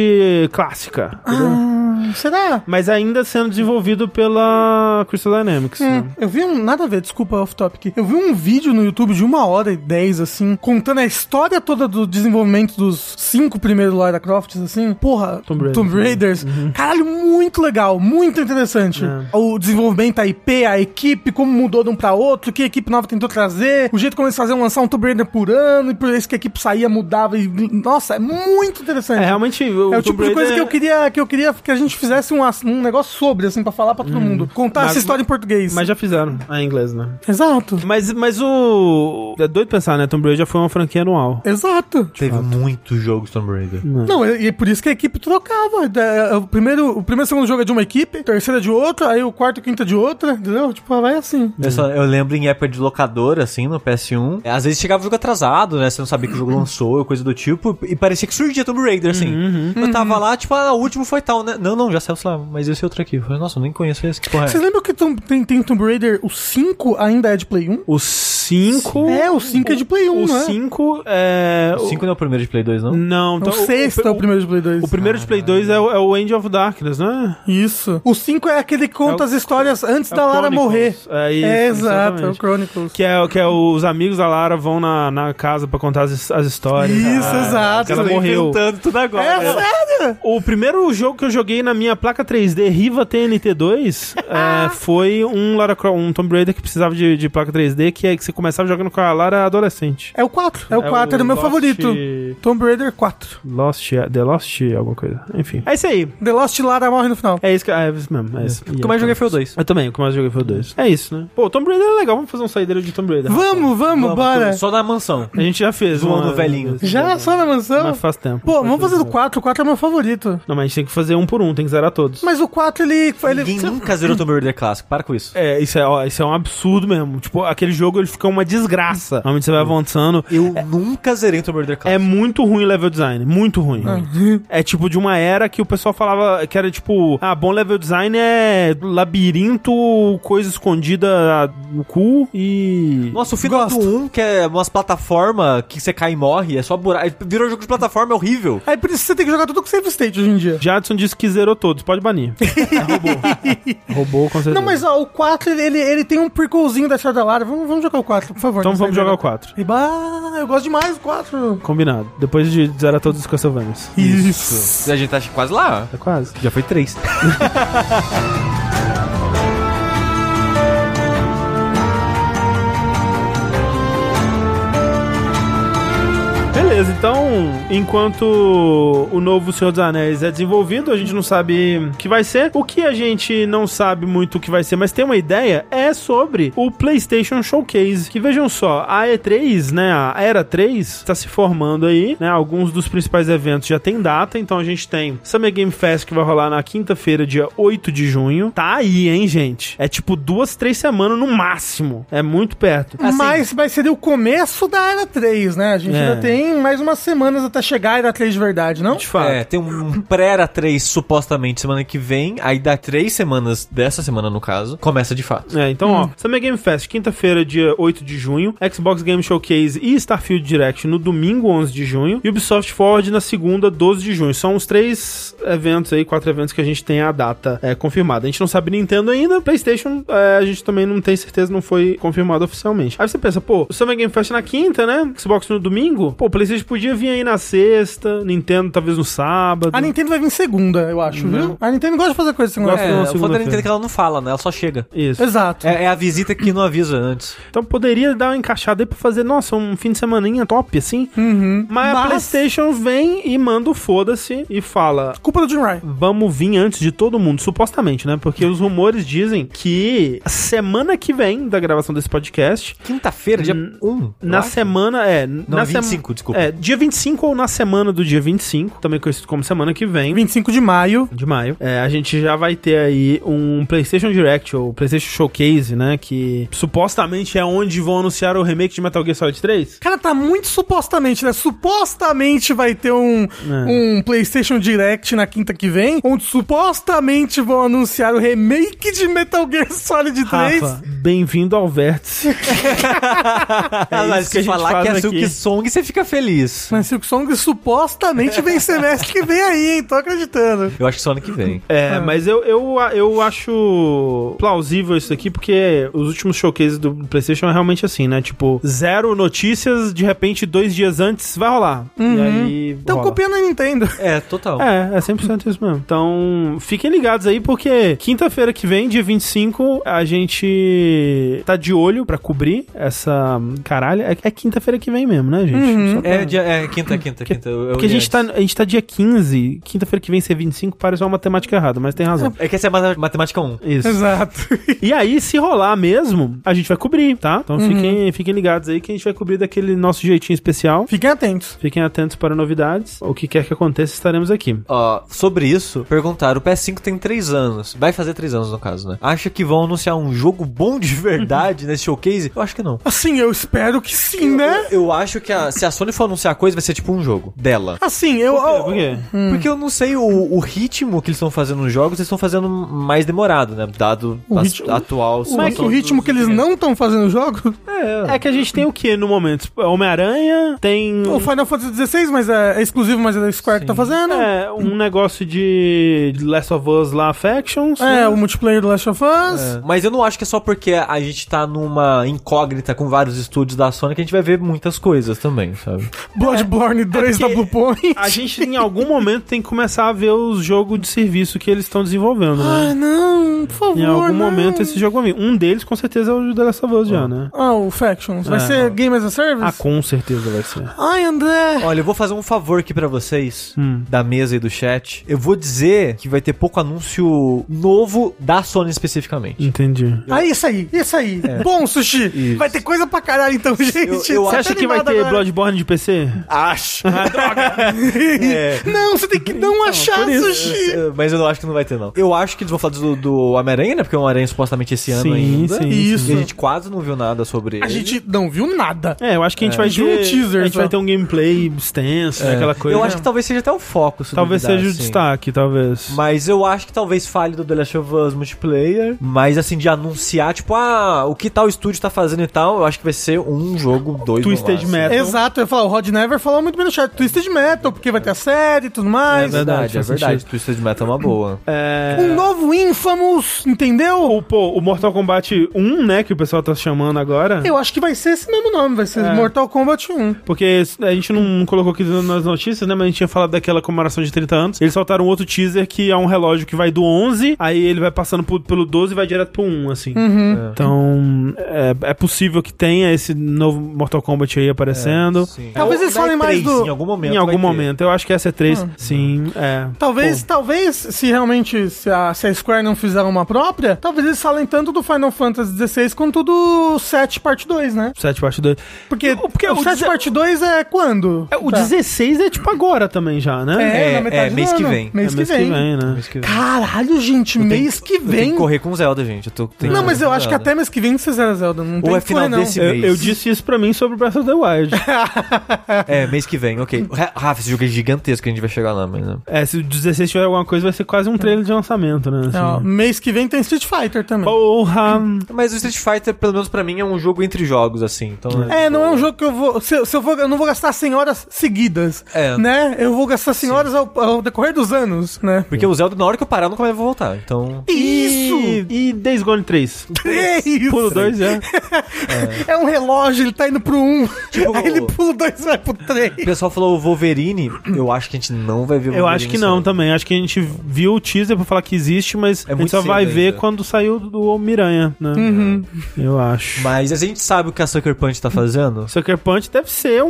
Speaker 1: clássica. entendeu? Hum.
Speaker 2: Ah, será?
Speaker 1: Mas ainda sendo desenvolvido pela Crystal Dynamics.
Speaker 2: Hum,
Speaker 1: né?
Speaker 2: Eu vi um. Nada a ver, desculpa, off-topic. Eu vi um vídeo no YouTube de uma hora e dez, assim, contando a história toda do desenvolvimento dos cinco primeiros Lara Crofts, assim. Porra,
Speaker 1: Tomb Raider.
Speaker 2: Raiders. Caralho, muito legal, muito interessante.
Speaker 1: É.
Speaker 2: O desenvolvimento, a IP, a equipe, como mudou de um pra outro, o que a equipe nova tentou trazer, o jeito como eles faziam lançar um Tomb Raider por ano, e por isso que a equipe saía, mudava. E, nossa, é muito interessante. tipo
Speaker 1: É realmente.
Speaker 2: É o tipo de coisa que eu queria que eu queria que a gente gente fizesse um, ass- um negócio sobre, assim, pra falar pra todo mundo. Contar
Speaker 1: Uhum. Mas-
Speaker 2: essa história em português.
Speaker 1: Mas já fizeram a inglês, né?
Speaker 2: Exato.
Speaker 1: Mas, mas o. É doido pensar, né? Tomb Raider já foi uma franquia anual.
Speaker 2: Exato.
Speaker 3: Teve muito jogo Tomb Raider.
Speaker 2: Não, e e por isso que a equipe trocava. Da- O primeiro, o primeiro e segundo jogo é de uma equipe, o terceiro é de outra, aí o quarto e quinto é de outra, entendeu? Tipo, vai assim.
Speaker 3: Eu, só- eu lembro em época de locador, assim, no PS1. Às vezes chegava o jogo atrasado, né? Você não sabia que o jogo lançou, coisa do tipo. E parecia que surgia Tomb Raider, assim.
Speaker 2: Uhum.
Speaker 3: Eu tava lá, tipo, ah, o último foi tal, né? Não, não, já saiu, sei lá, mas esse outro aqui. Eu falei, nossa, eu nem conheço esse, que porra
Speaker 2: Vocês
Speaker 3: é?
Speaker 2: lembram que tom- tem, tem Tomb Raider, o 5 ainda é de Play 1?
Speaker 1: O 5.
Speaker 2: É, o 5 é de Play 1,
Speaker 1: O
Speaker 2: né?
Speaker 1: 5 é.
Speaker 3: O 5 não é o primeiro de Play 2, não?
Speaker 1: Não,
Speaker 2: O
Speaker 1: então.
Speaker 2: sexto é o primeiro de Play 2.
Speaker 1: O primeiro de Play 2 é, o- é o End of Darkness, né?
Speaker 2: Isso. O 5 é aquele que conta
Speaker 1: É o-
Speaker 2: as histórias antes
Speaker 1: é o
Speaker 2: da Lara
Speaker 1: Chronicles.
Speaker 2: morrer.
Speaker 1: É isso,
Speaker 2: exato, é o
Speaker 1: exatamente.
Speaker 2: Chronicles.
Speaker 1: Que é, que é os amigos da Lara vão na, na casa pra contar as, as histórias.
Speaker 2: Isso,
Speaker 1: Ah,
Speaker 2: exato. tá
Speaker 1: que ela
Speaker 2: Tô
Speaker 1: morreu.
Speaker 3: inventando tudo agora.
Speaker 2: É sério?
Speaker 1: O primeiro jogo que eu joguei na minha placa 3D Riva TNT2 é, foi um Lara Croft, um Tomb Raider que precisava de, de placa 3D, que é que você começava jogando com a Lara adolescente.
Speaker 2: É o 4. É o
Speaker 1: É
Speaker 2: 4, era o meu
Speaker 1: Lost-
Speaker 2: favorito. Tomb Raider 4.
Speaker 1: Lost, The Lost, alguma coisa. Enfim. É isso aí.
Speaker 2: The Lost Lara morre no final.
Speaker 1: É isso que é isso mesmo. É isso.
Speaker 3: O que
Speaker 2: então.
Speaker 3: eu mais joguei foi o 2.
Speaker 1: Eu também, o que eu mais joguei foi o 2. É isso, né? Pô, Tomb Raider é legal, vamos fazer um saideiro de Tomb Raider.
Speaker 2: Vamos, vamos, bora.
Speaker 3: Só na mansão.
Speaker 1: A gente já fez.
Speaker 3: Zoando
Speaker 1: uma-
Speaker 3: o velhinho.
Speaker 2: Já? Só na mansão?
Speaker 1: Mas faz tempo.
Speaker 2: Pô,
Speaker 1: Faz
Speaker 2: vamos fazer
Speaker 1: tempo.
Speaker 2: do 4. O 4 é meu favorito.
Speaker 1: Não, mas a gente tem que fazer um por um, tem que zerar todos.
Speaker 2: Mas o 4, ele... ele
Speaker 3: Ninguém nunca zerou Tomb Raider clássico, para com isso.
Speaker 1: É, isso é, ó, isso é um absurdo mesmo. Tipo, aquele jogo ele fica uma desgraça. Realmente você vai avançando.
Speaker 3: Eu nunca zerei Tomb Raider
Speaker 1: É
Speaker 3: clássico.
Speaker 1: muito ruim o level design, muito ruim.
Speaker 2: Ah.
Speaker 1: É tipo de uma era que o pessoal falava que era tipo, ah, bom level design é labirinto, coisa escondida no cu e.
Speaker 3: Nossa, o final
Speaker 2: Gosto.
Speaker 3: do 1, que é umas plataformas que você cai e morre, é só buraco. Virou jogo de plataforma, é horrível.
Speaker 2: Aí por isso você tem que jogar tudo com save state hoje em dia.
Speaker 1: Jadson disse que zerou todos, pode banir. Roubou. Roubou com certeza.
Speaker 2: Não, mas ó, o 4, ele, ele, ele tem um prequelzinho da história da Lara. Vamos, vamos jogar o 4, por favor.
Speaker 1: Então
Speaker 2: Não
Speaker 1: vamos
Speaker 2: sai
Speaker 1: jogar o
Speaker 2: dela.
Speaker 1: 4.
Speaker 2: E bah, eu gosto demais do 4.
Speaker 1: Combinado. Depois de zerar todos os Castlevanias.
Speaker 2: Isso.
Speaker 3: A gente tá quase lá.
Speaker 1: É quase.
Speaker 3: Já foi 3.
Speaker 1: Beleza, então, enquanto o novo Senhor dos Anéis é desenvolvido, a gente não sabe o que vai ser. O que a gente não sabe muito o que vai ser, mas tem uma ideia, é sobre o PlayStation Showcase. Que vejam só, a E3, né, a Era 3, está se formando aí, né? Alguns dos principais eventos já tem data, então a gente tem Summer Game Fest que vai rolar na quinta-feira, dia 8 de junho. Tá aí, hein, gente? É tipo duas, três semanas no máximo. É muito perto.
Speaker 2: mas, mas seria o começo da Era 3, né? A gente
Speaker 1: É.
Speaker 2: ainda tem mais umas semanas até chegar a Era 3 de verdade, não?
Speaker 1: De fato.
Speaker 3: É, tem um pré-era 3 supostamente semana que vem, aí dá 3 semanas dessa semana no caso, começa de fato.
Speaker 1: É, então, ó, Summer Game Fest, quinta-feira, dia 8 de junho, Xbox Game Showcase e Starfield Direct no domingo, 11 de junho, e Ubisoft Forward na segunda, 12 de junho. São os três eventos aí, quatro eventos que a gente tem a data é, confirmada. A gente não sabe Nintendo ainda, PlayStation é, a gente também não tem certeza, não foi confirmado oficialmente. Aí você pensa, pô, o Summer Game Fest na quinta, né? Xbox no domingo? Pô, PlayStation podia vir aí na sexta, Nintendo talvez no sábado.
Speaker 2: A Nintendo vai vir em segunda, eu acho, viu? A Nintendo gosta de fazer coisa em segunda.
Speaker 1: Uhum. Gosta.
Speaker 3: É,
Speaker 1: não,
Speaker 3: o foda da
Speaker 1: segunda-feira.
Speaker 3: Nintendo é que ela não fala, né? Ela só chega.
Speaker 1: Isso.
Speaker 2: Exato.
Speaker 3: É, é a visita que não avisa antes.
Speaker 1: Então poderia dar uma encaixada aí pra fazer, nossa, um fim de semaninha top, assim.
Speaker 2: Uhum.
Speaker 1: Mas, a PlayStation vem e manda o foda-se e fala.
Speaker 2: Culpa do Jim Ryan.
Speaker 1: Vamos vir antes de todo mundo, supostamente, né? Porque os rumores dizem que semana que vem da gravação desse podcast,
Speaker 3: Quinta-feira, dia 1.
Speaker 1: na semana. É,
Speaker 3: Não,
Speaker 1: na sema-
Speaker 3: 25, desculpa.
Speaker 1: É, dia 25 ou na semana do dia 25, também conhecido como semana que vem.
Speaker 2: 25 de maio.
Speaker 1: De maio. É, a gente já vai ter aí um PlayStation Direct, ou PlayStation Showcase, né? Que supostamente é onde vão anunciar o remake de Metal Gear Solid 3.
Speaker 2: Cara, tá muito supostamente, né? Supostamente vai ter um, um PlayStation Direct na quinta que vem, onde supostamente vão anunciar o remake de Metal Gear Solid 3.
Speaker 1: Rafa, bem-vindo ao Vértice. É
Speaker 3: Ah,
Speaker 1: isso
Speaker 3: mas
Speaker 1: que a gente
Speaker 3: se falar
Speaker 1: faz
Speaker 3: que é
Speaker 1: aqui.
Speaker 3: Silk Song, você fica feliz.
Speaker 2: Mas Silk Song supostamente vem semestre que vem aí, hein? Tô acreditando.
Speaker 3: Eu acho que só ano que vem.
Speaker 1: É, mas eu, eu, eu acho plausível isso aqui, porque os últimos showcases do PlayStation é realmente assim, né? Tipo, zero notícias, de repente, dois dias antes, vai rolar.
Speaker 3: Uhum.
Speaker 1: E aí.
Speaker 2: Então
Speaker 1: rola.
Speaker 2: copiando a Nintendo.
Speaker 3: É, total.
Speaker 1: É, é 100% isso mesmo. Então, fiquem ligados aí, porque quinta-feira que vem, dia 25, a gente gente tá de olho pra cobrir essa caralha. É, é quinta-feira que vem mesmo, né, gente? Só pra-
Speaker 3: É, dia- é, quinta, quinta, quinta. eu- eu
Speaker 1: Porque a
Speaker 3: li
Speaker 1: gente, tá,
Speaker 3: antes.
Speaker 1: a gente tá dia 15, quinta-feira que vem ser 25, parece uma matemática errada, mas tem razão.
Speaker 3: É que essa é mata- matemática 1.
Speaker 1: Isso.
Speaker 2: Exato.
Speaker 1: E aí, se rolar mesmo, a gente vai cobrir, tá? Então
Speaker 3: Uhum.
Speaker 1: fiquem, fiquem ligados aí que a gente vai cobrir daquele nosso jeitinho especial.
Speaker 2: Fiquem atentos.
Speaker 1: Fiquem atentos para novidades. O que quer que aconteça, estaremos aqui.
Speaker 3: Ó, sobre isso, perguntaram: o PS5 tem 3 anos. Vai fazer 3 anos, no caso, né? Acha que vão anunciar um jogo bom de verdade nesse showcase? Eu acho que não.
Speaker 2: Assim, eu espero que sim, né?
Speaker 3: Eu, eu acho que a- se a Sony for anunciar coisa, vai ser tipo um jogo dela.
Speaker 2: Assim, eu.
Speaker 1: Por quê?
Speaker 2: Hum.
Speaker 3: Porque eu não sei o, o ritmo que eles estão fazendo nos jogos, eles estão fazendo mais demorado, né? Dado
Speaker 2: O
Speaker 3: a
Speaker 2: ritmo-
Speaker 3: atual
Speaker 2: Como é que o ritmo que eles não estão fazendo jogos?
Speaker 1: É que a gente tem o que no momento? Tipo, Homem-Aranha, tem um,
Speaker 2: O Final Fantasy XVI, mas é, é exclusivo, mas é da Square que tá fazendo. É,
Speaker 1: é, um negócio de de Last of Us lá, Factions. né?
Speaker 2: É, o multiplayer do Last of Us.
Speaker 3: Mas eu não acho que é só porque a gente tá numa incógnita com vários estúdios da Sony que a gente vai ver muitas coisas também, sabe?
Speaker 2: Bloodborne 2 da
Speaker 1: É, porque
Speaker 2: Bluepoint.
Speaker 1: A gente em algum momento tem que começar a ver os jogos de serviço que eles estão desenvolvendo, né?
Speaker 2: Ah, não, por favor.
Speaker 1: Em algum
Speaker 2: não.
Speaker 1: momento esse jogo vai vir. Um deles com certeza é o The Last of Us já, né?
Speaker 2: Ah, o Factions. Vai
Speaker 1: É.
Speaker 2: ser Game as a
Speaker 1: Ah,
Speaker 2: Service?
Speaker 1: com certeza vai ser.
Speaker 2: Ai, André.
Speaker 3: Olha, eu vou fazer um favor aqui pra vocês,
Speaker 1: Hum.
Speaker 3: da mesa e do chat. Eu vou dizer que vai ter pouco anúncio novo da Sony especificamente.
Speaker 1: Entendi.
Speaker 2: Ah, isso aí, isso aí.
Speaker 1: É.
Speaker 2: Bom, Sushi.
Speaker 3: Isso.
Speaker 2: Vai ter coisa pra caralho então, gente.
Speaker 3: eu
Speaker 1: Você
Speaker 3: Tá
Speaker 1: acha que vai ter Bloodborne de PC?
Speaker 3: Acho!
Speaker 1: Ah,
Speaker 3: É.
Speaker 2: Bloodborne? Não, você tem que não
Speaker 1: Então,
Speaker 2: achar, Ah,
Speaker 1: É,
Speaker 2: Sushi.
Speaker 3: Eu- É, Mas eu não acho que não vai ter, não. Eu acho que eles vão falar do, do Homem-Aranha, né? Porque o Homem-Aranha supostamente esse ano
Speaker 1: Sim,
Speaker 3: ainda.
Speaker 1: sim,
Speaker 2: Isso.
Speaker 3: E a gente quase não viu nada sobre
Speaker 2: A
Speaker 3: ele.
Speaker 2: gente não viu nada.
Speaker 1: É, eu acho que a gente vai ter
Speaker 2: De um teaser
Speaker 1: A gente
Speaker 2: só.
Speaker 1: vai ter um gameplay extenso, né, aquela coisa.
Speaker 3: É. Eu acho que talvez seja até o foco. se
Speaker 1: talvez
Speaker 3: duvidar,
Speaker 1: seja o
Speaker 3: assim.
Speaker 1: destaque, talvez.
Speaker 3: Mas eu acho que talvez fale do The Last of Us multiplayer. Mas assim, de anunciar, tipo, ah, o que tal estúdio tá fazendo e tal, eu acho que vai ser um jogo, dois no
Speaker 1: Twisted
Speaker 3: máximo. né?
Speaker 1: Metal.
Speaker 2: Exato, eu ia falar, o Rod Never falou muito bem no chat. Twisted Metal, porque vai ter a série e tudo
Speaker 3: É
Speaker 2: mais.
Speaker 3: verdade, é
Speaker 1: Faz
Speaker 3: verdade.
Speaker 1: sentido.
Speaker 3: Twisted Metal é uma boa.
Speaker 1: É...
Speaker 2: Um novo Infamous, entendeu?
Speaker 1: O, pô, o Mortal Kombat 1, né, que o pessoal tá chamando agora.
Speaker 2: Eu acho que vai ser esse mesmo nome, vai ser
Speaker 1: É.
Speaker 2: Mortal Kombat 1.
Speaker 1: Porque a gente não colocou aqui nas notícias, né? Mas a gente tinha falado daquela comemoração de 30 anos. Eles soltaram outro teaser que é um relógio que vai do 11, aí ele vai passando pro- pelo 12 e vai direto pro 1, assim.
Speaker 2: Uhum.
Speaker 1: Então, é, é possível que tenha esse novo Mortal Kombat aí aparecendo.
Speaker 3: Sim.
Speaker 2: Talvez eles
Speaker 3: Ou
Speaker 2: falem mais
Speaker 3: E3
Speaker 2: do-
Speaker 3: Em algum É, momento.
Speaker 1: Em algum
Speaker 3: vai ter.
Speaker 1: momento. Eu acho que essa é 3.
Speaker 2: Hum.
Speaker 1: Sim, é.
Speaker 2: Talvez, talvez, se realmente se a, se a Square não fizer uma própria, talvez eles falem tanto do Final Fantasy XVI quanto do 7 parte 2, né?
Speaker 1: 7 parte 2.
Speaker 2: Porque,
Speaker 1: Porque
Speaker 2: o
Speaker 1: o
Speaker 2: 7
Speaker 1: deze-
Speaker 2: parte 2 é quando?
Speaker 1: O
Speaker 2: Tá.
Speaker 1: 16 é tipo agora também já, né?
Speaker 2: é,
Speaker 3: é,
Speaker 2: na metade
Speaker 3: é,
Speaker 2: do
Speaker 3: mês que
Speaker 2: ano.
Speaker 3: vem.
Speaker 2: Mês, que, vem.
Speaker 1: né?
Speaker 3: Mês que vem.
Speaker 2: Caralho, gente, mês que
Speaker 3: Eu tenho
Speaker 2: vem.
Speaker 3: que correr com Zelda, gente. Eu tô, tenho
Speaker 2: Não,
Speaker 3: correr
Speaker 2: mas
Speaker 3: com
Speaker 2: eu acho que
Speaker 3: Zelda.
Speaker 2: até mês que vem que vocês Zelda. Não tem
Speaker 3: Ou é
Speaker 2: que
Speaker 3: final
Speaker 2: correr, não.
Speaker 3: desse
Speaker 1: Eu, eu
Speaker 3: mês.
Speaker 1: disse isso pra mim sobre Breath of the Wild.
Speaker 3: É, mês que vem,
Speaker 2: Uhum.
Speaker 3: ok. Ra- Rafa, esse jogo é gigantesco, a gente vai chegar lá, mas. né?
Speaker 1: É, se o 16 tiver alguma coisa, vai ser quase um trailer de lançamento, né? assim.
Speaker 2: É, ó, mês que vem tem Street Fighter também.
Speaker 1: Porra!
Speaker 3: Mas o Street Fighter, pelo menos pra mim, é um jogo entre jogos, assim. Então,
Speaker 2: É, não é um jogo que eu vou. Se, eu- se eu vou, eu não vou gastar 100 horas seguidas,
Speaker 3: É.
Speaker 2: né? Eu vou gastar 100 horas ao, ao decorrer dos anos, né?
Speaker 3: Porque o Zelda, na hora que eu parar, eu nunca mais vou voltar. Então.
Speaker 2: Isso!
Speaker 1: E, e Days Gone 3.
Speaker 2: Isso!
Speaker 1: Pulo 2 já.
Speaker 2: É um relógio, ele tá indo pro 1. Um,
Speaker 3: Tipo,
Speaker 2: aí ele pula o 2 e vai pro 3.
Speaker 3: O pessoal falou o Wolverine. Eu acho que a gente não vai ver o Wolverine.
Speaker 1: Eu acho que
Speaker 3: esse
Speaker 1: não
Speaker 3: ano.
Speaker 1: também. Acho que a gente viu o teaser pra falar que existe, mas a gente
Speaker 3: muito
Speaker 1: só
Speaker 3: cedo
Speaker 1: vai ver
Speaker 3: ainda.
Speaker 1: quando saiu do Homem-Aranha, né? Eu acho.
Speaker 3: Mas a gente sabe o que a Sucker Punch tá fazendo.
Speaker 1: Sucker Punch deve ser um,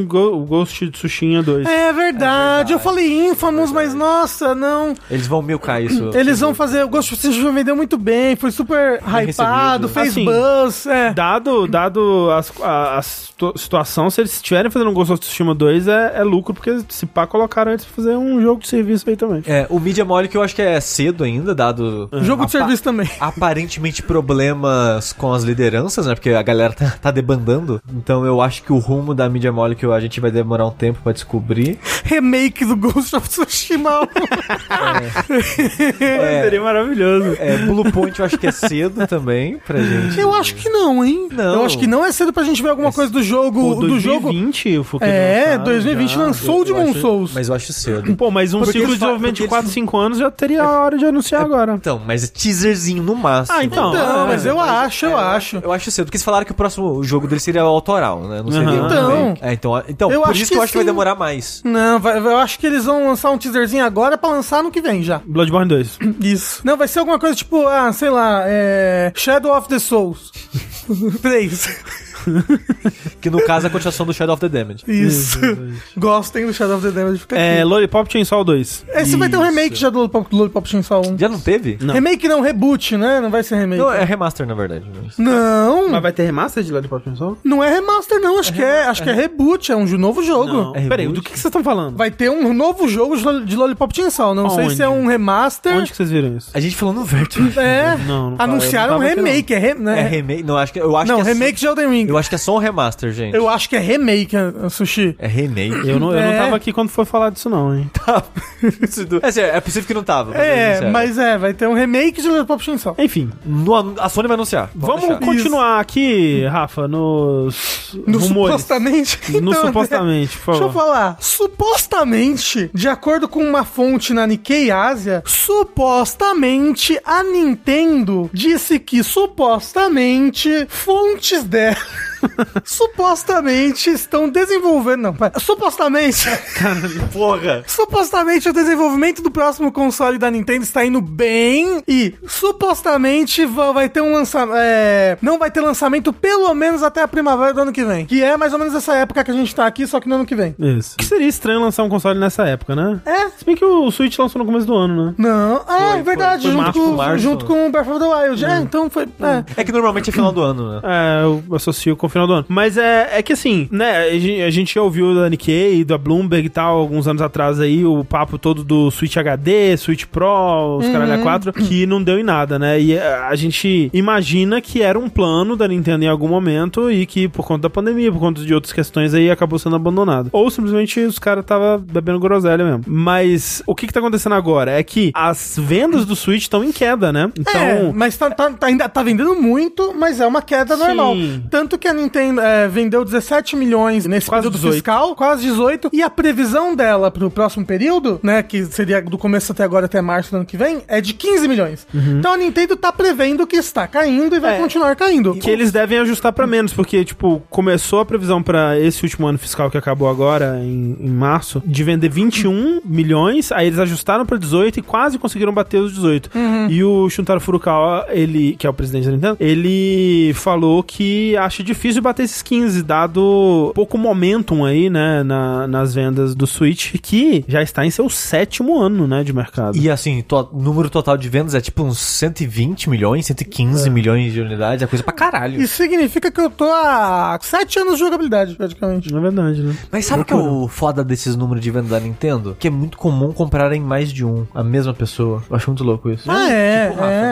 Speaker 1: um Go- Ghost Tsushima 2.
Speaker 2: É verdade, eu falei Infamous, mas nossa, não.
Speaker 3: Eles vão milcar isso.
Speaker 2: Eles vão fazer. O Ghost of Tsushima vendeu muito bem, foi super hypado,
Speaker 3: recebido.
Speaker 2: fez
Speaker 1: Assim,
Speaker 2: buzz. É.
Speaker 1: Dado, dado as- a, a situ- situação, se eles estiverem fazendo um Ghost of Tsushima 2, é, é lucro, porque se pá, colocaram eles pra fazer um jogo de serviço aí também.
Speaker 3: É, o Media Mole que eu acho que é cedo ainda, dado.
Speaker 1: É.
Speaker 2: Jogo de
Speaker 3: apa-
Speaker 2: serviço também.
Speaker 3: Aparentemente problemas com as lideranças, né? Porque a galera tá, tá debandando. Então eu acho que o rumo da Media Mole que a gente vai demorar um tempo pra descobrir.
Speaker 2: Remake do Ghost of Tsushima.
Speaker 3: É,
Speaker 1: Seria um maravilhoso.
Speaker 3: é, Blue Point eu acho que é cedo também pra gente.
Speaker 2: Eu acho que não, hein?
Speaker 3: Não.
Speaker 2: Eu acho que não é cedo pra gente ver alguma coisa do jogo.
Speaker 1: O
Speaker 2: Do jogo.
Speaker 1: 2020, o Fuku
Speaker 2: É,
Speaker 1: lançaram
Speaker 2: 2020
Speaker 1: né? Ah, já.
Speaker 2: lançou o
Speaker 3: Eu
Speaker 2: Demon
Speaker 3: acho-
Speaker 2: Souls.
Speaker 3: Mas eu acho cedo.
Speaker 1: Pô, mas um
Speaker 3: Porque
Speaker 1: ciclo de
Speaker 3: eles falam-
Speaker 1: desenvolvimento de
Speaker 3: porque
Speaker 1: 4, 5 anos já teria a hora de anunciar agora.
Speaker 3: Então, mas é teaserzinho no máximo.
Speaker 1: Ah, então.
Speaker 2: Não,
Speaker 1: Ah,
Speaker 2: mas eu acho, eu acho.
Speaker 3: Eu acho cedo, porque eles falaram que o próximo jogo dele seria o autoral, né? Não seria
Speaker 1: Aham.
Speaker 3: um
Speaker 2: Então.
Speaker 3: remake. É, então, então
Speaker 2: Eu
Speaker 3: por
Speaker 2: acho
Speaker 3: isso que
Speaker 2: que
Speaker 3: eu acho que vai
Speaker 2: sim.
Speaker 3: demorar mais.
Speaker 2: Não, vai- eu acho que eles vão lançar um teaserzinho agora pra lançar no que vem já.
Speaker 1: Bloodborne 2.
Speaker 2: Isso. Não, vai ser alguma coisa tipo, ah, sei lá, é. É, Shadow of the Souls. 3.
Speaker 3: Que no caso é a continuação do Shadow of the Damage.
Speaker 2: Isso. Gostem do Shadow of the Damage. Fica
Speaker 1: É,
Speaker 2: aqui.
Speaker 1: Lollipop Chainsaw 2.
Speaker 2: Esse vai ter um remake já do Lollipop, Lollipop Chainsaw 1.
Speaker 3: Já não teve?
Speaker 1: Não.
Speaker 2: Remake não, reboot, né? Não vai ser remake.
Speaker 3: Não, é remaster, na verdade. mas-
Speaker 2: Não,
Speaker 1: Mas vai ter remaster de Lollipop Chainsaw?
Speaker 2: não é remaster não, acho que é, acho que é reboot, é um ju- novo jogo.
Speaker 1: Não.
Speaker 3: É
Speaker 1: Peraí,
Speaker 3: reboot?
Speaker 1: do que que vocês estão falando?
Speaker 2: Vai ter um novo jogo de Lo- de Lollipop Chainsaw, não sei
Speaker 1: Aonde?
Speaker 2: se é um remaster.
Speaker 1: Onde que vocês viram isso?
Speaker 3: A gente falou no Vert.
Speaker 2: É,
Speaker 1: Não, não
Speaker 2: anunciaram um
Speaker 1: fala, eu não tava
Speaker 2: remake, é, re, né?
Speaker 3: É remake? Não, acho que, eu acho
Speaker 2: Não,
Speaker 3: que é
Speaker 2: remake de Elden Ring.
Speaker 3: Só, eu acho que é só um remaster, gente.
Speaker 2: Eu acho que é remake, eh, Sushi.
Speaker 3: É remake.
Speaker 1: Eu não, eu
Speaker 2: É.
Speaker 1: não tava aqui quando foi falar disso, não, hein?
Speaker 3: Isso do- é, sério, é possível que não tava. mas eu
Speaker 2: É,
Speaker 3: disse,
Speaker 2: mas é, vai ter um remake de Lollipop Chainsaw.
Speaker 1: Enfim,
Speaker 3: No an- a Sony vai anunciar.
Speaker 1: vamos
Speaker 3: deixar.
Speaker 2: com-
Speaker 1: continuar aqui, Rafa, nos
Speaker 2: No
Speaker 1: rumores.
Speaker 2: supostamente.
Speaker 1: no
Speaker 2: Então, né?
Speaker 1: supostamente, por
Speaker 2: Deixa eu
Speaker 1: favor.
Speaker 2: falar. Supostamente, de acordo com uma fonte na Nikkei Ásia, supostamente a Nintendo disse que supostamente fontes dela supostamente estão desenvolvendo, não, pera, supostamente,
Speaker 3: Porra!
Speaker 2: supostamente o desenvolvimento do próximo console da Nintendo está indo bem e supostamente va- vai ter um lançamento, não vai ter lançamento pelo menos até a primavera do ano que vem, que é mais ou menos essa época que a gente tá aqui, só que no ano que vem.
Speaker 1: Isso. Que seria estranho lançar um console nessa época, né?
Speaker 2: É,
Speaker 1: Se bem que o Switch lançou no começo do ano, né?
Speaker 2: Não, ah, é verdade,
Speaker 1: foi
Speaker 2: junto,
Speaker 1: março, Hum.
Speaker 2: com,
Speaker 3: março.
Speaker 2: junto com o Breath of the Wild. É, então foi. é.
Speaker 3: É que normalmente é final do ano, né?
Speaker 1: É, eu associo com o final do ano. Mas é, é que assim, né, a gen- a gente já ouviu da Nikkei, da Bloomberg e tal, alguns anos atrás aí, o papo todo do Switch HD, Switch Pro, os caralho a 4, que não deu em nada, né? E é, a gente imagina que era um plano da Nintendo em algum momento e que por conta da pandemia, por conta de outras questões aí, acabou sendo abandonado. Ou simplesmente os caras tava bebendo groselha mesmo. Mas o que que tá acontecendo agora é que as vendas do Switch estão em queda, né? Então...
Speaker 2: É, mas tá, tá- tá ainda tá vendendo muito, mas é uma queda
Speaker 1: Sim.
Speaker 2: normal. Tanto que a Nintendo é, vendeu 17 milhões nesse
Speaker 1: Quase
Speaker 2: período
Speaker 1: 18.
Speaker 2: fiscal, quase 18, e a previsão dela pro próximo período, né, que seria do começo até agora, até março do ano que vem, é de 15 milhões. Então a Nintendo tá prevendo que está caindo e vai
Speaker 1: Uhum. É.
Speaker 2: continuar caindo.
Speaker 1: Que eles devem ajustar pra menos, porque, tipo, começou a previsão pra esse último ano fiscal que acabou agora, em, em março, de vender 21 milhões, aí eles ajustaram pra 18 e quase conseguiram bater os 18.
Speaker 3: Uhum.
Speaker 1: E o Shuntaro Furukawa, ele, que é o presidente da Nintendo, ele falou que acha difícil bater esses 15, dado pouco momentum aí, né, na- nas vendas do Switch, que já está em seu sétimo ano, né, de mercado.
Speaker 3: E assim, to- número total de vendas é tipo uns 120 milhões, 115 milhões de unidades, é coisa pra caralho.
Speaker 2: Isso significa que eu tô há 7 anos de jogabilidade, praticamente.
Speaker 1: Na verdade, né?
Speaker 3: Mas sabe o que é o foda desses números de venda da Nintendo? Que é muito comum comprarem mais de um, a mesma pessoa. Eu acho muito louco isso.
Speaker 2: Ah, é, é.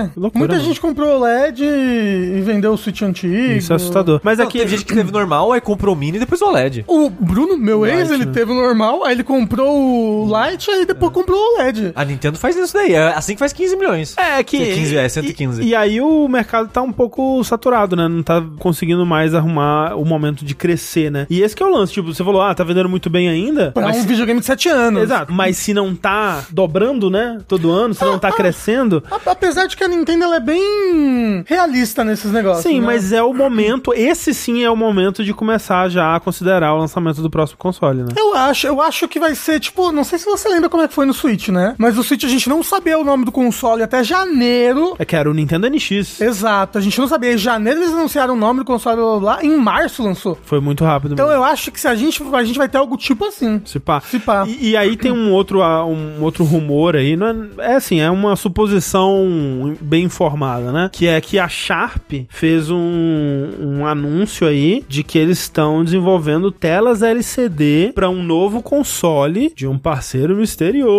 Speaker 1: Que tipo, loucura, né?
Speaker 2: Muita
Speaker 1: mano.
Speaker 2: gente comprou o LED e vendeu o Switch antigo.
Speaker 1: Isso é assustador. Mas
Speaker 3: Não,
Speaker 1: aqui.
Speaker 3: teve gente que teve normal, aí comprou o mini e depois o OLED.
Speaker 2: O Bruno, meu ex,
Speaker 1: Light,
Speaker 2: ele
Speaker 1: né? É.
Speaker 2: teve o normal, aí ele comprou o Light, aí depois comprou o LED.
Speaker 3: A Nintendo faz isso daí, é assim que faz 15 milhões.
Speaker 1: É que.
Speaker 3: 115, é,
Speaker 1: e-
Speaker 3: 115.
Speaker 1: E, aí o mercado tá um pouco saturado, né? Não tá conseguindo mais arrumar o momento de crescer, né? E esse que é o lance. Tipo, você falou, ah, tá vendendo muito bem ainda.
Speaker 2: Pra um videogame de 7 anos.
Speaker 1: Exato. Mas se não tá dobrando, né? Todo ano, se não tá crescendo.
Speaker 2: A- Apesar de que a Nintendo ela é bem realista nesses negócios.
Speaker 1: Sim,
Speaker 2: né?
Speaker 1: mas é o momento. Esse sim é o momento de começar já a considerar o lançamento do próximo console, né?
Speaker 2: Eu acho, eu acho que vai ser, tipo, não sei se você lembra como é que foi no Switch, né? Mas o Switch a gente não sabia o nome do console até janeiro.
Speaker 1: É que era o Nintendo NX.
Speaker 2: Exato, a gente não sabia. Em janeiro eles anunciaram o nome do console blá, blá, blá, em março lançou.
Speaker 1: Foi muito rápido.
Speaker 2: Então
Speaker 1: mesmo.
Speaker 2: eu acho que se a gente, a gente vai ter algo tipo assim.
Speaker 1: Se pá.
Speaker 2: Se pá.
Speaker 1: E, e aí tem um outro, ah, um outro rumor aí, não é, é assim, é uma suposição bem informada, né? Que é que a Sharp fez um, um anúncio aí de que eles estão desenvolvendo telas LCD para um novo console de um parceiro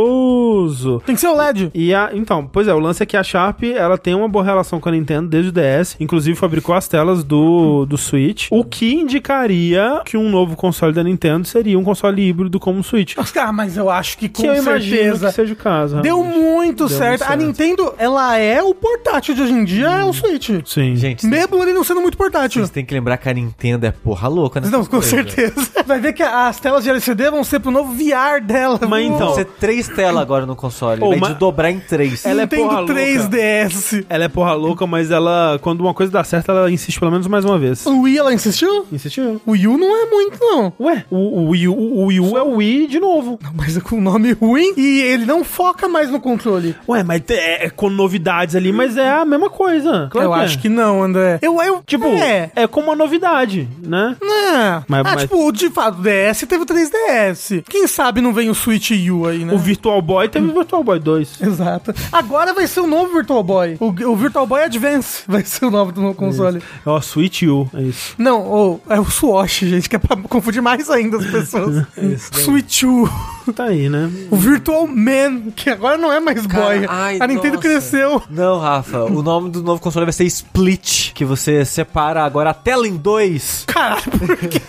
Speaker 1: misterioso.
Speaker 2: Tem que ser o LED.
Speaker 1: E a, então, pois é, o lance é que a Sharp ela tem uma boa relação com a Nintendo desde o DS, inclusive fabricou as telas do, do Switch, o que indicaria que um novo console da Nintendo seria um console híbrido como o Switch.
Speaker 2: Ah, mas eu acho que com
Speaker 1: que eu imagino
Speaker 2: certeza.
Speaker 1: que seja o caso.
Speaker 2: Deu
Speaker 1: realmente.
Speaker 2: muito
Speaker 1: Deu
Speaker 2: certo.
Speaker 1: muito
Speaker 2: A
Speaker 1: certo.
Speaker 2: Nintendo, ela é o portátil de hoje em dia, é o Switch.
Speaker 1: Sim.
Speaker 3: Gente,
Speaker 2: Mesmo ele não sendo muito portátil.
Speaker 3: vocês têm que lembrar lembrar que a Nintendo é porra louca, né?
Speaker 2: Não, com
Speaker 1: é.
Speaker 2: certeza. Vai ver que as telas de LCD vão ser pro novo VR dela.
Speaker 1: Mas
Speaker 2: viu?
Speaker 1: então,
Speaker 3: Você três telas agora no console.
Speaker 1: Ô,
Speaker 3: vai
Speaker 1: mas-
Speaker 3: dobrar em três.
Speaker 1: Ela é porra
Speaker 2: Nintendo
Speaker 1: louca.
Speaker 2: 3DS.
Speaker 1: Ela é porra louca, mas ela, quando uma coisa dá certo, ela insiste pelo menos mais uma vez.
Speaker 2: O Wii, ela insistiu?
Speaker 1: Insistiu.
Speaker 2: O Wii U não é muito, não.
Speaker 1: Ué, o, o Wii U, o Wii U é o Wii de novo.
Speaker 2: Mas é com um nome ruim e ele não foca mais no controle.
Speaker 1: Ué, mas é, é com novidades ali, mas é a mesma coisa. Claro
Speaker 2: eu
Speaker 1: que
Speaker 2: acho
Speaker 1: é.
Speaker 2: que não, André. Eu, eu
Speaker 1: Tipo,
Speaker 2: é.
Speaker 1: é. como uma novidade, né?
Speaker 2: Não.
Speaker 1: Mas-
Speaker 2: ah,
Speaker 1: mas-
Speaker 2: tipo, de fato, o DS teve o 3DS. Quem sabe não vem o Switch U aí, né?
Speaker 1: O Virtual Boy teve o Virtual Boy 2.
Speaker 2: Exato. Agora vai ser o novo Virtual Boy. O, o Virtual Boy Advance vai ser o novo do novo console.
Speaker 1: É o Switch U, é isso.
Speaker 2: Não, ou é o Swatch, gente, que é pra confundir mais ainda as pessoas. Switch U.
Speaker 1: Tá aí, né?
Speaker 2: O Virtual Man, que agora não é mais
Speaker 3: Cara,
Speaker 2: boy.
Speaker 3: ai,
Speaker 2: a Nintendo
Speaker 3: nossa.
Speaker 2: cresceu.
Speaker 3: Não, Rafa, o nome do novo console vai ser Split, que você separa agora a tela em dois
Speaker 2: Caralho, por quê?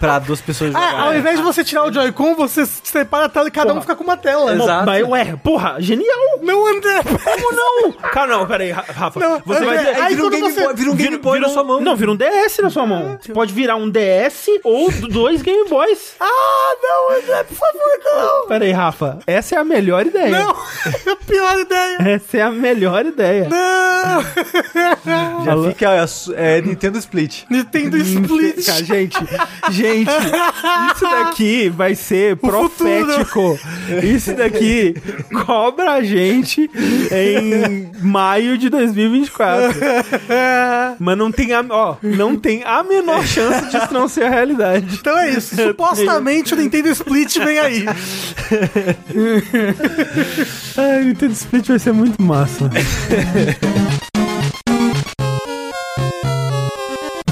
Speaker 3: pra duas pessoas
Speaker 2: Ah, ao
Speaker 3: jogarem.
Speaker 2: invés de você tirar o Joy-Con, você separa a tela e cada um fica com uma tela.
Speaker 3: Exato.
Speaker 1: Mas, ué, porra, genial!
Speaker 2: Não, André, como não?
Speaker 1: Cara, não, peraí, Ra- Rafa.
Speaker 2: Não,
Speaker 1: você
Speaker 2: mas
Speaker 1: vai
Speaker 2: é-
Speaker 1: dizer.
Speaker 2: aí
Speaker 3: vira um
Speaker 2: quando
Speaker 3: Game
Speaker 2: você-
Speaker 3: Boy, vira um Game Boy na sua mão.
Speaker 1: Não, vira um DS na sua mão. Você pode virar um DS ou dois Game Boys.
Speaker 2: Ah, não, André, por favor, não.
Speaker 1: Peraí, Rafa. Essa é a melhor ideia.
Speaker 2: Não, é a pior ideia.
Speaker 1: Essa é a melhor ideia.
Speaker 2: Não.
Speaker 3: Já fica é, su- é, Nintendo Split.
Speaker 2: Nintendo Split.
Speaker 1: Cara, gente, gente, isso daqui vai ser profético. Isso daqui cobra a gente em maio de 2024.
Speaker 2: É.
Speaker 1: Mas não tem a, ó, não tem a menor chance disso não ser a realidade.
Speaker 2: Então é isso. Supostamente o Nintendo Split vem aí.
Speaker 1: Ai, Nintendo Split vai ser muito massa.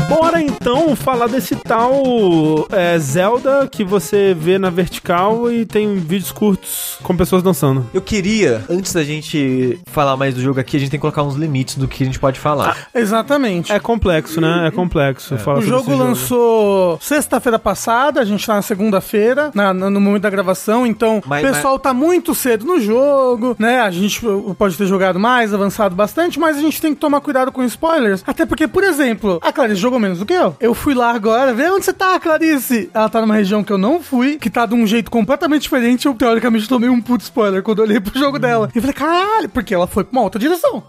Speaker 1: Bora então falar desse tal é, Zelda que você vê na vertical e tem vídeos curtos com pessoas dançando.
Speaker 3: Eu queria, antes da gente falar mais do jogo aqui, a gente tem que colocar uns limites do que a gente pode falar.
Speaker 2: Exatamente.
Speaker 1: É complexo, né? É complexo falar
Speaker 2: O
Speaker 1: sobre
Speaker 2: jogo
Speaker 1: esse
Speaker 2: lançou sexta-feira passada, a gente tá na segunda-feira, na- na- no momento da gravação, então
Speaker 3: Mas-
Speaker 2: o pessoal tá muito cedo no jogo, né? A gente uh, pode ter jogado mais, avançado bastante, mas a gente tem que tomar cuidado com spoilers. Até porque, por exemplo, a Clarice jogou menos do que eu. Eu fui lá agora, vê onde você tá, Clarice? Ela tá numa região que eu não fui, que tá de um jeito completamente diferente. Eu, teoricamente, tomei um puto spoiler quando eu olhei pro jogo dela. E eu falei, caralho, porque ela foi pra uma outra direção.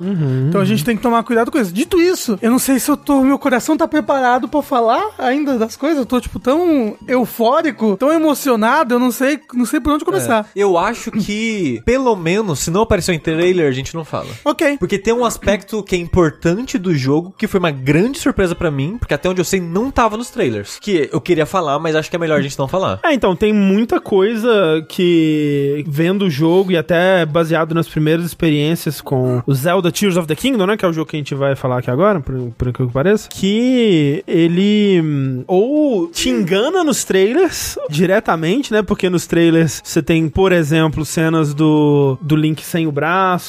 Speaker 2: Então a gente tem que tomar cuidado com isso. Dito isso, eu não sei se eu tô. Meu coração tá preparado pra falar ainda das coisas. Eu tô, tipo, tão eufórico, tão emocionado, eu não sei, não sei por onde começar.
Speaker 3: É. Eu acho que, pelo menos, se não apareceu em trailer, a gente não fala.
Speaker 2: Ok.
Speaker 3: Porque tem um aspecto que é importante do jogo, que foi uma grande surpresa pra mim, porque até onde eu sei não tava nos trailers. Que eu queria falar, mas acho que é melhor a gente não falar.
Speaker 1: É, então, tem muita coisa que, vendo o jogo e até baseado nas primeiras experiências com o Zelda Tears of the Kingdom, né? Que é o jogo que a gente vai falar aqui agora, por, por incrível que pareça. Que ele hum, ou te engana nos trailers diretamente, né? Porque nos trailers você tem, por exemplo, cenas do, do Link sem o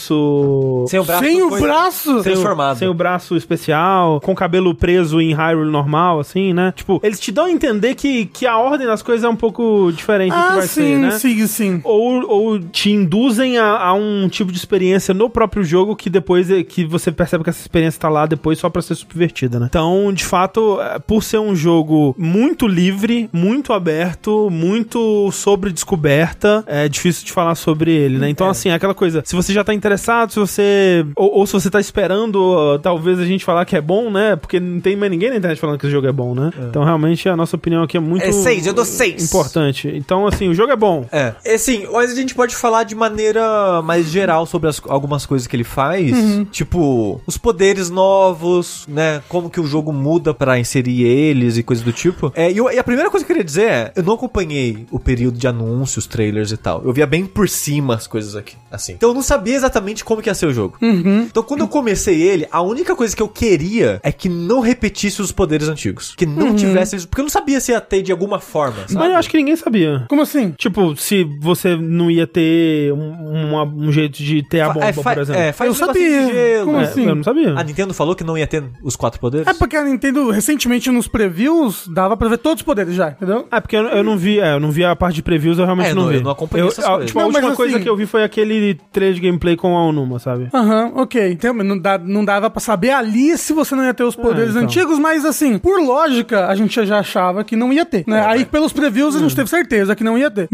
Speaker 1: braço.
Speaker 3: Sem o é um braço.
Speaker 2: Sem o
Speaker 3: coisa-
Speaker 2: braço?
Speaker 3: Sem- transformado.
Speaker 1: Sem o braço especial, com o cabelo preso em Hyrule normal, assim, né? Tipo, eles te dão a entender que, que a ordem das coisas é um pouco diferente do que
Speaker 2: Ah,
Speaker 1: vai ser,
Speaker 2: sim,
Speaker 1: né?
Speaker 2: sim, sim.
Speaker 1: Ou, ou te induzem a, a um tipo de experiência no próprio jogo que depois é- que você percebe que essa experiência tá lá depois só pra ser subvertida, né? Então, de fato, é, por ser um jogo muito livre, muito aberto, muito sobre descoberta, é difícil de falar sobre ele, né? Então, assim, é aquela coisa, se você já tá interessado, se você. Ou, ou se você tá esperando, ó, talvez a gente falar que é bom, né? Porque não tem mais ninguém na internet falando que esse jogo é bom, né? Então, realmente, a nossa opinião aqui é muito.
Speaker 3: É seis, eu dou seis.
Speaker 1: Importante. Então, assim, o jogo é bom.
Speaker 3: É. E, Assim, mas a gente pode falar de maneira mais geral sobre as- algumas coisas que ele faz. Tipo, os poderes novos, né? Como que o jogo muda pra inserir eles e coisas do tipo. É, e, eu- e a primeira coisa que eu queria dizer é: eu não acompanhei o período de anúncios, trailers e tal. Eu via bem por cima as coisas aqui. Assim. Então eu não sabia exatamente como que ia ser o jogo. Então quando eu comecei ele, a única coisa que eu queria é que não repetisse os poderes antigos. Que não tivesse isso. Porque eu não sabia se ia ter de alguma forma. Sabe?
Speaker 1: Mas eu acho que ninguém sabia.
Speaker 2: Como assim?
Speaker 1: Tipo, se você não ia ter um, uma- um jeito de ter a
Speaker 3: Fa-
Speaker 1: bomba,
Speaker 3: é, fa-
Speaker 1: por exemplo.
Speaker 3: é, faz
Speaker 2: Eu
Speaker 3: um negocinho de
Speaker 2: sabia.
Speaker 3: gelo.
Speaker 2: Como
Speaker 1: É,
Speaker 2: assim?
Speaker 1: Eu não sabia.
Speaker 3: A Nintendo falou que não ia ter os quatro poderes?
Speaker 2: É porque a Nintendo, recentemente, nos previews, dava pra ver todos os poderes já, entendeu?
Speaker 1: Ah, porque eu, eu não vi, é, eu não vi a parte de previews, eu realmente
Speaker 3: É, eu
Speaker 1: não,
Speaker 3: não-
Speaker 1: vi.
Speaker 3: eu não acompanhei
Speaker 1: Eu-
Speaker 3: essas
Speaker 1: a-
Speaker 3: coisas.
Speaker 1: Tipo, a
Speaker 2: Não, mas
Speaker 1: última coisa
Speaker 2: assim-
Speaker 1: que eu vi foi aquele trailer de gameplay com a Onuma, sabe?
Speaker 3: É,
Speaker 2: Aham, ok. Então, mas não, dá- não dava pra saber ali se você não ia ter os poderes
Speaker 1: então.
Speaker 2: antigos, mas assim, por lógica, a gente já achava que não ia ter.
Speaker 3: É,
Speaker 2: Né? Aí, pelos previews,
Speaker 3: Hum.
Speaker 2: a gente teve certeza que não ia ter.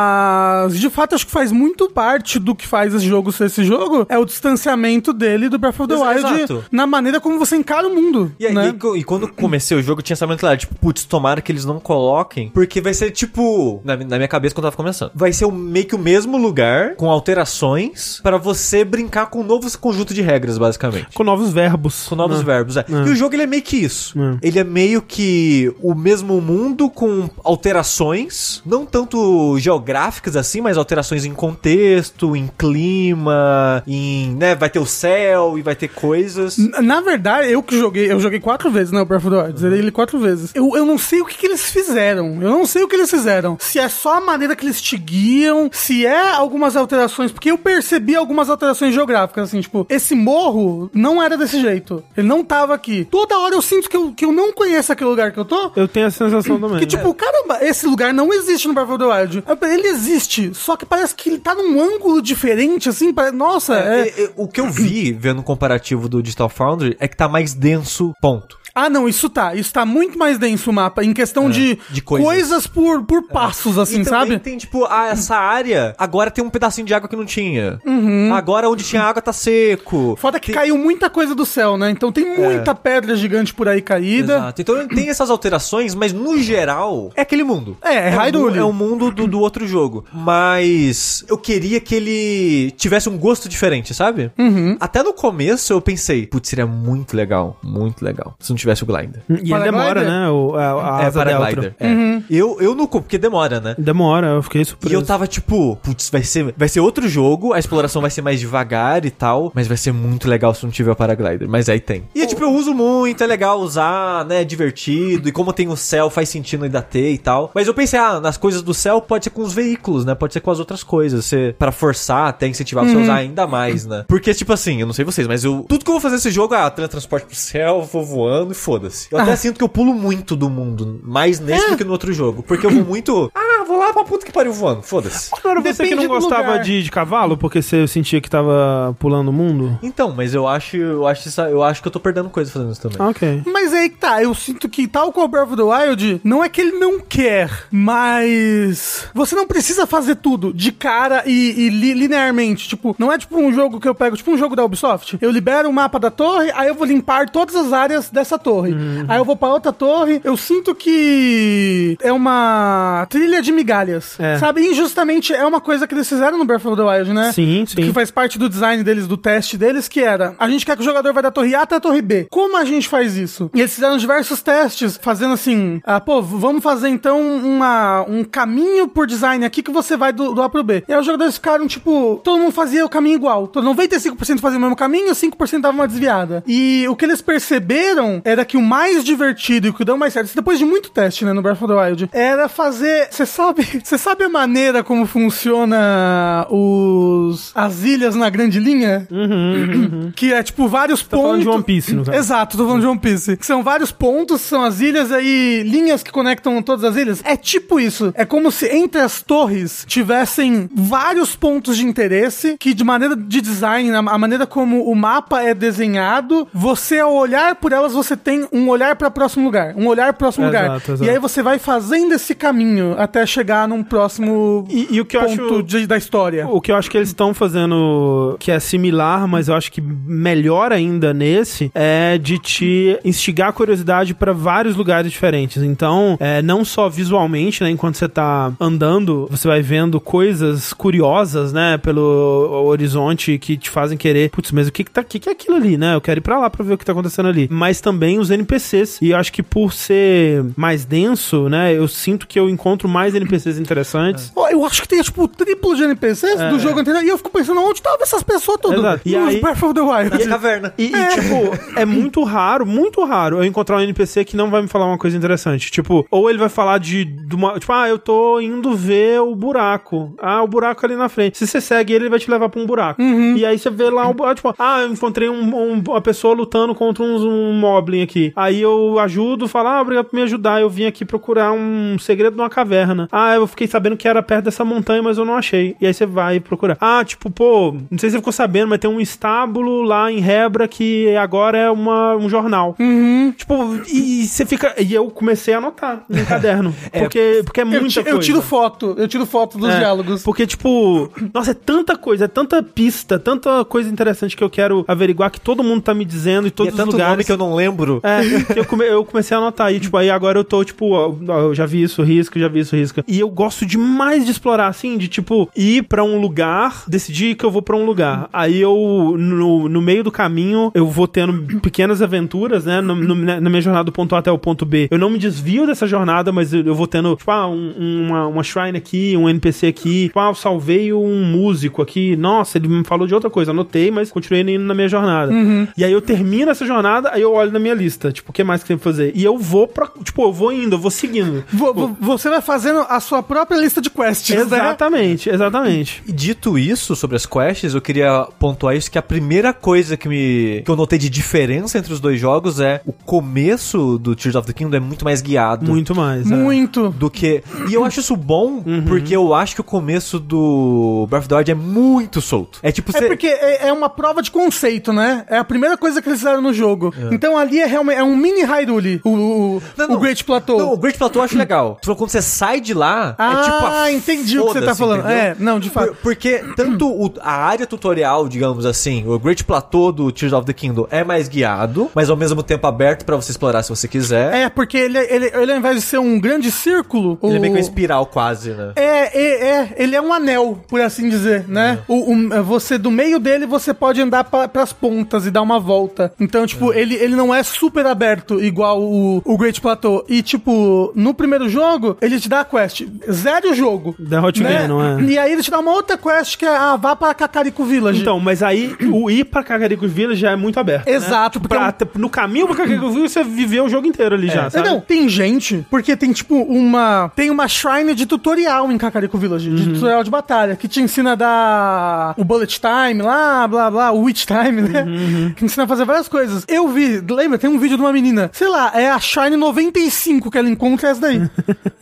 Speaker 2: Mas, de fato, acho que faz muito parte do que faz esse jogo ser esse jogo, é o distanciamento dele do Breath of the
Speaker 3: Ex-
Speaker 2: Wild
Speaker 3: exato.
Speaker 2: na maneira como você encara o mundo.
Speaker 3: E, aí,
Speaker 2: né?
Speaker 3: e co- e quando comecei o jogo, eu tinha essa mente clara, tipo, putz, tomara que eles não coloquem, porque vai ser tipo, na, mi- na minha cabeça quando eu tava começando, vai ser o- meio que o mesmo lugar, com alterações, pra você brincar com um novo conjunto de regras, basicamente.
Speaker 1: Com novos verbos.
Speaker 3: Com novos
Speaker 1: né?
Speaker 3: verbos, é. E o jogo ele é meio que isso.
Speaker 2: Né.
Speaker 1: É.
Speaker 3: Ele é meio que o mesmo mundo com alterações, não tanto geográficas assim, mas alterações em contexto, em clima, em, né, vai ter o céu e vai ter coisas.
Speaker 2: N- Na verdade, eu que joguei, eu joguei quatro vezes, né, o Breath of the Wild, zerei ele quatro vezes. Eu, eu não sei o que, que eles fizeram, eu não sei o que eles fizeram. Se é só a maneira que eles te guiam, se é algumas alterações, porque eu percebi algumas alterações geográficas, assim, tipo, esse morro não era desse jeito, ele não tava aqui. Toda hora eu sinto que eu, que eu não conheço aquele lugar que eu tô,
Speaker 1: Eu tenho a sensação também.
Speaker 2: que tipo, caramba, esse lugar não existe no Breath of the Wild. Eu falei, Ele existe, só que parece que ele tá num ângulo diferente, assim, pare- nossa, é...
Speaker 3: É, é, o que eu vi vendo o comparativo do Digital Foundry é que tá mais denso, ponto.
Speaker 2: Ah, não, isso tá. Isso tá muito mais denso o mapa, em questão de,
Speaker 3: de coisas.
Speaker 2: coisas, por, por passos, assim,
Speaker 3: E também
Speaker 2: sabe?
Speaker 3: tem, tipo, ah, essa área agora tem um pedacinho de água que não tinha. Agora onde tinha água tá seco.
Speaker 2: Uhum. Foda que
Speaker 3: Tem-
Speaker 2: caiu muita coisa do céu, né? Então tem muita pedra gigante por aí caída.
Speaker 3: Exato. Então ele tem essas alterações, mas no geral é aquele mundo.
Speaker 2: É, é
Speaker 3: o mu-
Speaker 2: Hyrule.
Speaker 3: É o mundo do, do outro jogo. Mas eu queria que ele tivesse um gosto diferente, sabe? Até no começo eu pensei, putz, seria muito legal, muito legal. Se não tivesse o glider.
Speaker 1: E ele
Speaker 2: Paraglider?
Speaker 1: demora, né? O, a, a
Speaker 3: É,
Speaker 1: asa
Speaker 3: paraglider.
Speaker 1: delta.
Speaker 3: É. Eu, eu no. cu- Porque demora, né?
Speaker 1: Demora, eu fiquei
Speaker 3: E
Speaker 1: surpreso.
Speaker 3: eu tava tipo, putz, vai ser, vai ser outro jogo, a exploração vai ser mais devagar e tal, mas vai ser muito legal se não tiver o paraglider. Mas aí tem. E tipo, eu uso muito, é legal usar, né? É divertido. E como tem o céu, faz sentido ainda ter e tal. Mas eu pensei, ah, nas coisas do céu pode ser com os veículos, né? Pode ser com as outras coisas. Você, pra forçar, até incentivar você a usar ainda mais, né? Porque, tipo assim, eu não sei vocês, mas eu. Tudo que eu vou fazer nesse jogo é ah, teletransporte pro céu, vou voando e foda-se. Eu até sinto que eu pulo muito do mundo, mais nesse do que no outro jogo. Porque eu vou muito. Ah, vou lá pra puta que pariu voando, foda-se.
Speaker 1: Agora, você que
Speaker 2: Depende
Speaker 1: não
Speaker 2: do
Speaker 1: gostava
Speaker 2: lugar.
Speaker 1: de, de cavalo, porque você sentia que tava pulando o mundo?
Speaker 3: Então, mas eu acho, eu acho, isso- eu acho que eu tô perdendo coisa fazendo isso também.
Speaker 1: Ah, ok.
Speaker 2: Mas aí que tá, eu sinto que tal qual o Breath of the Wild, não é que ele não quer, mas você não precisa fazer tudo de cara e, e li- linearmente. Tipo, não é tipo um jogo que eu pego, tipo um jogo da Ubisoft. Eu libero o mapa da torre, aí eu vou limpar todas as áreas dessa torre. Aí eu vou pra outra torre. Eu sinto que é uma trilha de migalhas.
Speaker 1: É.
Speaker 2: Sabe? Injustamente é uma coisa que eles fizeram no Breath of the Wild, né?
Speaker 1: Sim, sim.
Speaker 2: Que faz parte do design deles, do teste deles, que era: a gente quer que o jogador vá da torre A até a torre B. Como a gente faz isso? E eles fizeram diversos testes, fazendo assim: ah, pô, v- vamos fazer então uma, um caminho por design aqui que você vai do, do A pro B. E aí os jogadores ficaram tipo: todo mundo fazia o caminho igual. Todo 95% fazia o mesmo caminho, 5% dava uma desviada. E o que eles perceberam era que o mais divertido e o que deu mais certo, isso depois de muito teste, né, no Breath of the Wild, era fazer. Você sabe, você sabe a maneira como funciona os as ilhas na grande linha?
Speaker 1: Uhum,
Speaker 2: Que é tipo vários pontos.
Speaker 1: tá falando de One Piece, no caso.
Speaker 2: Exato, tô falando de One Piece. Que são vários pontos, são as ilhas aí, linhas que conectam todas as ilhas. É tipo isso. É como se entre as torres tivessem vários pontos de interesse que, de maneira de design, a a maneira como o mapa é desenhado, você, ao olhar por elas, você tem um olhar pra próximo lugar, um olhar pro próximo
Speaker 1: Exato,
Speaker 2: lugar.
Speaker 1: exato.
Speaker 2: E aí você vai fazendo esse caminho até chegar num próximo
Speaker 1: E- e o que eu
Speaker 2: ponto
Speaker 1: acho-
Speaker 2: de- da história.
Speaker 1: O que eu acho que eles estão fazendo que é similar, mas eu acho que melhor ainda nesse, é de te instigar a curiosidade pra vários lugares diferentes. Então, é, não só visualmente, né? Enquanto você tá andando, você vai vendo coisas curiosas, né? Pelo horizonte que te fazem querer, putz, mas o que que, tá, o que, que é aquilo ali, né? Eu quero ir pra lá pra ver o que tá acontecendo ali. Mas também os NPCs. E eu acho que por ser mais denso, né? Eu sinto que eu encontro mais NPCs interessantes.
Speaker 2: Pô, Eu acho que tem, tipo, o triplo de NPCs
Speaker 3: É.
Speaker 2: do jogo anterior. E eu fico pensando, onde estavam essas pessoas todas?
Speaker 1: Exato. E
Speaker 2: Nos
Speaker 1: aí-
Speaker 2: Breath of the
Speaker 3: E a
Speaker 2: Wild.
Speaker 3: caverna.
Speaker 1: E, e, tipo, é muito raro, muito raro eu encontrar um NPC que não vai me falar uma coisa interessante. Tipo, ou ele vai falar de, de uma- Tipo, ah, eu tô indo ver o buraco. Ah, o buraco ali na frente. Se você segue ele, ele vai te levar pra um buraco. E aí você vê lá o buraco, tipo, ah, eu encontrei um- um- uma pessoa lutando contra uns, um Moblin aqui. Aí eu ajudo, falo, ah, obrigado por me ajudar. Eu vim aqui procurar um segredo de uma caverna. Ah, eu fiquei sabendo que era perto dessa montanha, mas eu não achei. E aí você vai procurar. Ah, tipo, pô, não sei se você ficou sabendo, mas tem um estábulo lá em Hebra que agora é uma, um jornal. Tipo, e, e você fica. E eu comecei a anotar no caderno. porque, porque é
Speaker 2: Eu,
Speaker 1: muita
Speaker 2: ti-
Speaker 1: coisa.
Speaker 2: eu tiro foto, eu tiro foto dos
Speaker 1: É,
Speaker 2: diálogos.
Speaker 1: Porque, tipo, nossa, é tanta coisa, é tanta pista, tanta coisa interessante que eu quero averiguar que todo mundo tá me dizendo em
Speaker 3: E é
Speaker 1: todos os
Speaker 3: tanto
Speaker 1: lugares.
Speaker 3: nome que eu não lembro.
Speaker 1: É, que eu, come- eu comecei a anotar. E, tipo, aí agora eu tô, tipo, ó, ó, eu já vi isso, risco, já vi isso, risco. E eu gosto demais de explorar, assim, de, tipo, ir pra um lugar, decidir que eu vou pra um lugar. Aí eu, no, no meio do caminho, eu vou tendo pequenas aventuras, né? no- no- na na minha jornada do ponto A até o ponto B. Eu não me desvio dessa jornada, mas eu eu vou tendo, tipo, ah, um- uma, uma shrine aqui, um NPC aqui. Tipo, ah, eu salvei um músico aqui. Nossa, ele me falou de outra coisa. Anotei, mas continuei indo na minha jornada.
Speaker 2: Uhum.
Speaker 1: E aí eu termino essa jornada, aí eu olho na minha lista, tipo, o que mais que tem pra fazer? E eu vou pra. Tipo, eu vou indo, eu vou seguindo.
Speaker 2: Vo- vo- você vai fazendo a sua própria lista de quests, né?
Speaker 1: exatamente, exatamente.
Speaker 3: E Dito isso, sobre as quests, eu queria pontuar isso que a primeira coisa que me que eu notei de diferença entre os dois jogos é o começo do Tears of the Kingdom é muito mais guiado.
Speaker 1: Muito mais. é.
Speaker 2: Muito.
Speaker 3: do que. E eu acho isso bom, porque eu acho que o começo do Breath of the Wild é muito solto. É tipo,
Speaker 2: É
Speaker 3: cê-
Speaker 2: porque é, é uma prova de conceito, né? É a primeira coisa que eles fizeram no jogo. Então ali é realmente é um mini Hyrule, o, o,
Speaker 3: Não, não.
Speaker 2: o Great Plateau.
Speaker 3: Não, o Great Plateau eu acho legal. Tu falou, quando você sai de lá,
Speaker 2: Ah,
Speaker 3: é tipo. a
Speaker 2: entendi o que você tá
Speaker 3: foda-se,
Speaker 2: falando.
Speaker 3: entendeu?
Speaker 2: É, não, de fato.
Speaker 3: Por- porque tanto o- a área tutorial, digamos assim, o Great Plateau do Tears of the Kingdom é mais guiado, mas ao mesmo tempo aberto pra você explorar se você quiser.
Speaker 2: É, porque ele, ele, ele ao invés de ser um grande círculo,
Speaker 3: Ele é
Speaker 2: o-
Speaker 3: meio que uma espiral quase, né?
Speaker 2: É, é, é, ele é um anel, por assim dizer, né?
Speaker 1: É.
Speaker 2: O, o- você, do meio dele, você pode andar pra, pras pontas e dar uma volta. Então, tipo, ele, ele não é super aberto, igual o, o Great Plateau. E, tipo, no primeiro jogo, ele te dá a quest. Zero o jogo. né?
Speaker 1: Da Hot Game, não é?
Speaker 2: E aí ele te dá uma outra quest que é, ah, vá pra Kakariko Village.
Speaker 1: Então, mas aí o ir pra Kakariko Village já é muito aberto. né?
Speaker 2: Exato,
Speaker 1: Tipo,
Speaker 2: porque
Speaker 1: pra-
Speaker 2: é um-
Speaker 1: te- No caminho pra Kakariko Village você viveu o jogo inteiro ali já, sabe?
Speaker 2: É. Não, tem gente, porque tem tipo uma. Tem uma shrine de tutorial em Kakariko Village,
Speaker 1: Uhum.
Speaker 2: de tutorial de batalha, que te ensina a dar o bullet time lá, blá blá, o witch time, né?
Speaker 1: Uhum,
Speaker 2: Que ensina a fazer várias coisas. Eu vi, lembra, tem um vídeo de uma menina, sei lá, é a Shine 95 que ela encontra é essa daí.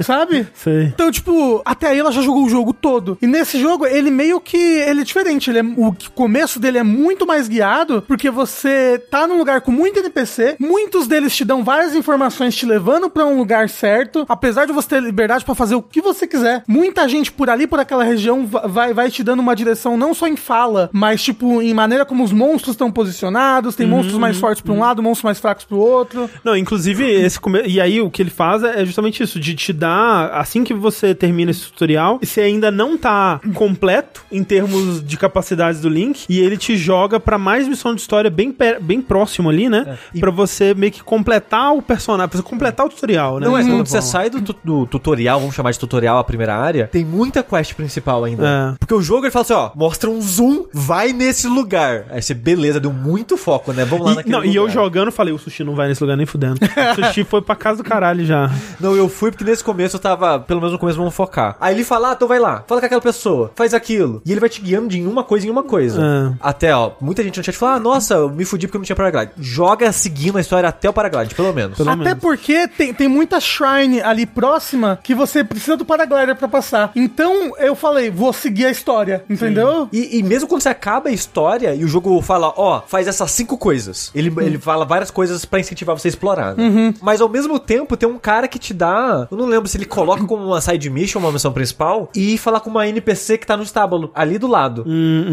Speaker 2: sabe?
Speaker 1: Sei.
Speaker 2: Então, tipo, até aí ela já jogou o jogo todo. E nesse jogo, ele meio que. Ele é diferente. Ele é, o começo dele é muito mais guiado, porque você tá num lugar com muito NPC, muitos deles te dão várias informações te levando pra um lugar certo. Apesar de você ter liberdade pra fazer o que você quiser, muita gente por ali, por aquela região, va- vai, vai te dando uma direção não só em fala, mas, tipo, em maneira como os monstros estão posicionados. Tem monstros mais fortes pra um lado, monstros mais fracos pro outro.
Speaker 1: Não, inclusive, esse come... e aí o que ele faz é justamente isso, de te dar, assim que você termina esse tutorial, você ainda não tá completo em termos de capacidades do Link, e ele te joga pra mais missão de história bem, pe- bem próximo ali, né?
Speaker 3: É.
Speaker 1: Pra você meio que completar o personagem, pra você completar o tutorial, né?
Speaker 3: Não, é
Speaker 1: De certa
Speaker 3: quando você
Speaker 1: forma.
Speaker 3: sai do, tu- do tutorial, vamos chamar de tutorial a primeira área, tem muita quest principal ainda.
Speaker 1: É.
Speaker 3: Porque o jogo ele fala assim, ó, mostra um zoom, vai nesse lugar. Aí você, beleza, deu muito foco, né? Vamos lá
Speaker 1: E,
Speaker 3: naquele
Speaker 1: não,
Speaker 3: lugar.
Speaker 1: e eu jogando, falei, o sushi não vai nesse lugar nem fudendo. o sushi foi pra casa do caralho já.
Speaker 3: Não, eu fui porque nesse começo eu tava, pelo menos no começo, vamos focar. Aí ele fala, ah, então vai lá, fala com aquela pessoa, faz aquilo. E ele vai te guiando de uma coisa em uma coisa. Até, ó, muita gente no chat fala, ah, nossa, eu me fudi porque eu não tinha paraglide. Joga seguindo a história até o paraglide, pelo menos.
Speaker 1: Pelo
Speaker 2: Até
Speaker 1: menos.
Speaker 2: porque tem, tem muita shrine ali próxima que você precisa do paraglider pra passar. Então eu falei, vou seguir a história, entendeu?
Speaker 3: E, e mesmo quando você acaba a história e o jogo fala, ó, faz essas cinco coisas. Ele, ele fala várias coisas pra incentivar você a explorar. né? Mas ao mesmo tempo tem um cara que te dá. Eu não lembro se ele coloca como uma side mission, uma missão principal, e fala com uma NPC que tá no estábulo, ali do lado.
Speaker 1: Uhum,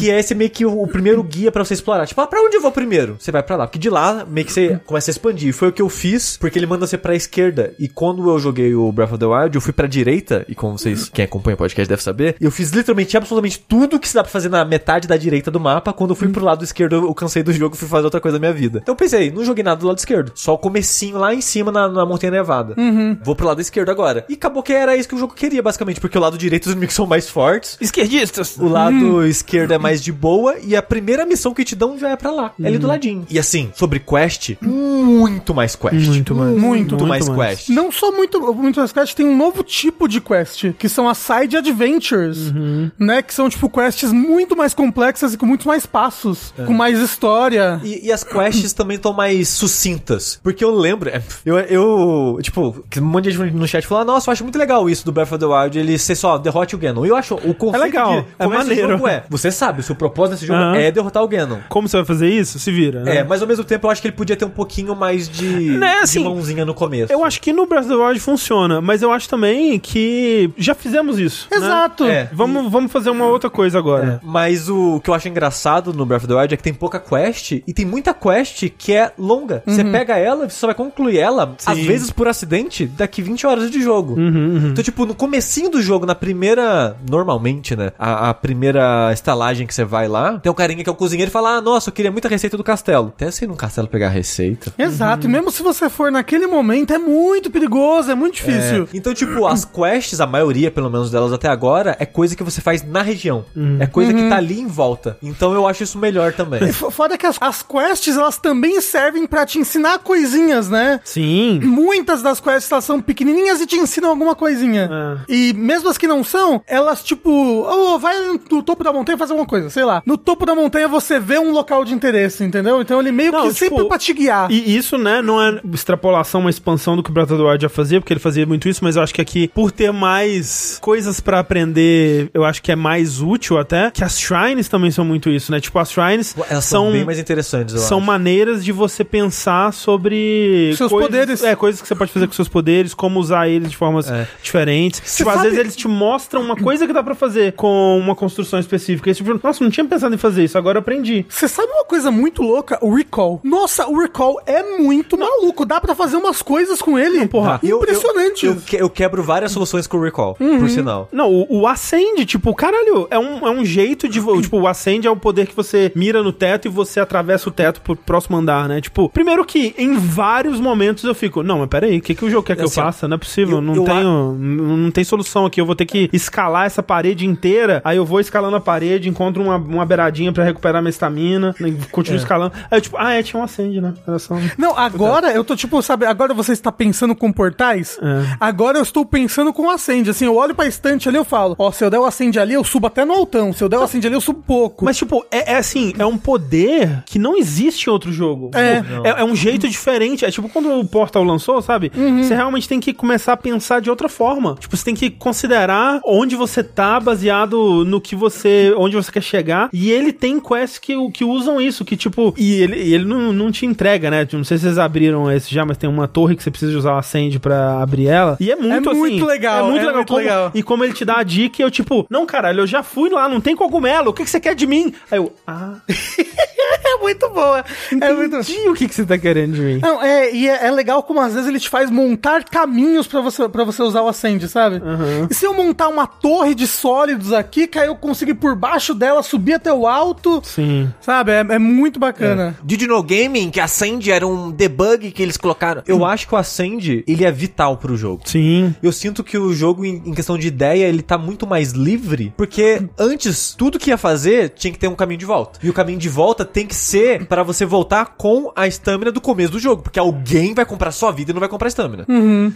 Speaker 3: Que é esse meio que o, o primeiro guia pra você explorar. Tipo, ah, pra onde eu vou primeiro? Você vai pra lá. Porque de lá meio que você começa a expandir. E Foi o que eu fiz, porque ele manda você pra esquerda. E quando eu joguei o Breath of the Wild, eu fui pra direita. E como vocês, quem acompanha o podcast deve saber, eu fiz literalmente absolutamente tudo que se dá pra fazer na metade da direita do mapa. Quando eu fui pro lado esquerdo, eu cansei do jogo e fui fazer outra coisa da minha vida. Então eu pensei, não joguei nada do lado esquerdo. Só o comecinho lá em cima na, na Montanha Nevada. Vou pro lado esquerdo agora. E acabou que era isso que o jogo queria, basicamente. Porque o lado direito os inimigos são mais fortes.
Speaker 1: Esquerdistas!
Speaker 3: O lado esquerdo é mais de boa e a primeira missão que te dão já é pra lá. É ali do ladinho. E assim, sobre quest, muito mais quest.
Speaker 1: Muito mais.
Speaker 3: Muito,
Speaker 1: Muito
Speaker 3: mais,
Speaker 1: mais.
Speaker 3: quest.
Speaker 2: Não só muito, muito mais quest, tem um novo tipo de quest, que são as side adventures,
Speaker 1: Uhum.
Speaker 2: né? Que são, tipo, quests muito mais complexas e com muito mais passos,
Speaker 1: É.
Speaker 2: com mais história.
Speaker 3: E, e as quests também é, estão mais sucintas. Porque eu lembro, eu, eu tipo, que um monte de gente no chat falou: "Ah, nossa, eu acho muito legal isso do Breath of the Wild, ele ser só derrote o Ganon. E eu acho o conceito
Speaker 1: legal,
Speaker 3: de
Speaker 1: é
Speaker 3: começa o
Speaker 1: maneiro.
Speaker 3: jogo é, você sabe, o seu propósito desse jogo
Speaker 1: Aham.
Speaker 3: é derrotar o Ganon.
Speaker 1: Como você vai fazer isso? Se vira, né?
Speaker 3: É, mas ao mesmo tempo eu acho que ele podia ter um pouquinho mais de,
Speaker 1: Né,
Speaker 3: de
Speaker 1: assim,
Speaker 3: mãozinha no começo.
Speaker 1: Eu acho que no Breath of the Wild funciona, mas eu acho também que já fizemos isso. né?
Speaker 2: Exato.
Speaker 3: É.
Speaker 1: Vamos, vamos fazer uma outra coisa agora.
Speaker 3: Mas o que eu acho engraçado no Breath of the Wild é que tem pouca quest e tem muita quest que é longa. Você pega ela e você só vai concluir ela, às vezes por acidente, daqui 20 horas de jogo. Então, tipo, no comecinho do jogo, na primeira. Normalmente, né? A, a primeira estalagem que você vai lá, tem um carinha que é o cozinheiro e fala: Ah, nossa, eu queria muita receita do castelo. Até você ir num castelo pegar a receita.
Speaker 1: É.
Speaker 2: Exato,
Speaker 1: Uhum.
Speaker 2: e mesmo se você for naquele momento, é muito perigoso, é muito difícil.
Speaker 3: Então, tipo, as quests, a maioria, pelo menos delas até agora, é coisa que você faz na região. É coisa que tá ali em volta. Então eu acho isso melhor também.
Speaker 2: E fo- Foda que as, as quests, elas também servem pra te ensinar coisinhas, né?
Speaker 1: Sim.
Speaker 2: Muitas das quests, elas são pequenininhas e te ensinam alguma coisinha. E mesmo as que não são, elas, tipo... Oh, vai no topo da montanha fazer alguma coisa, sei lá. No topo da montanha você vê um local de interesse, entendeu? Então ele meio
Speaker 1: Não,
Speaker 2: que
Speaker 1: tipo,
Speaker 2: sempre pra te
Speaker 3: Ah.
Speaker 2: guiar.
Speaker 1: E isso, né, não é extrapolação, uma expansão do que o Breath of the Wild já fazia, porque ele fazia muito isso, mas eu acho que aqui, por ter mais coisas pra aprender, eu acho que é mais útil até, que as shrines também são muito isso, né? Tipo, as shrines
Speaker 3: Elas são,
Speaker 1: são,
Speaker 3: bem mais interessantes, eu
Speaker 1: são
Speaker 3: acho.
Speaker 1: maneiras de você pensar sobre...
Speaker 2: Seus
Speaker 1: coisas-
Speaker 2: poderes.
Speaker 1: É, coisas que você pode fazer com seus poderes, como usar eles de formas
Speaker 3: É.
Speaker 1: diferentes. tipo, às
Speaker 2: sabe-
Speaker 1: vezes eles te mostram uma coisa que dá pra fazer com uma construção específica. E você tipo, nossa, não tinha pensado em fazer isso, agora eu aprendi.
Speaker 2: Você sabe uma coisa muito louca? O Recall. Nossa, o Recall é muito maluco. Dá pra fazer umas coisas com ele. porra,
Speaker 3: Eu- eu-
Speaker 2: impressionante.
Speaker 3: Eu, que- eu quebro várias soluções com o Recall, por sinal.
Speaker 1: Não, o, o Ascend, tipo, caralho, é um, é um jeito de. vo- Tipo, o Ascend é o poder que você mira no teto e você atravessa o teto pro próximo andar, né? Tipo, primeiro que em vários momentos eu fico, não, mas peraí, o que, que o jogo quer que
Speaker 3: Assim,
Speaker 1: eu faça? Não é possível,
Speaker 3: eu-
Speaker 1: não
Speaker 3: eu
Speaker 1: tenho. n- Não tem solução aqui. Eu vou ter que escalar essa parede inteira, aí eu vou escalando a parede, encontro uma, uma beiradinha pra recuperar minha estamina, né, continuo escalando. Aí eu, tipo, ah, é, tinha um Ascend, né? Era só. um-
Speaker 2: Não, agora eu tô tipo, sabe, agora você está pensando com portais, agora eu estou pensando com o acende. Assim, eu olho pra estante ali eu falo, ó, se eu der o acende ali, eu subo até no altão. Se eu der o acende ali, eu subo pouco.
Speaker 1: Mas, tipo, é, é assim, é um poder que não existe em outro jogo.
Speaker 2: É.
Speaker 1: Tipo, é, é um jeito diferente. É tipo quando o Portal lançou, sabe? Você realmente tem que começar a pensar de outra forma. Tipo, você tem que considerar onde você tá baseado no que você. onde você quer chegar. E ele tem quests que, que usam isso, que tipo. E ele, e ele não, não te entrega, né? Tipo, Não sei se vocês abriram esse já, mas tem uma torre que você precisa usar o acende pra abrir ela. E é muito assim,
Speaker 2: muito legal,
Speaker 1: É muito
Speaker 2: é
Speaker 1: legal.
Speaker 2: muito
Speaker 1: como-
Speaker 2: legal.
Speaker 1: e como ele te dá a dica, e eu tipo, não, caralho, eu já fui lá, não tem cogumelo, o que, que você quer de mim? Aí eu, ah,
Speaker 2: é muito boa. É muito
Speaker 1: entendi o que, que você tá querendo de mim.
Speaker 2: não, é, e é, é legal como às vezes ele te faz montar caminhos pra você para você usar o acende, sabe? E se eu montar uma torre de sólidos aqui, que aí eu consigo ir por baixo dela, subir até o alto,
Speaker 1: Sim.
Speaker 2: sabe? É, é muito bacana.
Speaker 3: Did you know gaming que a Sandy era um debug que eles colocaram? Eu acho que o Ascend, ele é vital pro jogo.
Speaker 1: Sim.
Speaker 3: Eu sinto que o jogo, em em questão de ideia, ele tá muito mais livre, porque antes, tudo que ia fazer tinha que ter um caminho de volta. E o caminho de volta tem que ser pra você voltar com a estamina do começo do jogo, porque alguém vai comprar sua vida e não vai comprar a estamina.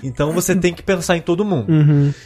Speaker 3: Então você tem que pensar em todo mundo.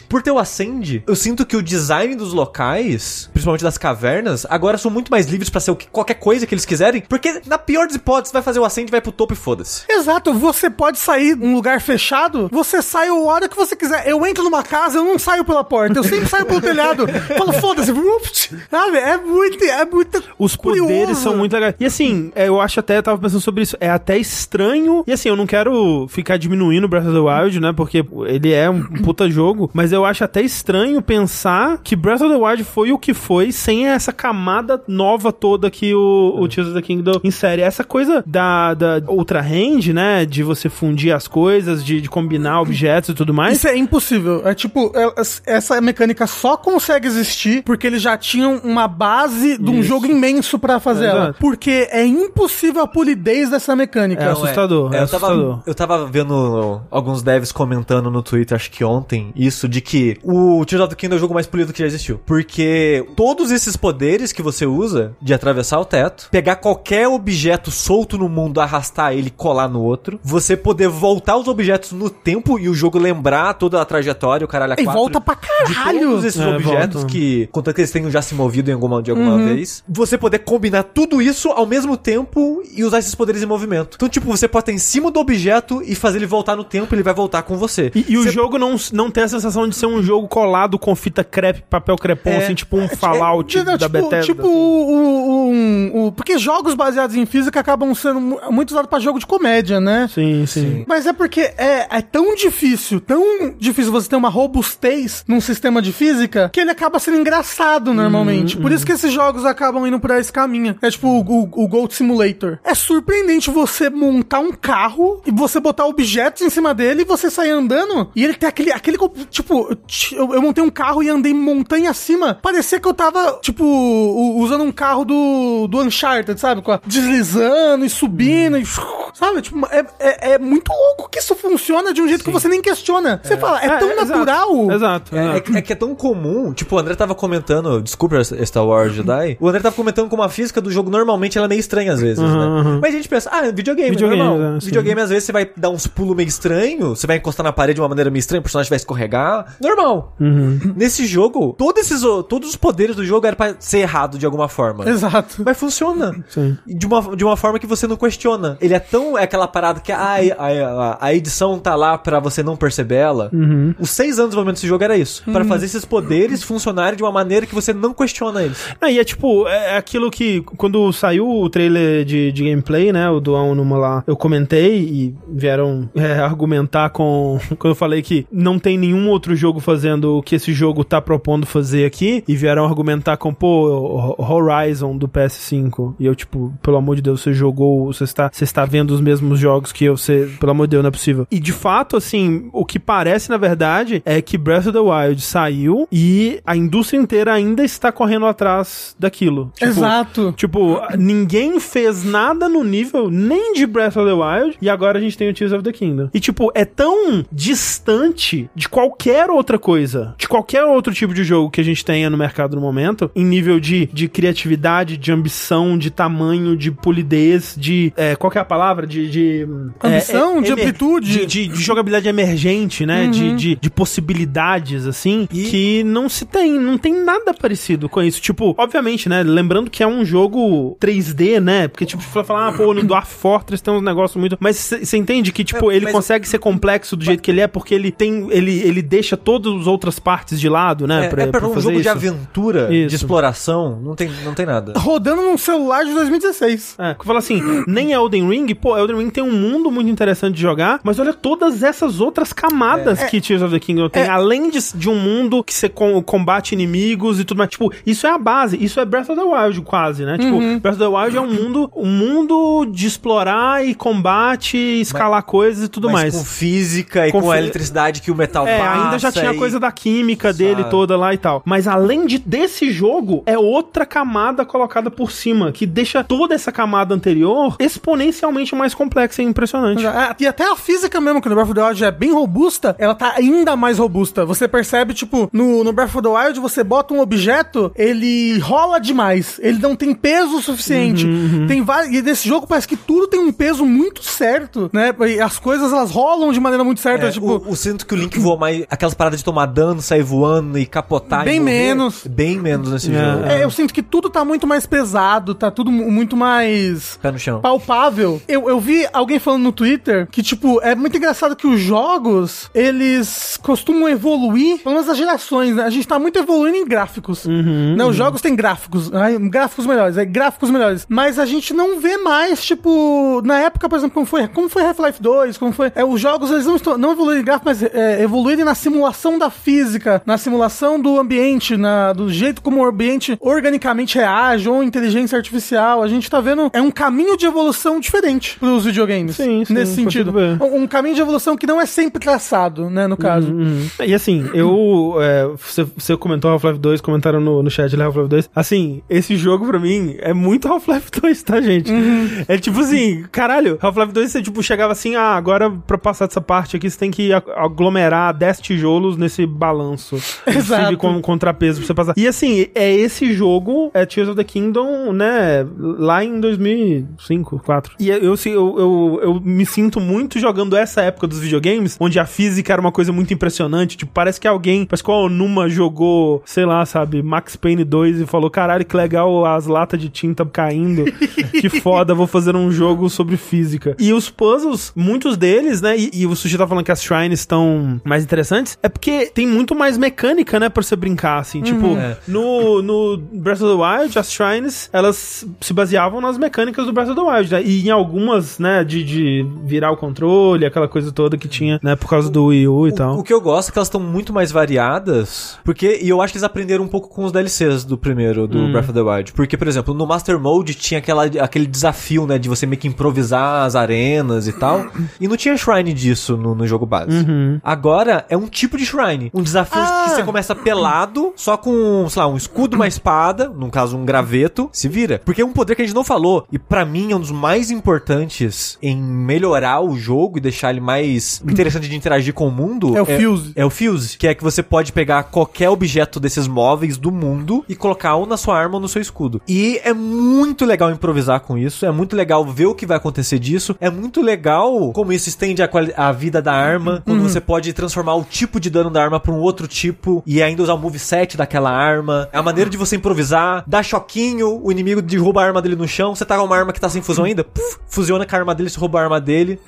Speaker 3: Por ter o Ascend, eu sinto que o design dos locais, principalmente das cavernas, agora são muito mais livres pra ser o que- qualquer coisa que eles quiserem, porque na pior das hipóteses, vai fazer o Ascend, vai pro topo e foda-se.
Speaker 2: Exato, você pode sair num lugar fechado, você sai a hora que você quiser. Eu entro numa casa, eu não saio pela porta, eu sempre saio pelo telhado. Falo, foda-se, ups, sabe? É muito, é muito
Speaker 1: Os
Speaker 2: curioso.
Speaker 1: poderes são muito legais. E assim, é, eu acho até, eu tava pensando sobre isso, é até estranho. E assim, eu não quero ficar diminuindo Breath of the Wild, né? Porque ele é um puta jogo. Mas eu acho até estranho pensar que Breath of the Wild foi o que foi sem essa camada nova toda que o, o Tears of the Kingdom insere. Essa coisa da, da outra range, né? De você fundir as coisas, de, de combinar objetos e tudo mais.
Speaker 2: Isso é impossível. É tipo, é- essa mecânica só consegue existir porque eles já tinham uma base de um
Speaker 1: Isso.
Speaker 2: jogo imenso pra fazer ela.
Speaker 1: Exato.
Speaker 2: Porque é impossível a polidez dessa mecânica.
Speaker 1: É, assustador,
Speaker 3: É,
Speaker 1: é
Speaker 3: eu, tava,
Speaker 1: assustador.
Speaker 3: eu tava vendo alguns devs comentando no Twitter, acho que ontem, isso de que o Tears of the Kingdom é o jogo mais polido que já existiu. Porque todos esses poderes que você usa de atravessar o teto, pegar qualquer objeto solto no mundo, arrastar ele e colar no outro, você poder voltar os objetos no tempo e o jogo lembrar toda a trajetória, o caralho a
Speaker 2: E
Speaker 3: quatro,
Speaker 2: volta pra
Speaker 3: de
Speaker 2: caralho!
Speaker 3: todos esses
Speaker 1: É,
Speaker 3: objetos
Speaker 1: volta. Uhum.
Speaker 3: que, contanto que eles tenham já se movido em alguma, de alguma vez, você poder combinar tudo isso isso ao mesmo tempo e usar esses poderes em movimento. Então, tipo, você pode estar em cima do objeto e fazer ele voltar no tempo, ele vai voltar com você.
Speaker 1: E, e o
Speaker 3: Você-
Speaker 1: jogo não, não tem a sensação de ser um jogo colado com fita crepe, papel crepom,
Speaker 3: É.
Speaker 1: assim, tipo um Fallout
Speaker 2: Entendeu?
Speaker 1: da
Speaker 2: tipo,
Speaker 1: Bethesda.
Speaker 2: tipo
Speaker 1: assim.
Speaker 2: o, o- um- o- Porque jogos baseados em física acabam sendo mu- muito usados pra jogo de comédia, né?
Speaker 1: Sim, sim.
Speaker 2: Mas é porque é, é tão difícil, tão difícil você ter uma robustez num sistema de física, que ele acaba sendo engraçado
Speaker 1: Uhum,
Speaker 2: normalmente. Por isso que esses jogos acabam indo pra esse caminho. É tipo o, o, o Gold Simulator. É surpreendente você montar um carro e você botar objetos em cima dele e você sair andando. E ele tem aquele. aquele co- tipo, eu, eu montei um carro e andei montanha acima. Parecia que eu tava, tipo, u- usando um carro do, do Uncharted, sabe? Com a- Deslizando e subindo e.
Speaker 1: Hum.
Speaker 2: Sabe? Tipo, é, é, é muito louco que isso funciona de um jeito que você nem questiona. Você fala, é, tão natural.
Speaker 1: Exato, exato.
Speaker 3: É,
Speaker 1: exato.
Speaker 3: é que- é que é tão comum, tipo, o André tava comentando, desculpa Star
Speaker 1: Uhum.
Speaker 3: Wars Jedi, o André tava comentando como a física do jogo normalmente ela é meio estranha às vezes,
Speaker 1: Uhum,
Speaker 3: né?
Speaker 1: uhum.
Speaker 3: Mas a gente pensa, ah, é videogame,
Speaker 1: Videogame,
Speaker 3: normal.
Speaker 1: é, sim.
Speaker 3: videogame às vezes você vai dar uns pulos meio estranho, você vai encostar na parede de uma maneira meio estranha, o personagem vai escorregar, normal.
Speaker 1: Uhum.
Speaker 3: Nesse jogo, todos esses o- todos os poderes do jogo eram pra ser errado de alguma forma.
Speaker 2: Exato.
Speaker 3: Mas funciona.
Speaker 1: Sim.
Speaker 3: E De uma, de uma forma que você não questiona. Ele é tão. É aquela parada que a, a, a edição tá lá pra você não perceber ela.
Speaker 1: Uhum.
Speaker 3: Os seis anos do momento desse jogo era isso. Pra fazer esses poderes funcionarem de uma maneira que você não questiona eles.
Speaker 1: Ah, e é tipo, é é aquilo que quando saiu o trailer de, de gameplay, né? O do Aonuma lá, eu comentei e vieram é, argumentar com. Quando eu falei que não tem nenhum outro jogo fazendo o que esse jogo tá propondo fazer aqui, e vieram argumentar com, pô, o Horizon do PS5. E eu, tipo, pelo amor de Deus, você jogou, você está, você está vendo os mesmos jogos que eu, você, pelo amor de Deus, não é possível. E de fato, assim, o que parece, na verdade, é que Breath of the Wild saiu e a indústria inteira ainda está correndo atrás daquilo. Tipo,
Speaker 2: Exato.
Speaker 1: Tipo, ninguém fez nada no nível nem de Breath of the Wild e agora a gente tem o Tears of the Kingdom. E tipo, é tão distante de qualquer outra coisa, de qualquer outro tipo de jogo que a gente tenha no mercado no momento, em nível de, de criatividade, de ambição, de tamanho, de polidez, de... é, qual que é a palavra? De... de é,
Speaker 2: Ambição, de
Speaker 1: emer-
Speaker 2: amplitude.
Speaker 1: de- de, de jogabilidade emergente, né? De,
Speaker 3: Uhum.
Speaker 1: de, de possibilidades, assim, que não se tem, não tem nada parecido com isso. Tipo, obviamente, né? Lembrando que é um jogo 3D, né? Porque, tipo, você falar, ah, pô, no Dwarf Fortress tem uns negócios muito. Mas você entende que, tipo,
Speaker 3: É,
Speaker 1: ele
Speaker 3: mas-
Speaker 1: consegue ser complexo do jeito que ele é, porque ele tem. Ele, ele deixa todas as outras partes de lado, né?
Speaker 3: É, é pra um
Speaker 1: fazer
Speaker 3: jogo de
Speaker 1: isso.
Speaker 3: aventura, de
Speaker 1: Isso.
Speaker 3: exploração, não tem, não tem nada.
Speaker 2: Rodando num celular de 2016.
Speaker 1: É, que eu falo assim, nem Elden Ring, pô, Elden Ring tem um mundo muito interessante de jogar, mas olha todas essas outras camadas
Speaker 3: É.
Speaker 1: que Tears of the Kingdom tem, além de, de um mundo que você com- combate inimigos e tudo mais. Tipo, isso é a base, isso é Breath of the Wild quase, né? Tipo,
Speaker 3: Uhum.
Speaker 1: Breath of the Wild é um mundo, um mundo de explorar e combate, escalar coisas e tudo
Speaker 3: Mas
Speaker 1: mais.
Speaker 3: com física e
Speaker 1: Com
Speaker 3: com, a
Speaker 1: fi-
Speaker 3: eletricidade que o metal
Speaker 1: É,
Speaker 3: passa.
Speaker 1: ainda já tinha a
Speaker 3: e-
Speaker 1: coisa da química dele
Speaker 3: Sabe.
Speaker 1: toda lá e tal. Mas além de, desse jogo, é outra camada colocada por cima, que deixa toda essa camada anterior exponencialmente mais complexa e impressionante.
Speaker 2: Ah, E até a física mesmo, que no Breath of the Wild é bem robusta, ela tá ainda mais robusta. Você percebe, tipo, no, no Breath of the Wild, você bota um objeto, ele rola demais. Ele não tem peso suficiente.
Speaker 3: Uhum,
Speaker 2: Tem vários. E nesse jogo parece que tudo tem um peso muito certo, né? E as coisas elas rolam de maneira muito certa.
Speaker 3: É,
Speaker 2: tipo,
Speaker 3: o, o sinto que o Link voa mais. Aquelas paradas de tomar dano, sair voando e capotar. e
Speaker 2: Bem
Speaker 3: morrer,
Speaker 2: menos.
Speaker 3: Bem menos
Speaker 1: É.
Speaker 3: nesse jogo.
Speaker 2: É, eu sinto que tudo tá muito mais pesado, tá tudo mu- muito mais
Speaker 3: Pé no chão.
Speaker 2: palpável. Eu, eu vi alguém falando no Twitter que, tipo, é muito engraçado que os jogos, eles costumam evoluir, pelo menos as gerações, né? A gente tá muito evoluindo em gráficos. né? Os jogos têm gráficos, ai, gráficos melhores, é, gráficos melhores. Mas a gente não vê mais, tipo, na época, por exemplo, como foi, como foi Half-Life 2, como foi... é, os jogos, eles não, estão, não evoluíram em gráfico, mas é, evoluírem na simulação da física, na simulação do ambiente, na, do jeito como o ambiente organicamente reage, ou inteligência artificial. A gente tá vendo. É um caminho de evolução diferente pros videogames.
Speaker 1: Sim, sim,
Speaker 2: Nesse
Speaker 1: consigo
Speaker 2: sentido.
Speaker 1: ver.
Speaker 2: Um, um caminho de evolução que não é sempre traçado, né, no caso.
Speaker 3: Uhum.
Speaker 1: E assim, eu. é, você, você comentou Half-Life 2, comentaram no, no chat ali Half-Life 2. Assim, esse jogo pra mim é muito Half-Life 2, tá, gente?
Speaker 3: Uhum.
Speaker 1: É tipo assim, caralho, Half-Life 2 você tipo, chegava assim, ah, agora pra passar dessa parte aqui você tem que a- aglomerar 10 tijolos nesse balanço.
Speaker 2: Exato.
Speaker 1: Esse Com, contrapeso pra você passar. E assim, é esse jogo, é Tears of the Kingdom, né? Lá em 2005, 2004. E eu, eu, eu, eu, eu me sinto muito jogando essa época dos videogames, onde a física era uma coisa muito impressionante. Tipo, parece que alguém, parece que o Onuma jogou, sei lá, sabe, Max Payne 2 e falou: caralho, que legal as latas de tinta caindo. que foda, vou fazer um jogo sobre física. E os puzzles, muitos deles, né? E, e o Sushi tá falando que as shrines estão mais interessantes, é porque tem muito mais mecânica, né, pra você brincar, assim. Tipo,
Speaker 3: É.
Speaker 1: no, no Breath of the Wild, as shrines, elas se baseavam nas mecânicas do Breath of the Wild, né? E em algumas, né, de, de virar o controle, aquela coisa toda que tinha, né, por causa do Wii U e
Speaker 3: O,
Speaker 1: tal.
Speaker 3: o que eu gosto é que elas estão muito mais variadas, porque e eu acho que eles aprenderam um pouco com os DLCs do primeiro, do Breath of the Wild. Porque, por exemplo, no Master Mode tinha aquela, aquele desafio, né, de você meio que improvisar as arenas e tal. E não tinha shrine disso no, no jogo base. Agora é um tipo de shrine. Um desafio que você começa pelado, só com, sei lá, um escudo, uma espada, no caso um graveto, se vira. Porque é um poder que a gente não falou, e pra mim é um dos mais importantes em melhorar o jogo e deixar ele mais interessante de interagir com o mundo.
Speaker 2: É o Fuse.
Speaker 3: É o Fuse, que é que você pode pegar qualquer objeto desses móveis do mundo e colocar ou na sua arma ou no seu escudo. E é muito legal improvisar com isso, é muito legal ver o que vai acontecer disso, é muito legal como isso estende a, quali- a vida da arma, quando
Speaker 2: Uhum.
Speaker 3: você pode transformar o tipo de dano da arma pra um outro tipo e ainda usar o moveset daquela arma. É a maneira de você improvisar, dá choquinho, o inimigo derruba a arma dele no chão, você tá com uma arma que tá sem fusão ainda, puf, fusiona com a arma dele, você rouba a arma dele.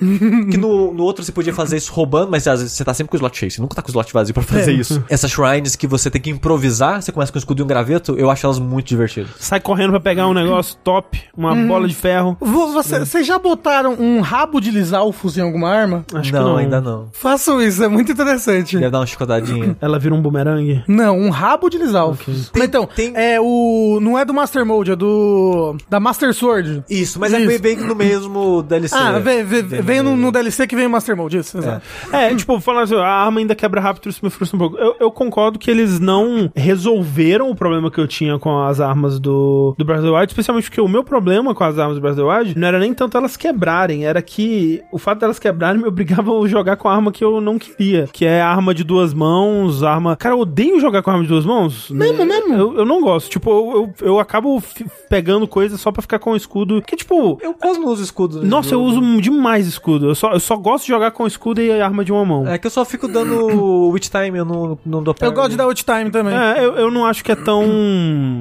Speaker 3: que no, no outro você podia fazer isso roubando, mas às vezes você tá sempre com o slot cheio, você nunca tá com o slot vazio pra fazer isso. Essas shrines que você tem que improvisar, você começa com o escudo e um graveto, eu acho elas muito divertidas.
Speaker 1: Sai correndo pra pegar um negócio top, uma
Speaker 3: Uhum.
Speaker 1: bola de ferro.
Speaker 2: Vo- você- Vocês já botaram um rabo de lisalfos em alguma arma?
Speaker 1: Acho
Speaker 3: não,
Speaker 1: que não.
Speaker 3: ainda não.
Speaker 2: Façam isso, é muito interessante.
Speaker 3: Deve dar uma chicotadinha.
Speaker 1: Ela vira um bumerangue.
Speaker 2: Não, um rabo de lisalfos. Mas então,
Speaker 3: tem-
Speaker 2: é o. Não é do Master Mode, é do. Da Master Sword.
Speaker 3: Isso, mas é
Speaker 2: Isso.
Speaker 3: bem- bem no mesmo DLC.
Speaker 2: Ah, vem, vem, vem no, no DLC que vem o Master Mode, isso, exato.
Speaker 1: É, tipo, falando assim, a arma ainda quebra rápido, isso me frustra um pouco. Eu, eu concordo que eles não resolveram o problema que eu tinha com as armas do, do Breath of the Wild, especialmente porque o meu problema com as armas do Breath of the Wild não era nem tanto elas quebrarem, era que o fato delas quebrarem me obrigava a jogar com a arma que eu não queria, que é arma de duas mãos, arma... Cara, eu odeio jogar com arma de duas mãos. Mesmo, mesmo? Eu, eu não gosto. Tipo, eu, eu, eu acabo fi- pegando coisas só pra ficar com o escudo, que tipo...
Speaker 3: Eu quase não uso escudo. né? no
Speaker 1: Nossa, eu
Speaker 3: jogo.
Speaker 1: uso demais escudo. Eu só, eu só gosto de jogar com escudo e arma de uma mão.
Speaker 3: É que eu só fico dando witch time, eu não, não dou
Speaker 2: Eu gosto de dar out time também.
Speaker 1: É, eu, eu não acho que é tão.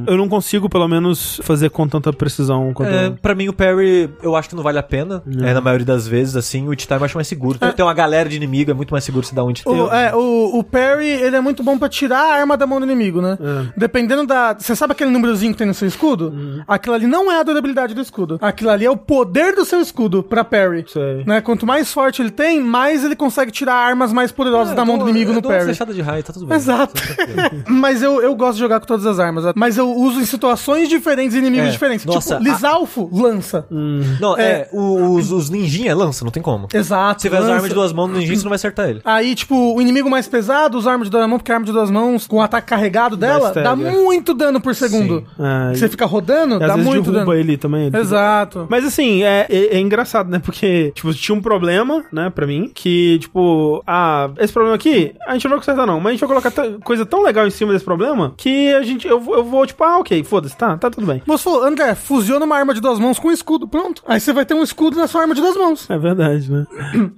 Speaker 1: Eu não consigo, pelo menos, fazer com tanta precisão quanto.
Speaker 3: É, pra mim, o parry, eu acho que não vale a pena. É, na maioria das vezes, assim, o witch time eu acho mais seguro. Tem- Tem uma galera de inimigo, é muito mais seguro se dar um witch
Speaker 2: O,
Speaker 3: time.
Speaker 2: é, o, o parry, ele é muito bom pra tirar a arma da mão do inimigo, né? Dependendo da... Você sabe aquele númerozinho que tem no seu escudo? Aquilo ali não é a durabilidade do escudo. Aquilo ali é o poder do seu escudo pra parry.
Speaker 1: Sei.
Speaker 2: Né? Quanto mais forte ele tem, mais ele consegue tirar armas mais
Speaker 3: É,
Speaker 2: poderosas da mão
Speaker 3: então
Speaker 2: do inimigo no
Speaker 3: Eu dou uma
Speaker 2: parry.
Speaker 3: flechada de raio, tá tudo bem.
Speaker 2: Exato. Mas eu, eu gosto de jogar com todas as armas. Mas eu uso em situações diferentes, inimigos
Speaker 3: É.
Speaker 2: diferentes.
Speaker 3: Nossa, a-
Speaker 2: tipo, Lisalfo, lança.
Speaker 3: Não, é, os, os ninjinha lança, não tem como.
Speaker 2: Exato.
Speaker 3: Você vai usar
Speaker 2: lança.
Speaker 3: arma de duas mãos no ninjinha, você não vai acertar ele.
Speaker 2: Aí, tipo, o inimigo mais pesado usa arma de duas mãos, porque a arma de duas mãos, com o ataque carregado dela,
Speaker 1: stagger.
Speaker 2: dá muito dano por segundo.
Speaker 1: Ah,
Speaker 2: Você fica rodando,
Speaker 1: e às
Speaker 2: dá
Speaker 1: vezes
Speaker 2: muito
Speaker 1: derruba
Speaker 2: dano.
Speaker 1: ele também. ele fica-
Speaker 2: Exato.
Speaker 1: Mas assim, é, é- é engraçado, né? Porque, tipo, tinha um problema, né, pra mim, que, tipo, ah, esse problema aqui, a gente não vai consertar, não. Mas a gente vai colocar ta- coisa tão legal em cima desse problema que a gente. Eu, vou- eu vou, tipo, ah, ok, foda-se, tá, tá tudo bem.
Speaker 2: Você falou, André, fusiona uma arma de duas mãos com um escudo, pronto. Aí você vai ter um escudo na sua arma de duas mãos.
Speaker 1: É verdade, né?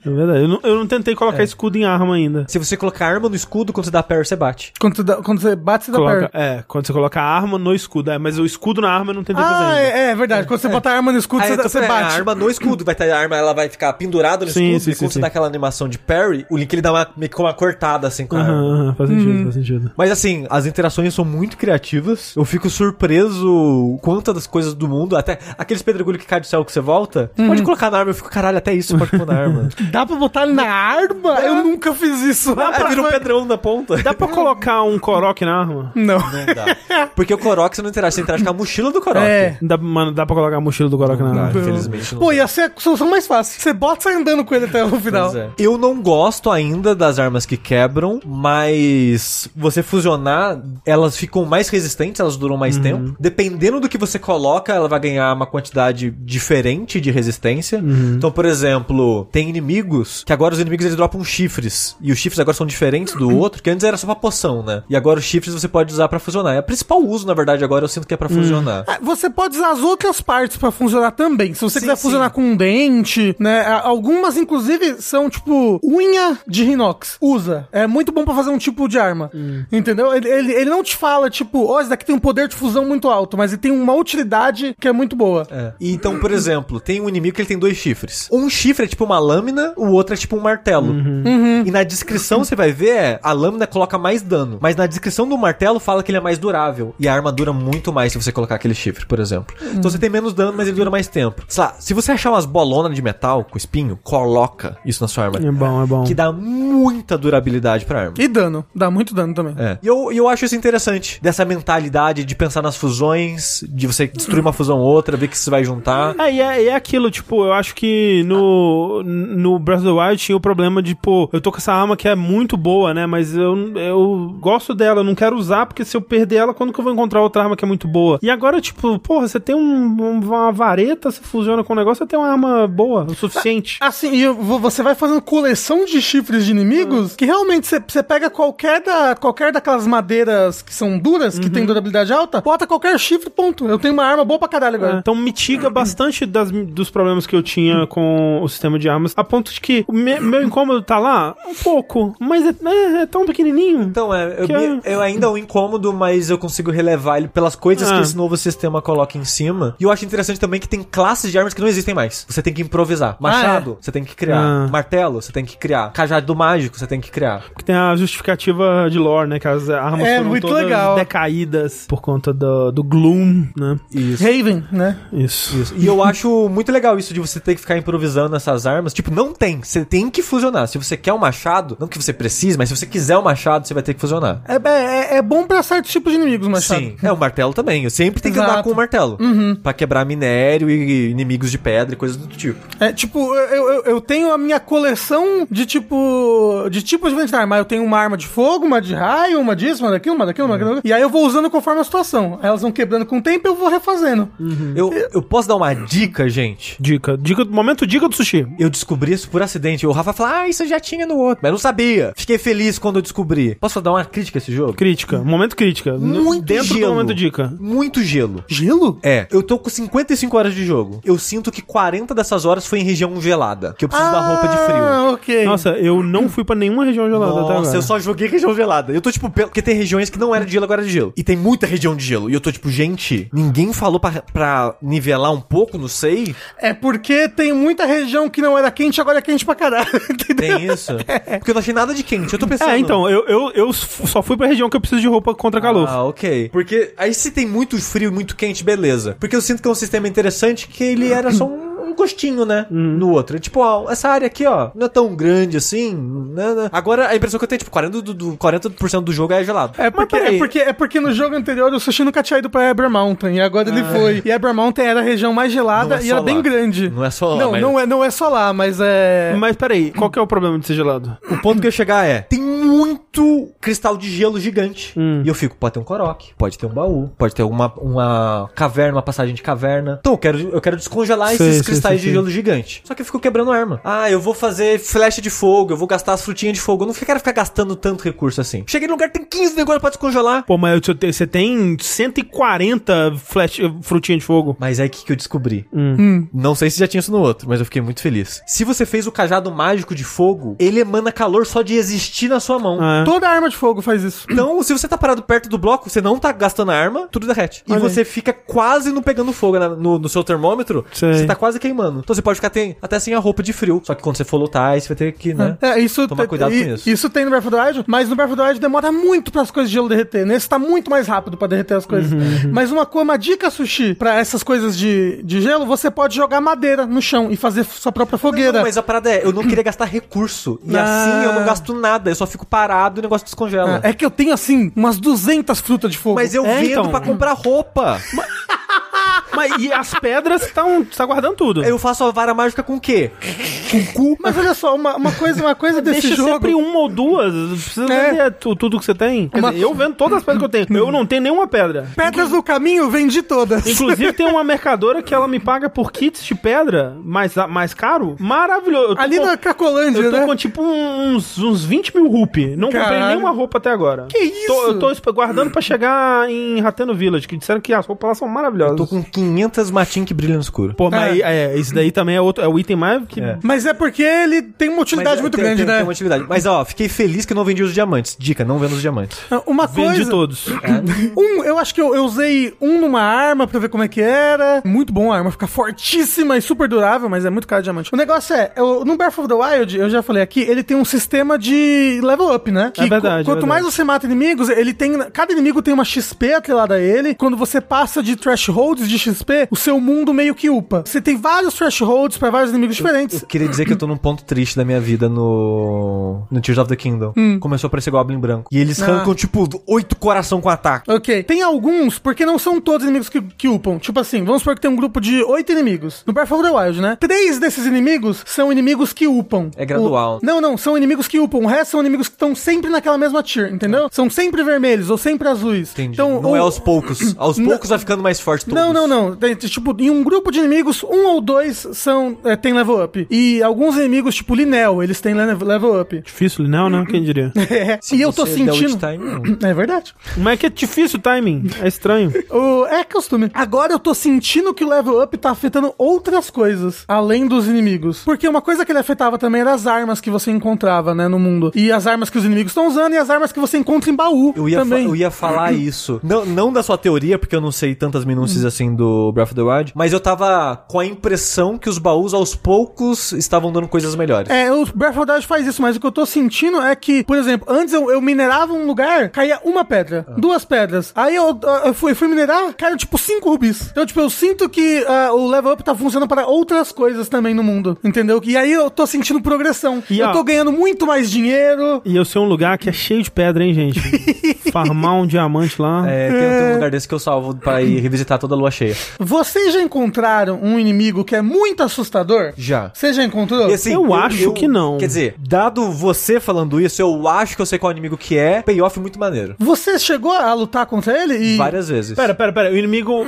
Speaker 1: É verdade. Eu não, eu não tentei colocar escudo em arma ainda.
Speaker 3: Se você colocar arma no escudo, quando você dá parry, você bate.
Speaker 2: Quando você, dá- quando você bate, você dá
Speaker 1: Coloca-
Speaker 2: perna.
Speaker 1: é, quando você coloca a arma no escudo. É, mas o escudo na arma eu não tentei fazer
Speaker 2: Ah,
Speaker 1: ainda.
Speaker 2: é, é verdade. Quando você botar a arma no escudo, você,
Speaker 3: Aí,
Speaker 2: dá-
Speaker 3: então,
Speaker 2: você
Speaker 3: é,
Speaker 2: bate.
Speaker 3: A arma no escudo, vai estar a arma, ela vai ficar pendurada no
Speaker 1: Sim,
Speaker 3: escudo,
Speaker 1: sim,
Speaker 3: e
Speaker 1: sim,
Speaker 3: quando
Speaker 1: sim.
Speaker 3: você dá aquela animação de parry, o Link ele dá uma, meio que uma cortada assim com a arma.
Speaker 1: Aham, aham, faz sentido,
Speaker 2: Uhum.
Speaker 1: faz sentido.
Speaker 3: Mas assim, as interações são muito criativas. Eu fico surpreso quantas das coisas do mundo, até aqueles pedregulhos que cai do céu que você volta. você Pode colocar na arma, eu fico, caralho, até isso pode pôr na arma.
Speaker 2: Dá pra botar ele na arma? Eu nunca fiz isso.
Speaker 3: Ah, vira um pedrão na ponta.
Speaker 1: Dá pra colocar um Korok na arma?
Speaker 2: Não.
Speaker 3: Não dá. Porque o Korok você não interage, você interage com a mochila do Korok.
Speaker 2: É.
Speaker 1: Dá, mano, dá pra colocar a mochila do Korok na
Speaker 3: Ah,
Speaker 1: arma.
Speaker 3: infelizmente não.
Speaker 2: Pô,
Speaker 3: dá.
Speaker 2: ia ser a solução mais fácil. Você bota e sai andando com ele até o final.
Speaker 3: Pois é. Eu não gosto ainda das armas que quebram, mas você fusionar, elas ficam mais resistentes, elas duram mais tempo. Dependendo do que você coloca, ela vai ganhar uma quantidade diferente de resistência. Então, por exemplo, tem inimigos que agora os inimigos eles dropam chifres. E os chifres agora são diferentes do outro, que antes era só pra poção, né? E agora os chifres você pode usar pra fusionar. É o principal uso, na verdade, agora eu sinto que é pra fusionar.
Speaker 2: Ah, Você pode usar as outras partes pra funcionar também. Se você
Speaker 3: Sim,
Speaker 2: quiser
Speaker 3: sim.
Speaker 2: funcionar com um dente, né? a- Alguns Algumas, inclusive, são tipo unha de Rhinox. Usa. É muito bom pra fazer um tipo de arma.
Speaker 3: Hum.
Speaker 2: Entendeu? Ele, ele, ele não te fala, tipo, ó, esse daqui tem um poder de fusão muito alto, mas ele tem uma utilidade que é muito boa.
Speaker 3: É. E Então, por exemplo, tem um inimigo que ele tem dois chifres. Um chifre é tipo uma lâmina, o outro é tipo um martelo.
Speaker 1: Uhum.
Speaker 3: E na descrição você vai ver, é, a lâmina coloca mais dano. Mas na descrição do martelo fala que ele é mais durável. E a arma dura muito mais se você colocar aquele chifre, por exemplo.
Speaker 1: Uhum.
Speaker 3: Então você tem menos dano, mas ele dura mais tempo. Sei lá, se você achar umas bolonas de metal com espinho, coloca isso na sua arma.
Speaker 1: É bom, é bom.
Speaker 3: Que dá muita durabilidade pra arma.
Speaker 2: E dano. Dá muito dano também.
Speaker 3: É. E eu, e eu acho isso interessante, dessa mentalidade de pensar nas fusões, de você destruir uma fusão ou outra, ver o que se vai juntar.
Speaker 1: É, e é, e é aquilo, tipo, eu acho que no, no Breath of the Wild tinha o problema de, pô, eu tô com essa arma que é muito boa, né? Mas eu, eu gosto dela, eu não quero usar, porque se eu perder ela, quando que eu vou encontrar outra arma que é muito boa? E agora, tipo, porra, você tem um- um- uma vareta, você fusiona com um negócio, você tem uma arma boa, o suficiente.
Speaker 2: Assim, e eu- vo- você vai fazendo coleção de chifres de
Speaker 3: Hum.
Speaker 2: inimigos que realmente você- você pega qualquer, da, qualquer daquelas madeiras que são duras, que
Speaker 3: Uhum.
Speaker 2: tem durabilidade alta, bota qualquer chifre, ponto. Eu tenho uma arma boa pra caralho
Speaker 3: É.
Speaker 2: agora.
Speaker 1: Então mitiga bastante das- dos problemas que eu tinha com o sistema de armas, a ponto de que o me- meu incômodo tá lá um pouco, mas é, é- é tão pequenininho.
Speaker 3: Então, é, eu,
Speaker 1: Que
Speaker 3: me- eu ainda é um incômodo, mas eu consigo relevar ele pelas coisas
Speaker 1: Ah.
Speaker 3: que esse novo sistema coloca em cima. E eu acho interessante também que tem classes de armas que não existem mais. Você tem que improvisar. Machado, você tem que criar.
Speaker 1: Ah.
Speaker 3: Martelo, você tem que criar. Cajado mágico, você tem que criar.
Speaker 1: Porque tem a justificativa de lore, né? Que as armas
Speaker 2: É,
Speaker 1: foram
Speaker 2: muito
Speaker 1: todas
Speaker 2: legal.
Speaker 1: decaídas por conta do, do Gloom, né?
Speaker 3: Isso.
Speaker 2: Raven, né?
Speaker 1: Isso.
Speaker 3: Isso. E eu acho muito legal isso de você ter que ficar improvisando essas armas. Tipo, não tem. Você tem que fusionar. Se você quer um machado, não que você precise, mas se você quiser um machado, você vai ter que fusionar.
Speaker 2: É, é, é bom pra certos tipos de inimigos, Machado.
Speaker 3: Sim, é o martelo também. Eu sempre tenho que
Speaker 2: Exato.
Speaker 3: andar com o martelo. Pra quebrar minério e inimigos de pedra e coisas do tipo.
Speaker 2: É, tipo, eu, eu, eu tenho a minha coleção de tipo. de tipos diferentes de arma. Eu tenho uma arma de fogo, uma de raio, uma disso, uma daquilo, uma daquilo, uma daquilo. E aí eu vou usando conforme a situação. Elas vão quebrando com o tempo e eu vou refazendo.
Speaker 3: Eu,
Speaker 1: É.
Speaker 3: eu posso dar uma dica, gente?
Speaker 1: Dica. Dica do momento, dica do sushi.
Speaker 3: Eu descobri isso por acidente. O Rafa falou, ah, isso eu já tinha no outro. Mas eu não sabia. Fiquei feliz quando eu descobri. Posso dar uma crítica a esse jogo?
Speaker 1: Crítica. Momento crítica. No- Dentro do momento dica.
Speaker 3: Muito gelo.
Speaker 2: Gelo?
Speaker 3: É, eu tô com 55 horas de jogo. Eu sinto que 40 dessas horas foi em região gelada, que eu preciso da roupa de frio.
Speaker 2: Ah, ok.
Speaker 1: Nossa, eu não fui pra nenhuma região gelada até Ah, agora.
Speaker 3: Nossa, eu só joguei região gelada. Eu tô tipo, pelo- porque tem regiões que não era de gelo, agora é de gelo. E tem muita região de gelo. E eu tô tipo, gente, ninguém falou pra, pra nivelar um pouco, não sei.
Speaker 2: É porque tem muita região que não era quente, agora é quente pra caralho. Entendeu?
Speaker 3: Tem isso. Porque eu não achei nada de quente. Eu tô pensando.
Speaker 1: É, então, eu, eu, eu f- só fui pra região que eu preciso de roupa contra calor.
Speaker 3: Ah, ok. Porque aí se tem muito frio e muito quente, beleza. Porque eu sinto que é um sistema interessante que ele era só um um gostinho, né?
Speaker 1: Uhum.
Speaker 3: No outro. É Tipo, ó, essa área aqui, ó, não é tão grande assim. né, né. Agora, a impressão que eu tenho é, tipo, 40%, do, do, 40 do jogo é gelado.
Speaker 2: É porque,
Speaker 1: peraí.
Speaker 2: é, porque, é porque no jogo anterior o Sushi nunca tinha ido pra Eber Mountain, e agora ele foi. E Eber Mountain era a região mais gelada
Speaker 3: Não é
Speaker 2: e
Speaker 3: só
Speaker 2: era
Speaker 3: lá.
Speaker 2: bem grande.
Speaker 3: Não é só lá,
Speaker 2: Não,
Speaker 3: mas-
Speaker 2: não, é, não é só lá, mas é...
Speaker 1: Mas peraí, qual que é o problema de ser gelado?
Speaker 3: O ponto que eu ia chegar é: tem muito cristal de gelo gigante. E eu fico, pode ter um coroque, pode ter um baú, pode ter uma, uma caverna, uma passagem de caverna. Então eu quero, eu quero descongelar
Speaker 1: Sei,
Speaker 3: esses
Speaker 1: sei,
Speaker 3: cristais
Speaker 1: sei, sei.
Speaker 3: de gelo gigante. Só que eu fico quebrando arma. Ah, eu vou fazer flecha de fogo, eu vou gastar as frutinhas de fogo. Eu não quero ficar gastando tanto recurso assim. Cheguei num lugar que tem 15 negócios pra descongelar.
Speaker 1: Pô, mas eu te- você tem 140 flash, frutinha de fogo.
Speaker 3: Mas aí o que, que eu descobri? Não sei se já tinha isso no outro, mas eu fiquei muito feliz. Se você fez o cajado mágico de fogo, ele emana calor só de existir na sua mão.
Speaker 1: Ah, é.
Speaker 2: Toda arma de fogo faz isso.
Speaker 3: Então, se você tá parado perto do bloco, você não tá gastando a arma, tudo derrete. E
Speaker 1: Olha
Speaker 3: você fica quase não pegando fogo né? no, no seu termômetro,
Speaker 1: Sei.
Speaker 3: você tá quase queimando. Então você pode ficar tem- até sem a roupa de frio. Só que quando você for lutar, aí você vai ter que, né?
Speaker 2: É, isso,
Speaker 3: Tomar
Speaker 2: te-
Speaker 3: cuidado
Speaker 2: e-
Speaker 3: com isso.
Speaker 2: tem no Breath of the Wild, mas no Breath of the Wild demora muito para as coisas de gelo derreter. Nesse tá muito mais rápido para derreter as coisas. Mas uma, co- uma dica, Sushi, para essas coisas de, de gelo, você pode jogar madeira no chão e fazer sua própria fogueira.
Speaker 3: Não, mas a parada é, eu não queria gastar recurso. E
Speaker 2: Ah.
Speaker 3: assim eu não gasto nada, eu só fico parado e o negócio descongela.
Speaker 2: Ah, É que eu tenho, assim, umas 200 frutas de fogo.
Speaker 3: Mas eu
Speaker 1: É,
Speaker 3: vendo
Speaker 1: então.
Speaker 3: pra comprar roupa.
Speaker 1: Mas e as pedras estão. Você tá guardando tudo.
Speaker 3: Eu faço a vara mágica com o quê? Com o cu?
Speaker 2: Mas olha só, uma, uma coisa, uma coisa desse
Speaker 1: Deixa
Speaker 2: jogo...
Speaker 1: sempre uma ou duas. Não Precisa
Speaker 2: É.
Speaker 1: vender tu- tudo que você tem. Quer
Speaker 2: Uma-
Speaker 1: dizer, eu vendo todas as pedras que eu tenho. Eu não tenho nenhuma pedra.
Speaker 2: Pedras do caminho, vendi todas.
Speaker 1: Inclusive, tem uma mercadora que ela me paga por kits de pedra mais, mais caro. Maravilhoso. Eu tô
Speaker 2: Ali
Speaker 1: com-
Speaker 2: na Cracolândia,
Speaker 1: Eu tô
Speaker 2: né?
Speaker 1: com tipo uns, uns 20 mil rupi. Não comprei
Speaker 2: Caralho.
Speaker 1: nenhuma roupa até agora.
Speaker 2: Que isso?
Speaker 1: Tô- um eu tô esp- guardando pra chegar em Rateno Village, que disseram que as roupas lá são maravilhosas.
Speaker 3: Tô com 500 matinhas que brilham no escuro.
Speaker 1: Pô, mas é, isso daí também é outro. É o item mais que.
Speaker 3: É.
Speaker 2: Mas é porque ele tem uma utilidade
Speaker 3: é,
Speaker 2: muito
Speaker 3: tem-
Speaker 2: grande,
Speaker 3: tem-
Speaker 2: né?
Speaker 3: tem uma utilidade. Mas ó, fiquei feliz que eu não vendi os diamantes. Dica, não venda os diamantes.
Speaker 2: Uma
Speaker 1: Vende
Speaker 2: coisa.
Speaker 1: todos.
Speaker 2: Um, eu acho que eu, eu usei um numa arma pra ver como é que era. Muito bom a arma, fica fortíssima e super durável, mas é muito caro de diamante. O negócio é, eu- no Breath of the Wild, eu já falei aqui, ele tem um sistema de level up, né? Que
Speaker 1: verdade,
Speaker 2: qu-
Speaker 1: é
Speaker 2: quanto mais
Speaker 1: verdade.
Speaker 2: você mata inimigos, ele tem. Cada inimigo tem uma XP atrelada a ele. Quando você passa de thresholds de XP, o seu mundo meio que upa. Você tem vários thresholds pra vários inimigos diferentes.
Speaker 3: Eu queria dizer que eu tô num ponto triste da minha vida no. No Tears of the Kingdom. Começou a aparecer Goblin branco. E eles
Speaker 2: Hum. Ah.
Speaker 3: arrancam, tipo, oito coração com ataque.
Speaker 2: Ok. Tem alguns, porque não são todos inimigos que, que upam. Tipo assim, vamos supor que tem um grupo de oito inimigos. No Breath of the Wild, né? Três desses inimigos são inimigos que upam.
Speaker 3: É gradual.
Speaker 2: O- Não, não, são inimigos que upam. O resto são inimigos que estão sempre naquela mesma tier, entendeu? São sempre vermelhos ou sempre azuis.
Speaker 3: Entendi.
Speaker 2: Então,
Speaker 3: não
Speaker 2: o-
Speaker 3: é aos poucos. Aos
Speaker 2: Não-
Speaker 3: poucos vai ficando mais forte todos.
Speaker 2: Não, não, não. Tem, tipo, em um grupo de inimigos, um ou dois são é, tem level up. E alguns inimigos, tipo Linel, eles têm le- level up.
Speaker 1: Difícil, não, né? Quem diria?
Speaker 2: É.
Speaker 3: Se
Speaker 2: e eu tô
Speaker 3: você der
Speaker 2: sentindo.
Speaker 3: wait time, não.
Speaker 2: É verdade.
Speaker 1: Mas é que é difícil o timing. É estranho.
Speaker 2: O- é costume. Agora eu tô sentindo que o level up tá afetando outras coisas, além dos inimigos. Porque uma coisa que ele afetava também era as armas que você encontrava, né, no mundo. E as armas que os inimigos estão usando e as armas que você encontra em baú
Speaker 3: Eu ia, fa-
Speaker 2: também.
Speaker 3: eu ia falar isso. Não, não da sua teoria, porque eu não sei tantas
Speaker 2: Hum.
Speaker 3: minúcias assim do Breath of the Wild, mas eu tava com a impressão que os baús aos poucos estavam dando coisas melhores.
Speaker 2: É, o Breath of the Wild faz isso, mas o que eu tô sentindo é que, por exemplo, antes eu, eu minerava um lugar, caía uma pedra, duas pedras. Aí eu, eu fui, fui minerar, caíram tipo cinco rubis. Então, tipo, eu sinto que ah, o level up tá funcionando para outras coisas também no mundo, entendeu? E aí eu tô sentindo progressão.
Speaker 1: E,
Speaker 2: eu
Speaker 1: ó,
Speaker 2: tô ganhando muito mais dinheiro.
Speaker 1: E eu sei um lugar que é cheio de pedra, hein, gente? Farmar um diamante lá.
Speaker 3: É, tem, tem um lugar desse que eu salvo pra ir revisitar toda a lua cheia.
Speaker 2: Vocês já encontraram um inimigo que é muito assustador?
Speaker 3: Já.
Speaker 2: Você já encontrou?
Speaker 3: E, assim,
Speaker 1: Eu acho que não.
Speaker 3: Quer dizer, dado você falando isso, eu acho que eu sei qual inimigo que é. Payoff muito maneiro.
Speaker 2: Você chegou a lutar contra ele e
Speaker 3: Várias vezes.
Speaker 1: Pera, pera, pera. O inimigo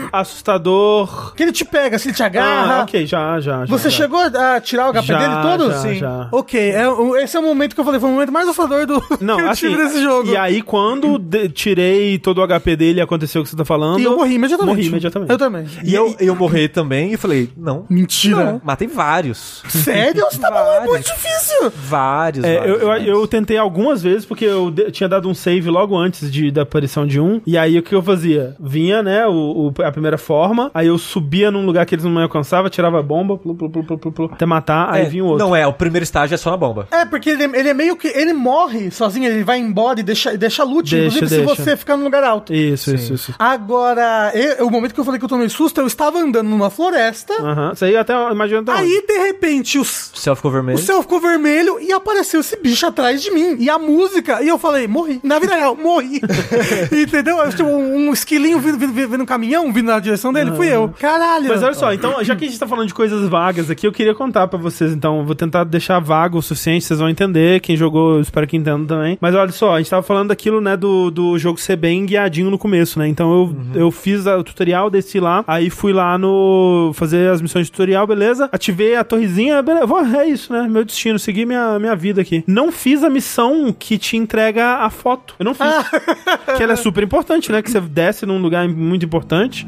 Speaker 1: assustador.
Speaker 2: que ele te pega, se ele te agarra.
Speaker 1: Ah, ok, já, já. já,
Speaker 2: Você
Speaker 1: já.
Speaker 2: chegou a tirar o HP
Speaker 1: Já,
Speaker 2: dele todo?
Speaker 1: já, Sim. já.
Speaker 2: Ok, é o- esse é o momento que eu falei, foi o momento mais assustador do
Speaker 1: Não,
Speaker 2: que eu
Speaker 1: assim,
Speaker 2: tive desse jogo.
Speaker 1: E aí, quando de- tirei todo o HP dele e aconteceu o que você tá falando.
Speaker 2: E eu morri imediatamente.
Speaker 1: Morri imediatamente.
Speaker 2: Eu também.
Speaker 3: E eu, eu morri também e falei, não.
Speaker 2: Mentira.
Speaker 3: Não, matei vários.
Speaker 2: Sério? Você tá maluco? É muito
Speaker 3: Vários.
Speaker 2: difícil.
Speaker 3: Vários,
Speaker 1: É, eu,
Speaker 3: vários,
Speaker 1: eu,
Speaker 3: vários.
Speaker 1: eu tentei algumas vezes, porque eu de- tinha dado um save logo antes de, da aparição de um. E aí o que eu fazia? Vinha, né, o, o- a primeira forma, aí eu subia num lugar que eles não me alcançavam, tirava a bomba, plu, plu, plu, plu, plu, plu, até matar, aí
Speaker 3: É,
Speaker 1: vinha o outro.
Speaker 3: Não é, o primeiro estágio é só na bomba.
Speaker 2: É, porque ele, ele é meio que. Ele morre sozinho, ele vai embora e deixa, deixa loot,
Speaker 1: Deixa,
Speaker 2: inclusive
Speaker 1: deixa.
Speaker 2: se você ficar no lugar alto.
Speaker 1: Isso, isso, isso.
Speaker 2: Agora, eu- o momento que eu falei que eu tomei susto, eu estava andando numa floresta,
Speaker 1: Aham. Isso aí eu até imagina até onde.
Speaker 2: aí de repente os,
Speaker 3: O céu ficou vermelho.
Speaker 2: O céu ficou vermelho e apareceu esse bicho atrás de mim. E a música. E eu falei, morri. Na vida real, morri. Entendeu? Eu, tipo, um, um esquilinho vindo, vindo, vindo, vindo um caminhão, vindo na direção dele. Fui eu. Caralho.
Speaker 1: Ah. Mas olha só, então, já que a gente tá falando de coisas vagas aqui, eu queria contar pra vocês, então, eu vou tentar deixar vago o suficiente, vocês vão entender, quem jogou, eu espero que entenda também. Mas olha só, a gente tava falando daquilo, né, do, do jogo ser bem guiadinho no começo, né, então eu, eu fiz a- o tutorial, desci lá, aí fui lá no... fazer as missões de tutorial, beleza, ativei a torrezinha, beleza, vou, é isso, né, meu destino, seguir minha, minha vida aqui. Não fiz a missão que te entrega a foto, eu não fiz. Que ela é super importante, né? Que você desce num lugar muito importante,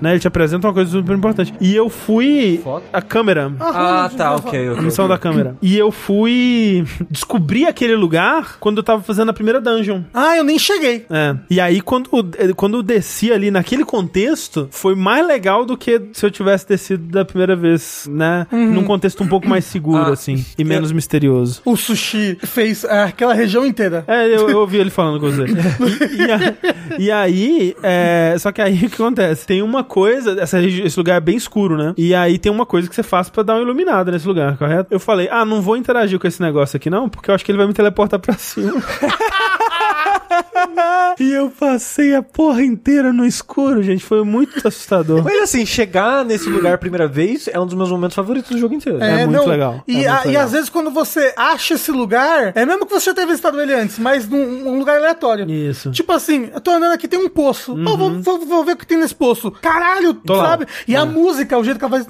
Speaker 1: né? Ele te apresenta uma coisa super importante. E eu fui.
Speaker 3: Foto?
Speaker 1: A câmera.
Speaker 3: Ah, tá, ok,
Speaker 1: A
Speaker 3: ok.
Speaker 1: missão da câmera. E eu fui descobrir aquele lugar quando eu tava fazendo a primeira dungeon.
Speaker 2: Ah, eu nem cheguei.
Speaker 1: É. E aí, quando, quando eu desci ali naquele contexto, foi mais legal do que se eu tivesse descido da primeira vez, né? Num contexto um pouco mais seguro,
Speaker 3: Uhum. Ah.
Speaker 1: assim. E menos misterioso.
Speaker 2: O sushi fez ah, aquela região inteira.
Speaker 1: É, eu, eu ouvi ele falando com você. E, e a- e aí, é, só que aí o que acontece? Tem uma coisa, essa regi- esse lugar é bem escuro, né? E aí tem uma coisa que você faz pra dar uma iluminada nesse lugar, correto? Eu falei, ah, não vou interagir com esse negócio aqui não, porque eu acho que ele vai me teleportar pra cima. e eu passei a porra inteira no escuro, gente. Foi muito assustador.
Speaker 3: Mas assim, chegar nesse lugar a primeira vez é um dos meus momentos favoritos do jogo inteiro.
Speaker 1: É muito legal.
Speaker 2: E,
Speaker 1: É
Speaker 2: a-
Speaker 1: muito
Speaker 2: e
Speaker 1: legal.
Speaker 2: às vezes quando você acha esse lugar, é mesmo que você já tenha visitado ele antes, mas num um lugar aleatório.
Speaker 1: Isso. Uhum.
Speaker 2: Tipo assim, eu tô andando aqui, tem um poço. Ah, vou, vou- vou ver o que tem nesse poço. Caralho,
Speaker 1: lá. É.
Speaker 2: sabe? E a música, o jeito que ela faz.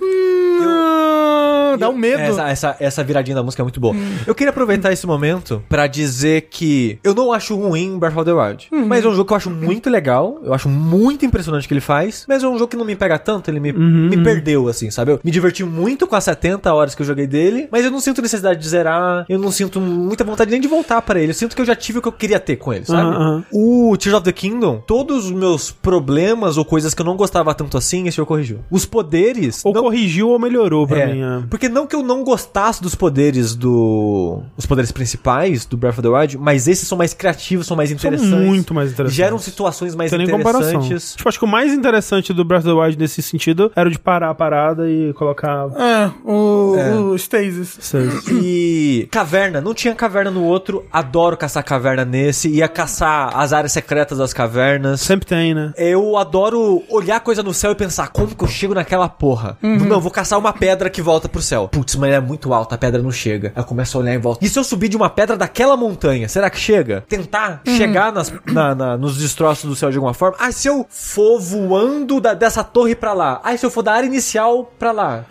Speaker 2: hum, dá um medo.
Speaker 1: É,
Speaker 3: Essa, essa, essa viradinha da música é muito boa. Eu queria aproveitar esse momento pra dizer que eu não acho ruim Breath of the Wild. pode. Mas é um jogo que eu acho muito legal, eu acho muito impressionante o que ele faz, mas é um jogo que não me pega tanto, ele me, me perdeu, assim, sabe? Eu me diverti muito com as 70 horas que eu joguei dele, mas eu não sinto necessidade de zerar, eu não sinto muita vontade nem de voltar pra ele, eu sinto que eu já tive o que eu queria ter com ele, sabe?
Speaker 1: Aham, aham.
Speaker 3: O Tears of the Kingdom, todos os meus problemas ou coisas que eu não gostava tanto assim, esse jogo corrigiu. Os poderes...
Speaker 1: Ou
Speaker 3: não-
Speaker 1: corrigiu ou melhorou pra
Speaker 3: é,
Speaker 1: mim. é.
Speaker 3: Porque não que eu não gostasse dos poderes do. Os poderes principais do Breath of the Wild, mas esses são mais criativos, são mais interessantes.
Speaker 1: muito mais interessantes.
Speaker 3: Geram situações mais
Speaker 1: Não tem nem comparação.
Speaker 3: interessantes.
Speaker 1: Tipo, acho que o mais interessante do Breath of the Wild nesse sentido era o de parar a parada e colocar.
Speaker 2: É, o, o Stasis.
Speaker 1: Vocês-
Speaker 3: E caverna, não tinha caverna no outro, adoro caçar caverna nesse, ia caçar as áreas secretas das cavernas.
Speaker 1: Sempre tem, né?
Speaker 3: Eu adoro olhar coisa no céu e pensar, como que eu chego naquela porra? Não, vou caçar uma pedra que volta pro céu. Putz, mas ela é muito alta, a pedra não chega. Aí eu começo a olhar em volta. E se eu subir de uma pedra daquela montanha, será que chega? Tentar chegar nas- na- na- nos destroços do céu de alguma forma? Ah, se eu for voando da- dessa torre pra lá? Ah, e se eu for da área inicial pra lá?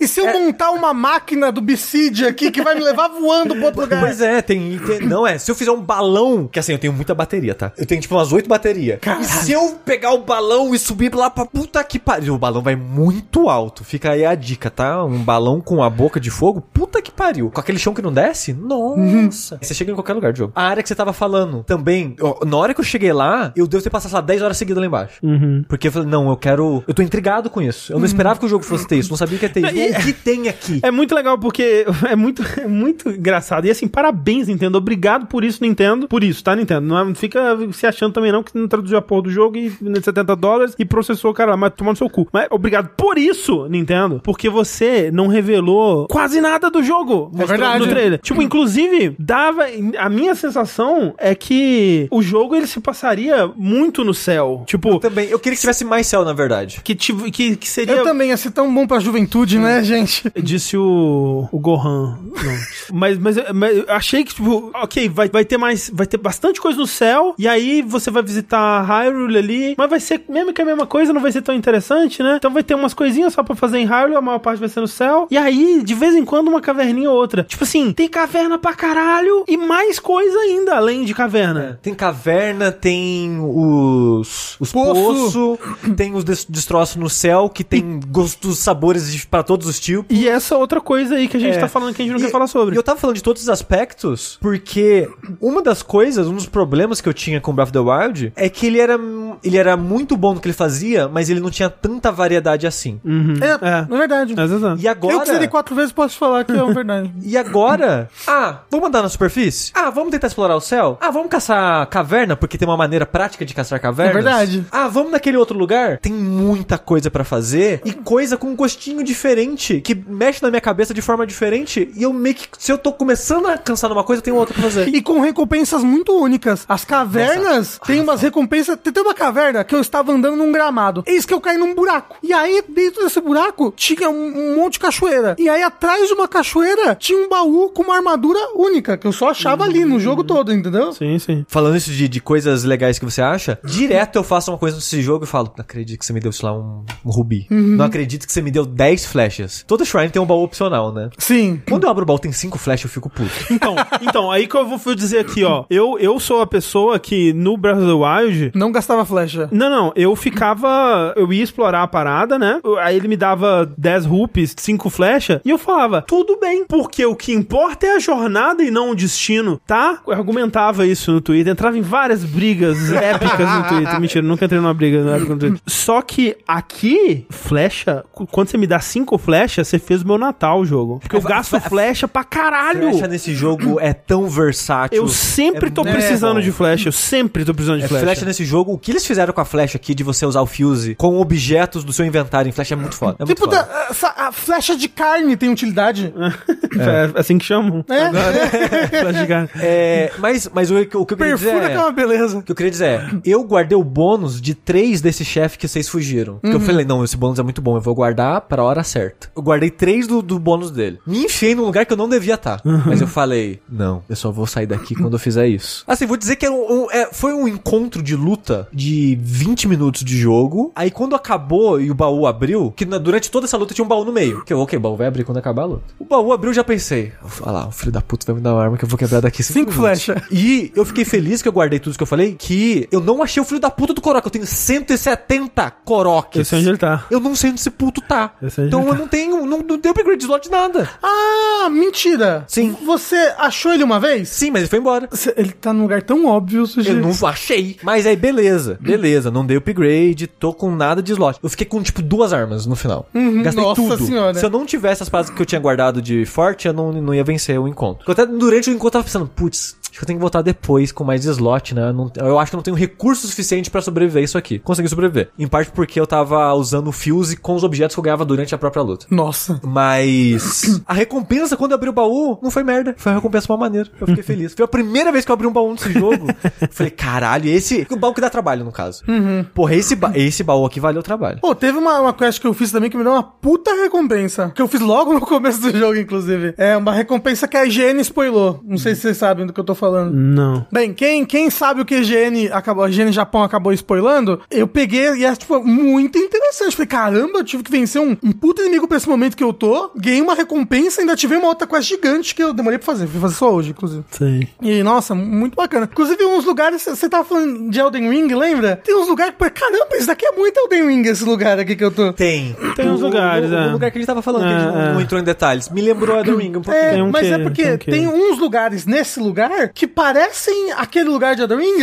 Speaker 2: E se eu
Speaker 1: É.
Speaker 2: montar uma máquina do Bicid aqui que vai me levar voando pro outro lugar?
Speaker 3: Pois é, tem, tem- Não é, se eu fizer um balão. Que assim, eu tenho muita bateria, tá? Eu tenho tipo umas oito baterias. E se eu pegar o balão e subir lá pra puta que pariu. O balão vai muito alto. Fica aí a dica, tá? Um balão com a boca de fogo, puta que pariu. Com aquele chão que não desce? Nossa. Você chega em qualquer lugar do jogo. A área que você tava falando também. ó, na hora que eu cheguei lá, eu devo ter passado, sei lá, 10 horas seguidas lá embaixo. Porque eu falei, não, eu quero. Eu tô intrigado com isso. Eu não esperava que o jogo fosse ter isso. Uhum. Não sabia que ia ter isso. O que tem aqui?
Speaker 1: É muito legal porque é muito, é muito engraçado. E assim, parabéns, Nintendo. Obrigado por isso, Nintendo. Por isso, tá, Nintendo? Não é- não fica se achando também, não, que não traduziu a porra do jogo e né, 70 dólares e processou, cara, mas tomando seu cu. Mas obrigado por isso, Nintendo. Porque você não revelou quase nada do jogo. mostrou
Speaker 2: É verdade.
Speaker 1: No trailer. Tipo, inclusive, dava. A minha sensação é que o jogo ele se passaria muito no céu. Tipo,
Speaker 3: Também, eu queria que tivesse mais céu, na verdade.
Speaker 1: que, tiv- que, que seria.
Speaker 2: Eu também ia ser tão bom pra juventude,
Speaker 1: Uhum.
Speaker 2: né, gente?
Speaker 1: Disse o, o Gohan. Não. mas, mas, mas eu achei que, tipo, ok, vai, vai ter mais. Vai ter bastante coisa no céu. E aí você vai visitar Hyrule ali. Mas vai ser mesmo que a mesma coisa, não vai ser tão interessante, né? Então vai ter umas coisinhas só pra fazer em Hyrule, a maior parte vai ser no céu. E aí, de vez em quando, uma caverninha ou outra. Tipo assim, tem caverna pra caralho e mais coisa ainda, além de caverna.
Speaker 3: Tem caverna, tem os, os poço.
Speaker 2: Poço.
Speaker 3: tem os des- destroços no céu, que tem gostos, sabores de- pra todos os tipos.
Speaker 1: E essa outra coisa aí que a gente
Speaker 3: É.
Speaker 1: tá falando que a gente não
Speaker 3: E-
Speaker 1: quer falar sobre.
Speaker 3: E eu tava falando de todos os aspectos, porque uma das coisas, um dos problemas que eu tinha com Breath of the Wild é que ele era, ele era muito bom no que ele fazia, mas ele não tinha tanta variedade assim.
Speaker 2: É,
Speaker 1: É.
Speaker 2: na verdade.
Speaker 1: Mas, exato.
Speaker 3: E agora.
Speaker 2: Eu que zerei quatro vezes posso falar que é uma verdade.
Speaker 3: E agora? Ah, vamos andar na superfície? Ah, vamos tentar explorar o céu? Ah, vamos caçar caverna, porque tem uma maneira prática de caçar cavernas?
Speaker 2: É verdade.
Speaker 3: Ah, vamos naquele outro lugar? Tem muita coisa pra fazer e coisa com um gostinho diferente, que mexe na minha cabeça de forma diferente e eu meio que, se eu tô começando a cansar numa coisa, tem outra pra fazer.
Speaker 2: E com recompensas muito únicas. As cavernas têm umas recompensas. Tem tem uma caverna que eu estava andando num gramado. Eis que eu caí num buraco. E aí, dentro desse buraco, tinha um, um monte de cachoeira. E aí, atrás de uma cachoeira, tinha um baú com uma armadura única, que eu só achava ali no jogo todo, entendeu?
Speaker 1: Sim, sim.
Speaker 3: Falando isso de, de coisas legais que você acha, direto eu faço uma coisa nesse jogo e falo: Não acredito que você me deu, sei lá, um, um rubi. Não acredito que você me deu 10 flechas. Toda shrine tem um baú opcional, né?
Speaker 2: Sim.
Speaker 3: Quando eu abro o baú tem 5 flechas, eu fico puto.
Speaker 1: Então, então, aí que eu vou dizer aqui, ó. Eu, eu sou a pessoa que no Breath of the Wild.
Speaker 2: Não gastava flecha.
Speaker 1: Não, não, eu ficava. Eu ia explorar a parada, né? Eu- Aí ele me dava 10 rupees, 5 flechas, e eu falava, tudo bem, porque o que importa é a jornada e não o destino, tá? Eu argumentava isso no Twitter, entrava em várias brigas épicas no Twitter. Mentira, nunca entrei numa briga na época no Twitter. Só que aqui, flecha, cu- quando você me dá 5 flechas, você fez o meu Natal, jogo. Porque eu gasto flecha pra caralho.
Speaker 3: Flecha nesse jogo é tão versátil.
Speaker 1: Eu sempre
Speaker 3: É
Speaker 1: tô
Speaker 3: muito
Speaker 1: precisando
Speaker 3: bom.
Speaker 1: de flecha. Eu sempre tô precisando de
Speaker 3: É,
Speaker 1: flecha.
Speaker 3: flecha nesse jogo, o que eles fizeram com a flecha aqui de você usar o fuse com objetos do seu inventário em flecha é muito foda. É muito
Speaker 2: Tipo,
Speaker 3: foda.
Speaker 2: da- essa- a flecha de carne tem utilidade.
Speaker 1: É. assim que chamam.
Speaker 2: É.
Speaker 1: flecha de carne.
Speaker 3: É, mas, mas o, que- o que eu queria dizer
Speaker 2: Perfura que é
Speaker 3: é...
Speaker 2: uma beleza.
Speaker 3: O que eu queria dizer é, eu guardei o bônus de três desse chefe que vocês fugiram. Porque
Speaker 2: Uhum.
Speaker 3: eu falei, não, esse bônus é muito bom, eu vou guardar pra hora certa. Eu guardei três do, do bônus dele. Me enfiei num lugar que eu não devia estar.
Speaker 2: Uhum.
Speaker 3: Mas eu falei, não, eu só vou sair daqui quando eu fizer isso. Assim, vou dizer que é um- um- é- foi um encontro de luta de 20 minutos de jogo. Aí quando acabou e o baú abriu, que na- durante toda essa luta tinha um baú no meio. Que eu, ok, o baú vai abrir quando acabar a luta. O baú abriu, eu um já pensei, olha lá, o filho da puta vai me dar uma arma que eu vou quebrar daqui
Speaker 2: Cinco
Speaker 3: cinco minutos.
Speaker 2: flechas.
Speaker 3: E eu fiquei feliz que eu guardei guardei tudo isso que eu falei, que eu não achei o filho da puta do Korok. Eu tenho 170 Koroks.
Speaker 1: Eu sei onde ele tá.
Speaker 3: Eu não sei onde esse puto tá.
Speaker 1: Eu sei onde
Speaker 3: então
Speaker 1: ele
Speaker 3: eu
Speaker 1: tá.
Speaker 3: não tenho, não, não tenho upgrade slot de nada.
Speaker 2: Ah, mentira!
Speaker 3: Sim.
Speaker 2: Você achou ele uma vez?
Speaker 3: Sim, mas ele foi embora.
Speaker 2: Cê- Ele tá num lugar tão óbvio, sujeito.
Speaker 3: Eu não achei. Mas aí, beleza. Beleza, não dei upgrade, tô com nada de slot. Eu fiquei com, tipo, duas armas no final. Gastei
Speaker 2: nossa
Speaker 3: tudo.
Speaker 2: senhora.
Speaker 3: Se eu não tivesse as paradas que eu tinha guardado de forte, eu não, não ia vencer o encontro. Eu até durante o encontro tava pensando, putz, acho que eu tenho que voltar depois com mais slot, né? Eu, não- eu acho que eu não tenho recurso suficiente pra sobreviver a isso aqui. Consegui sobreviver. Em parte porque eu tava usando o fuse com os objetos que eu ganhava durante a própria luta.
Speaker 2: Nossa.
Speaker 3: Mas a recompensa quando eu abri o baú não foi merda. Foi uma recompensa mal maneira. Eu fiquei feliz. Foi a primeira vez que eu abri um baú nesse jogo. Eu falei, caralho, esse. O baú que dá trabalho, no caso. Porra, esse, ba- esse baú aqui valeu o trabalho.
Speaker 2: Pô, teve uma, uma quest que eu fiz também que me deu uma puta recompensa. Que eu fiz logo no começo do jogo, inclusive. É uma recompensa que a IGN spoilou. Não sei se vocês sabem do que eu tô falando.
Speaker 1: Não.
Speaker 2: Bem, quem, quem sabe o que a IGN acabou, a IGN Japão acabou spoilando, eu peguei e é, tipo, muito interessante. Falei, caramba, eu tive que vencer um, um puta inimigo pra esse momento que eu tô, ganhei uma recompensa e ainda tive uma outra quest gigante que eu demorei pra fazer. Fui fazer só hoje, inclusive.
Speaker 1: Sei.
Speaker 2: E, nossa, muito bacana. Inclusive, uns lugares, você tava falando de Elden Ring, lembra? Tem uns lugares que, caramba, isso daqui é muito Elden Ring, esse lugar aqui que eu tô.
Speaker 3: Tem.
Speaker 1: Tem uns
Speaker 3: O-
Speaker 1: lugares,
Speaker 3: o,
Speaker 1: é.
Speaker 3: o lugar que a gente tava falando, que a gente
Speaker 1: É,
Speaker 3: não,
Speaker 1: é.
Speaker 3: não entrou em detalhes. Me lembrou a do Ring um pouquinho.
Speaker 2: É,
Speaker 1: Tem um
Speaker 2: mas
Speaker 1: que-
Speaker 2: é porque
Speaker 1: tem um
Speaker 2: tem,
Speaker 1: que-
Speaker 2: uns lugares nesse lugar que parecem aquele lugar de Elden Ring,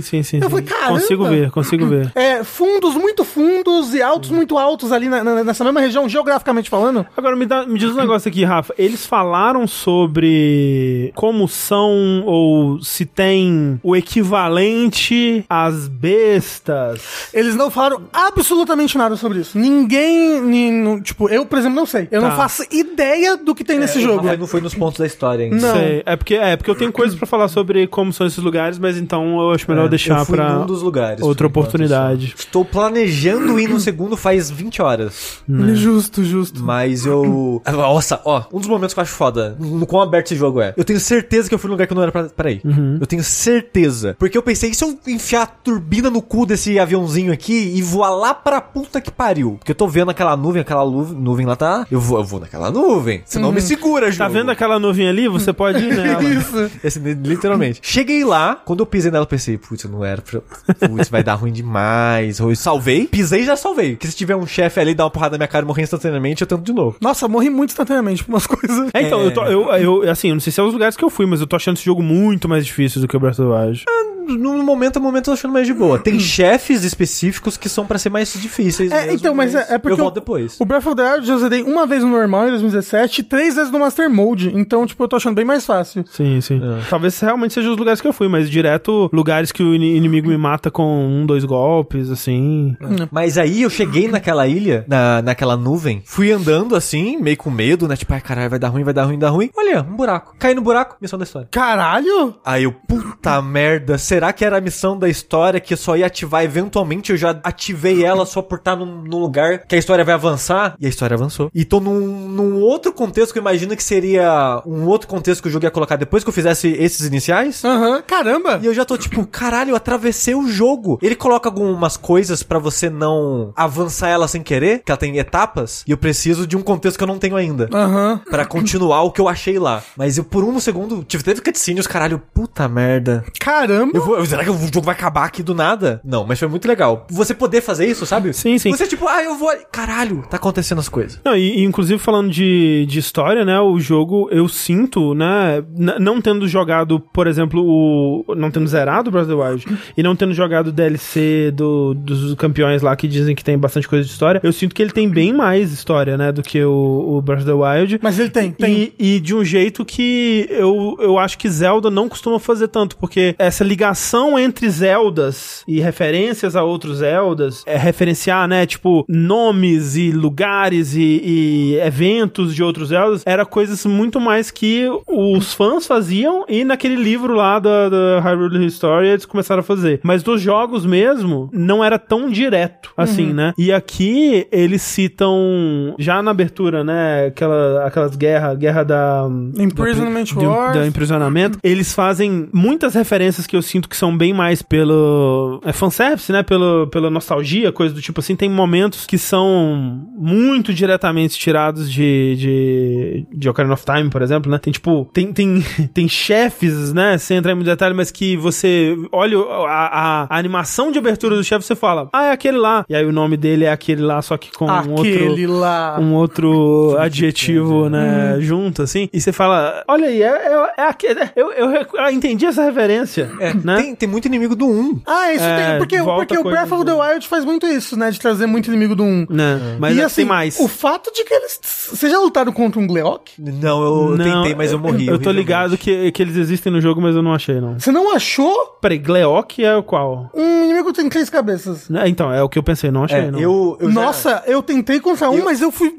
Speaker 1: Sim, sim, sim.
Speaker 2: Eu
Speaker 1: sim.
Speaker 2: falei, caramba.
Speaker 1: Consigo ver, consigo ver.
Speaker 2: É, fundos muito fundos e altos muito altos ali na- na- nessa mesma região, geograficamente falando.
Speaker 1: Agora me, dá- me diz um negócio aqui, Rafa. Eles falaram sobre como são ou se tem o equivalente às bestas.
Speaker 2: Eles não falaram absolutamente nada sobre isso. Ninguém. ni- nu- tipo, eu, por exemplo, não sei. Eu não
Speaker 1: Tá. É,
Speaker 2: faço ideia do que tem nesse
Speaker 3: O
Speaker 2: jogo.
Speaker 3: Rafael é. não foi nos pontos da história ainda.
Speaker 2: Não.
Speaker 1: Sei. É porque, é porque eu tenho coisas pra falar sobre como são esses lugares, mas então eu acho melhor
Speaker 3: É,
Speaker 1: deixar
Speaker 3: eu fui
Speaker 1: pra
Speaker 3: num dos lugares,
Speaker 1: outra
Speaker 3: por enquanto,
Speaker 1: oportunidade.
Speaker 3: Estou planejando ir no segundo faz 20 horas.
Speaker 2: é Justo, justo.
Speaker 3: Mas eu. Nossa, ó, um dos momentos que eu acho foda no quão aberto esse jogo é. Eu tenho certeza que eu fui num lugar que eu não era pra, pra ir. Eu tenho certeza. Porque eu pensei, e se eu enfiar a turbina no cu desse aviãozinho aqui e voar lá pra puta que pariu? Porque eu tô vendo aquela nuvem, aquela lu- nuvem lá tá. Eu vou, eu vou naquela nuvem. Você não me segura,
Speaker 1: Tá
Speaker 3: jogo.
Speaker 1: vendo aquela nuvem ali? Você pode ir nela.
Speaker 2: Isso.
Speaker 3: Assim, literalmente. Cheguei lá, quando eu pisei nela, eu pensei, putz, eu não era pra. Putz, vai dar ruim demais. Eu salvei, pisei e já salvei. Porque se tiver um chefe ali dar uma porrada na minha cara e morrer instantaneamente, eu tento de novo.
Speaker 2: Nossa, eu morri muito instantaneamente por umas coisas.
Speaker 1: É, então, eu, tô, eu, eu, assim, eu não sei se é os lugares que eu fui, mas eu tô achando esse jogo muito mais difícil do que o Breath of the Wild.
Speaker 3: no momento a momento eu tô achando mais de boa. Tem chefes específicos que são pra ser mais difíceis.
Speaker 2: Hum. É,
Speaker 3: mesmo,
Speaker 2: então, mas é, é porque.
Speaker 3: Eu volto
Speaker 2: o-
Speaker 3: depois.
Speaker 2: O Breath of the Wild eu zerei uma vez no normal em 2017 e três vezes no Master Mode. Então, tipo, eu tô achando bem mais fácil.
Speaker 1: Sim, sim. Talvez realmente sejam os lugares que eu fui, mas direto lugares que o ini- inimigo me mata com um, dois golpes, assim.
Speaker 2: Hum.
Speaker 3: Mas aí eu cheguei naquela ilha, na, naquela nuvem, fui andando assim, meio com medo, né? Tipo, ai caralho, vai dar ruim, vai dar ruim, vai dar ruim. Olha, um buraco. Caí no buraco, missão da história.
Speaker 2: Caralho!
Speaker 3: Aí eu, puta merda, será que era a missão da história que eu só ia ativar eventualmente? Eu já ativei ela só por estar num, num lugar que a história vai avançar? E a história avançou. E tô num, num outro contexto que eu imagino que seria um outro contexto que o jogo ia colocar depois que eu fizesse esses iniciais.
Speaker 2: Aham, caramba!
Speaker 3: E eu já tô tipo, caralho, eu atravessei o jogo. Ele coloca algumas coisas pra você não avançar ela sem querer, que ela tem etapas, e eu preciso de um contexto que eu não tenho ainda.
Speaker 2: Aham.
Speaker 3: Pra continuar o que eu achei lá. Mas eu, por um segundo, tive teve cutscene, os caralho, puta merda.
Speaker 2: Caramba!
Speaker 3: Eu vou, eu- será que o jogo vai acabar aqui do nada? Não, mas foi muito legal. Você poder fazer isso, sabe?
Speaker 1: Sim, sim.
Speaker 3: Você tipo, ah, eu vou. ali- Caralho, tá acontecendo as coisas.
Speaker 1: Não, e, e inclusive falando de, de história, né? O jogo, eu sinto, né? n- Não tendo jogado, por exemplo, o. Não tendo zerado o Breath of the Wild e não tendo jogado o DLC do, dos campeões lá que dizem que tem bastante coisa de história, eu sinto que ele tem bem mais história, né? Do que o, o Breath of the Wild.
Speaker 2: Mas ele tem, tem.
Speaker 1: E, e de um jeito que eu, eu acho que Zelda não costuma fazer tanto, porque essa ligação entre Zeldas e referências a outros Zeldas, é referenciar, né, tipo, nomes e lugares e, e eventos de outros Zeldas, era coisas muito mais que os fãs faziam e naquele livro lá da, da Hyrule History eles começaram a fazer. Mas dos jogos mesmo, não era tão direto, assim, né? E aqui eles citam, já na abertura, né, aquela, aquelas guerras, guerra da...
Speaker 2: Imprisonment
Speaker 1: do,
Speaker 2: Wars.
Speaker 1: um- do imprisionamento, eles fazem muitas referências que eu sinto sinto que são bem mais pelo. É fanservice, né? Pelo, pela nostalgia, coisa do tipo assim. Tem momentos que são muito diretamente tirados de, de, de Ocarina of Time, por exemplo, né? Tem tipo. Tem, tem, tem chefes, né? Sem entrar em muito detalhe, mas que você olha a, a- a animação de abertura do chefe você fala, ah, é aquele lá. E aí o nome dele é aquele lá, só que com um outro
Speaker 2: Aquele lá.
Speaker 1: um
Speaker 3: Tipo
Speaker 1: outro adjetivo, né,
Speaker 3: Hum.
Speaker 1: junto, assim, e você fala, olha aí, é, é, é aquele, é- eu, eu recu- ah, entendi essa referência, né?
Speaker 3: É, Tem, tem muito inimigo do 1.
Speaker 2: Ah, isso
Speaker 1: É,
Speaker 2: tem. Porque,
Speaker 1: volta
Speaker 2: porque o
Speaker 1: coisa
Speaker 2: Breath of the
Speaker 1: do-
Speaker 2: Wild faz muito isso, né? De trazer muito inimigo do 1.
Speaker 1: Né? Mas
Speaker 2: e
Speaker 1: é,
Speaker 2: assim,
Speaker 1: tem mais.
Speaker 2: o fato de que eles. Vocês já lutaram contra um Gleok?
Speaker 3: Não, eu tentei, mas eu morri.
Speaker 1: Eu tô
Speaker 3: horrivelmente.
Speaker 1: ligado que, que eles existem no jogo, mas eu não achei, não.
Speaker 2: Você não achou
Speaker 1: Peraí, Gleok é o qual?
Speaker 2: um inimigo que tem três cabeças?
Speaker 1: Né, Então, é o que eu pensei, não achei,
Speaker 3: É,
Speaker 1: não.
Speaker 3: eu, eu já-
Speaker 2: Nossa, eu tentei contra um, mas eu fui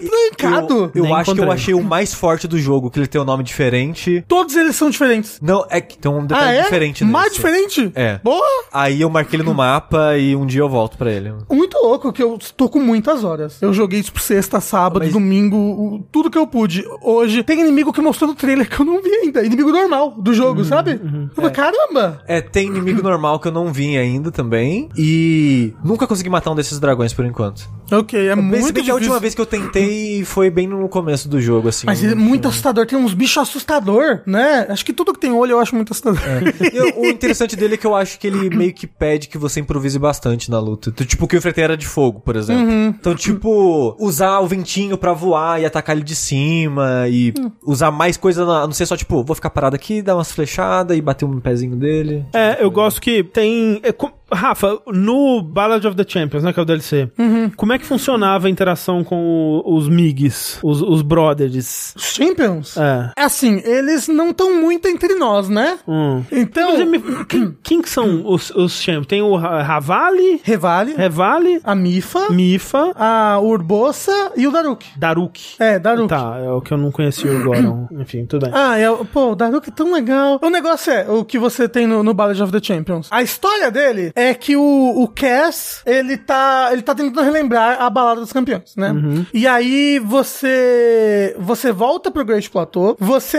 Speaker 2: fuzimetrancado.
Speaker 3: Eu, eu
Speaker 1: Nem
Speaker 3: acho que eu
Speaker 1: encontrei.
Speaker 3: achei o mais forte do jogo, que ele tem um nome diferente.
Speaker 2: Todos eles são diferentes.
Speaker 3: Não, é que tem um
Speaker 2: Ah,
Speaker 3: detalhe
Speaker 2: é?
Speaker 3: diferente nesse.
Speaker 2: Mais diferente?
Speaker 3: É.
Speaker 2: Boa!
Speaker 3: Aí eu marquei ele no mapa e um dia eu volto pra ele.
Speaker 2: Muito louco, que eu tô com muitas horas. Eu joguei isso por sexta, sábado, domingo, o- tudo que eu pude. Hoje, tem inimigo que mostrou no trailer que eu não vi ainda. Inimigo normal do jogo, sabe? eu falei, caramba!
Speaker 3: Uhum, É, tem inimigo normal que eu não vi ainda também. E nunca consegui matar um desses dragões por enquanto.
Speaker 2: Ok, é
Speaker 3: Mas
Speaker 2: muito
Speaker 3: se bem que
Speaker 2: difícil.
Speaker 3: a última vez que eu tentei foi bem no começo do jogo, assim.
Speaker 2: Mas ele é muito assustador, tem uns bichos assustador, né? Acho que tudo que tem olho eu acho muito assustador.
Speaker 3: E eu- o interessante dele é que eu acho que ele meio que pede que você improvise bastante na luta. Tu- Tipo, o que eu enfrentei era de fogo, por exemplo.
Speaker 2: Uhum.
Speaker 3: Então, tipo, usar o ventinho pra voar e atacar ele de cima e
Speaker 2: Hum.
Speaker 3: usar mais coisa, na, não sei, só tipo, vou ficar parado aqui, dar umas flechadas e bater um pezinho dele.
Speaker 1: É, eu gosto que tem. é, co- Rafa, no Ballad of the Champions, né, que é o DLC,
Speaker 3: Uhum.
Speaker 1: como é que funcionava a interação com o- os MIGs, os, os brothers?
Speaker 2: Os Champions?
Speaker 1: É.
Speaker 2: É assim, eles não estão muito entre nós, né?
Speaker 1: Hum.
Speaker 2: Então,
Speaker 1: Inclusive, quem, quem que são os, os champions? Tem o Ra- Ravali,
Speaker 2: Revale,
Speaker 1: É. Revali,
Speaker 2: a Mifa,
Speaker 1: Mifa,
Speaker 2: a Urbosa e o Daruk.
Speaker 1: Daruk.
Speaker 2: É, Daruk.
Speaker 1: Tá, é o que eu não conheci agora. Enfim, tudo bem.
Speaker 2: Ah, é, o- pô, o Daruk é tão legal. O negócio é o que você tem no, no Ballad of the Champions. A história dele é que o, o Cass, ele tá, ele tá tentando relembrar a balada dos campeões, né? E aí você você volta pro Great Plateau, você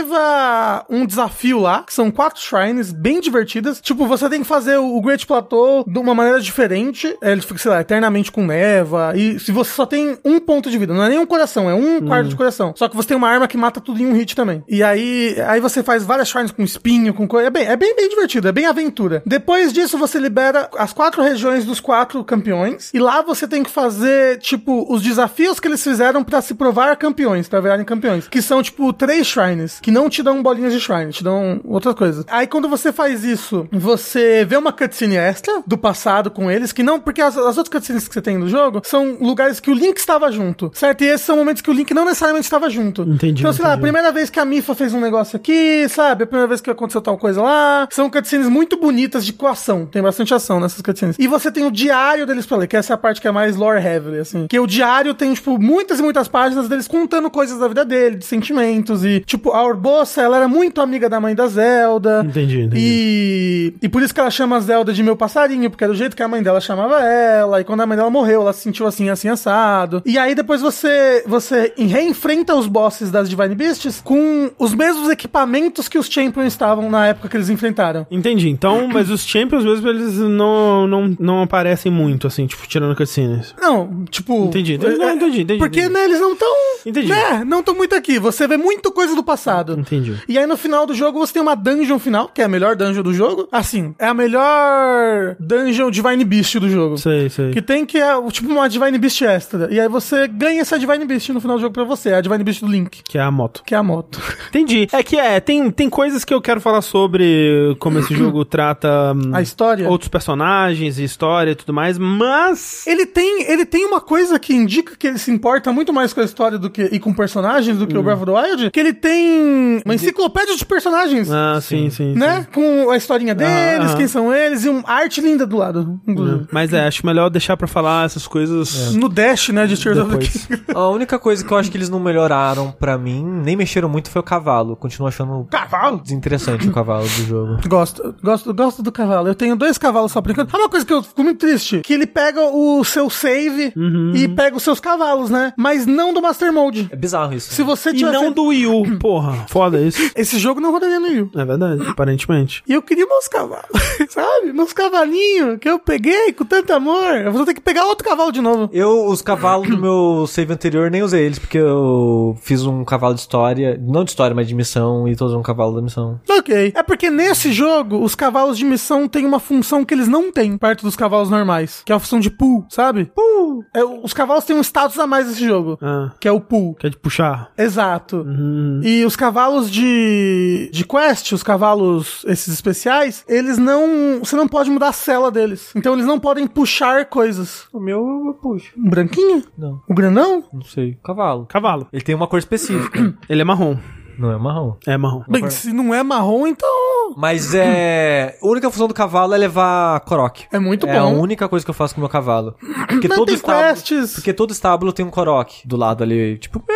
Speaker 2: ativa um desafio lá, que são quatro shrines bem divertidas. Tipo, você tem que fazer o o Great Plateau de uma maneira diferente. É, Ele fica, sei lá, eternamente com neva. E se você só tem um ponto de vida, não é nem um coração, é um quarto de coração. Só que você tem uma arma que mata tudo em um hit também. E aí, aí você faz várias shrines com espinho, com coisa. É bem, é bem, bem divertido, é bem aventura. Depois disso, você libera as quatro regiões dos quatro campeões. E lá você tem que fazer, tipo, os desafios que eles fizeram pra se provar campeões, pra virarem campeões. Que são, tipo, três shrines, que não te dão bolinhas de shrine, te dão outra coisa. Aí quando você faz isso, você vê uma cutscene extra do passado com eles, que não, porque as, as outras cutscenes que você tem no jogo são lugares que o Link estava junto, certo? E esses são momentos que o Link não necessariamente estava junto.
Speaker 1: Entendi,
Speaker 2: Então, sei lá, a
Speaker 1: entendi.
Speaker 2: primeira vez que a Mifa fez um negócio aqui, sabe? A primeira vez que aconteceu tal coisa lá. São cutscenes muito bonitas de coação. Tem bastante ação nessas cutscenes. E você tem o diário deles pra ler, que essa é a parte que é mais lore heavily, assim. Que o diário tem, tipo, muitas e muitas páginas deles contando coisas da vida dele, de sentimentos. E, tipo, a Orbossa, ela era muito amiga da mãe da Zelda.
Speaker 1: Entendi, entendi.
Speaker 2: E, e por isso que ela chama a Zelda de meu passarinho, porque era o jeito que a mãe dela chamava ela. E quando a mãe dela morreu, ela se sentiu assim, assim, assado. E aí depois você, você reenfrenta os bosses das Divine Beasts com os mesmos equipamentos que os Champions estavam na época que eles enfrentaram.
Speaker 1: Entendi. Então, mas os champions mesmo, eles não, não, não aparecem muito, assim, tipo, tirando cutscenes.
Speaker 2: Não, tipo.
Speaker 1: Entendi, entendi,
Speaker 2: é-
Speaker 1: entendi, entendi,
Speaker 2: Porque,
Speaker 1: entendi.
Speaker 2: né, eles não estão.
Speaker 1: Entendi.
Speaker 2: Né, não estão muito aqui. Você vê muito coisa do passado.
Speaker 1: Entendi.
Speaker 2: E aí no final do jogo você tem uma dungeon final, que é a melhor dungeon do jogo. Assim, é a melhor dungeon Divine Beast do jogo.
Speaker 1: Sei, sei.
Speaker 2: Que tem que é o- tipo uma Divine Beast extra. E aí você ganha essa Divine Beast no final do jogo pra você. A Divine Beast do Link,
Speaker 1: Que é a moto.
Speaker 2: que é a moto.
Speaker 1: Entendi. É que é, tem, tem coisas que eu quero falar sobre como esse jogo trata hum,
Speaker 2: A história.
Speaker 1: outros personagens e história e tudo mais, mas.
Speaker 2: Ele tem, ele tem uma coisa que indica que ele se importa muito mais com a história do que, e com personagens do
Speaker 1: Hum.
Speaker 2: que o Breath of the Wild, que ele tem uma enciclopédia de personagens.
Speaker 1: Ah, sim, sim. sim.
Speaker 2: Né? Com a historinha deles,
Speaker 1: aham.
Speaker 2: quem são eles, e uma arte linda do lado. inclusive.
Speaker 1: Mas é, acho melhor deixar pra falar essas coisas
Speaker 2: No Dash, né? De Tears of the Kingdom.
Speaker 1: É. depois.
Speaker 3: A única coisa que eu acho que eles não melhoraram pra mim, nem mexeram muito, foi o cavalo. Continuo achando
Speaker 2: Cavalo?
Speaker 3: desinteressante o cavalo do jogo.
Speaker 2: Gosto, gosto, gosto do cavalo. Eu tenho dois dois cavalos só brincando. É uma coisa que eu fico muito triste, que ele pega o seu save
Speaker 1: Uhum.
Speaker 2: e pega os seus cavalos, né? Mas não do Master Mode.
Speaker 3: É bizarro isso.
Speaker 2: Se você
Speaker 1: E
Speaker 2: tiver
Speaker 1: não do Wii U, porra. Foda isso.
Speaker 2: Esse jogo não rodaria no Wii U.
Speaker 1: É verdade, aparentemente.
Speaker 2: E eu queria meus cavalos, sabe? Meus cavalinhos que eu peguei com tanto amor. Eu vou ter que pegar outro cavalo de novo.
Speaker 3: Eu, os cavalos do meu save anterior, nem usei eles, porque eu fiz um cavalo de história, não de história, mas de missão, e tô usando um cavalo da missão.
Speaker 2: Ok. É porque nesse jogo, os cavalos de missão têm uma função que eles não têm perto dos cavalos normais, que é a função de pull, sabe? Pull! É, os cavalos têm um status a mais nesse jogo,
Speaker 1: Ah,
Speaker 2: que é o pull.
Speaker 1: quer te puxar?
Speaker 2: Exato.
Speaker 1: Hum,
Speaker 2: E os cavalos de, de quest, os cavalos esses especiais, eles não. Você não pode mudar a cela deles. Então eles não podem puxar coisas.
Speaker 3: O meu eu puxo.
Speaker 2: Um branquinho?
Speaker 3: Não,
Speaker 2: Um granão?
Speaker 3: não sei. Cavalo.
Speaker 1: cavalo.
Speaker 3: Ele tem uma cor específica.
Speaker 1: Ele é marrom.
Speaker 3: não é marrom.
Speaker 1: É marrom.
Speaker 2: Bem, se não é marrom, então.
Speaker 3: Mas é. A única função do cavalo é levar coroque.
Speaker 2: É muito
Speaker 3: É a
Speaker 2: bom.
Speaker 3: única coisa que eu faço com o meu cavalo. Porque
Speaker 2: Mas
Speaker 3: todo
Speaker 2: tem
Speaker 3: estábulo.
Speaker 2: quests.
Speaker 3: Porque todo estábulo tem um coroque do lado ali, tipo, me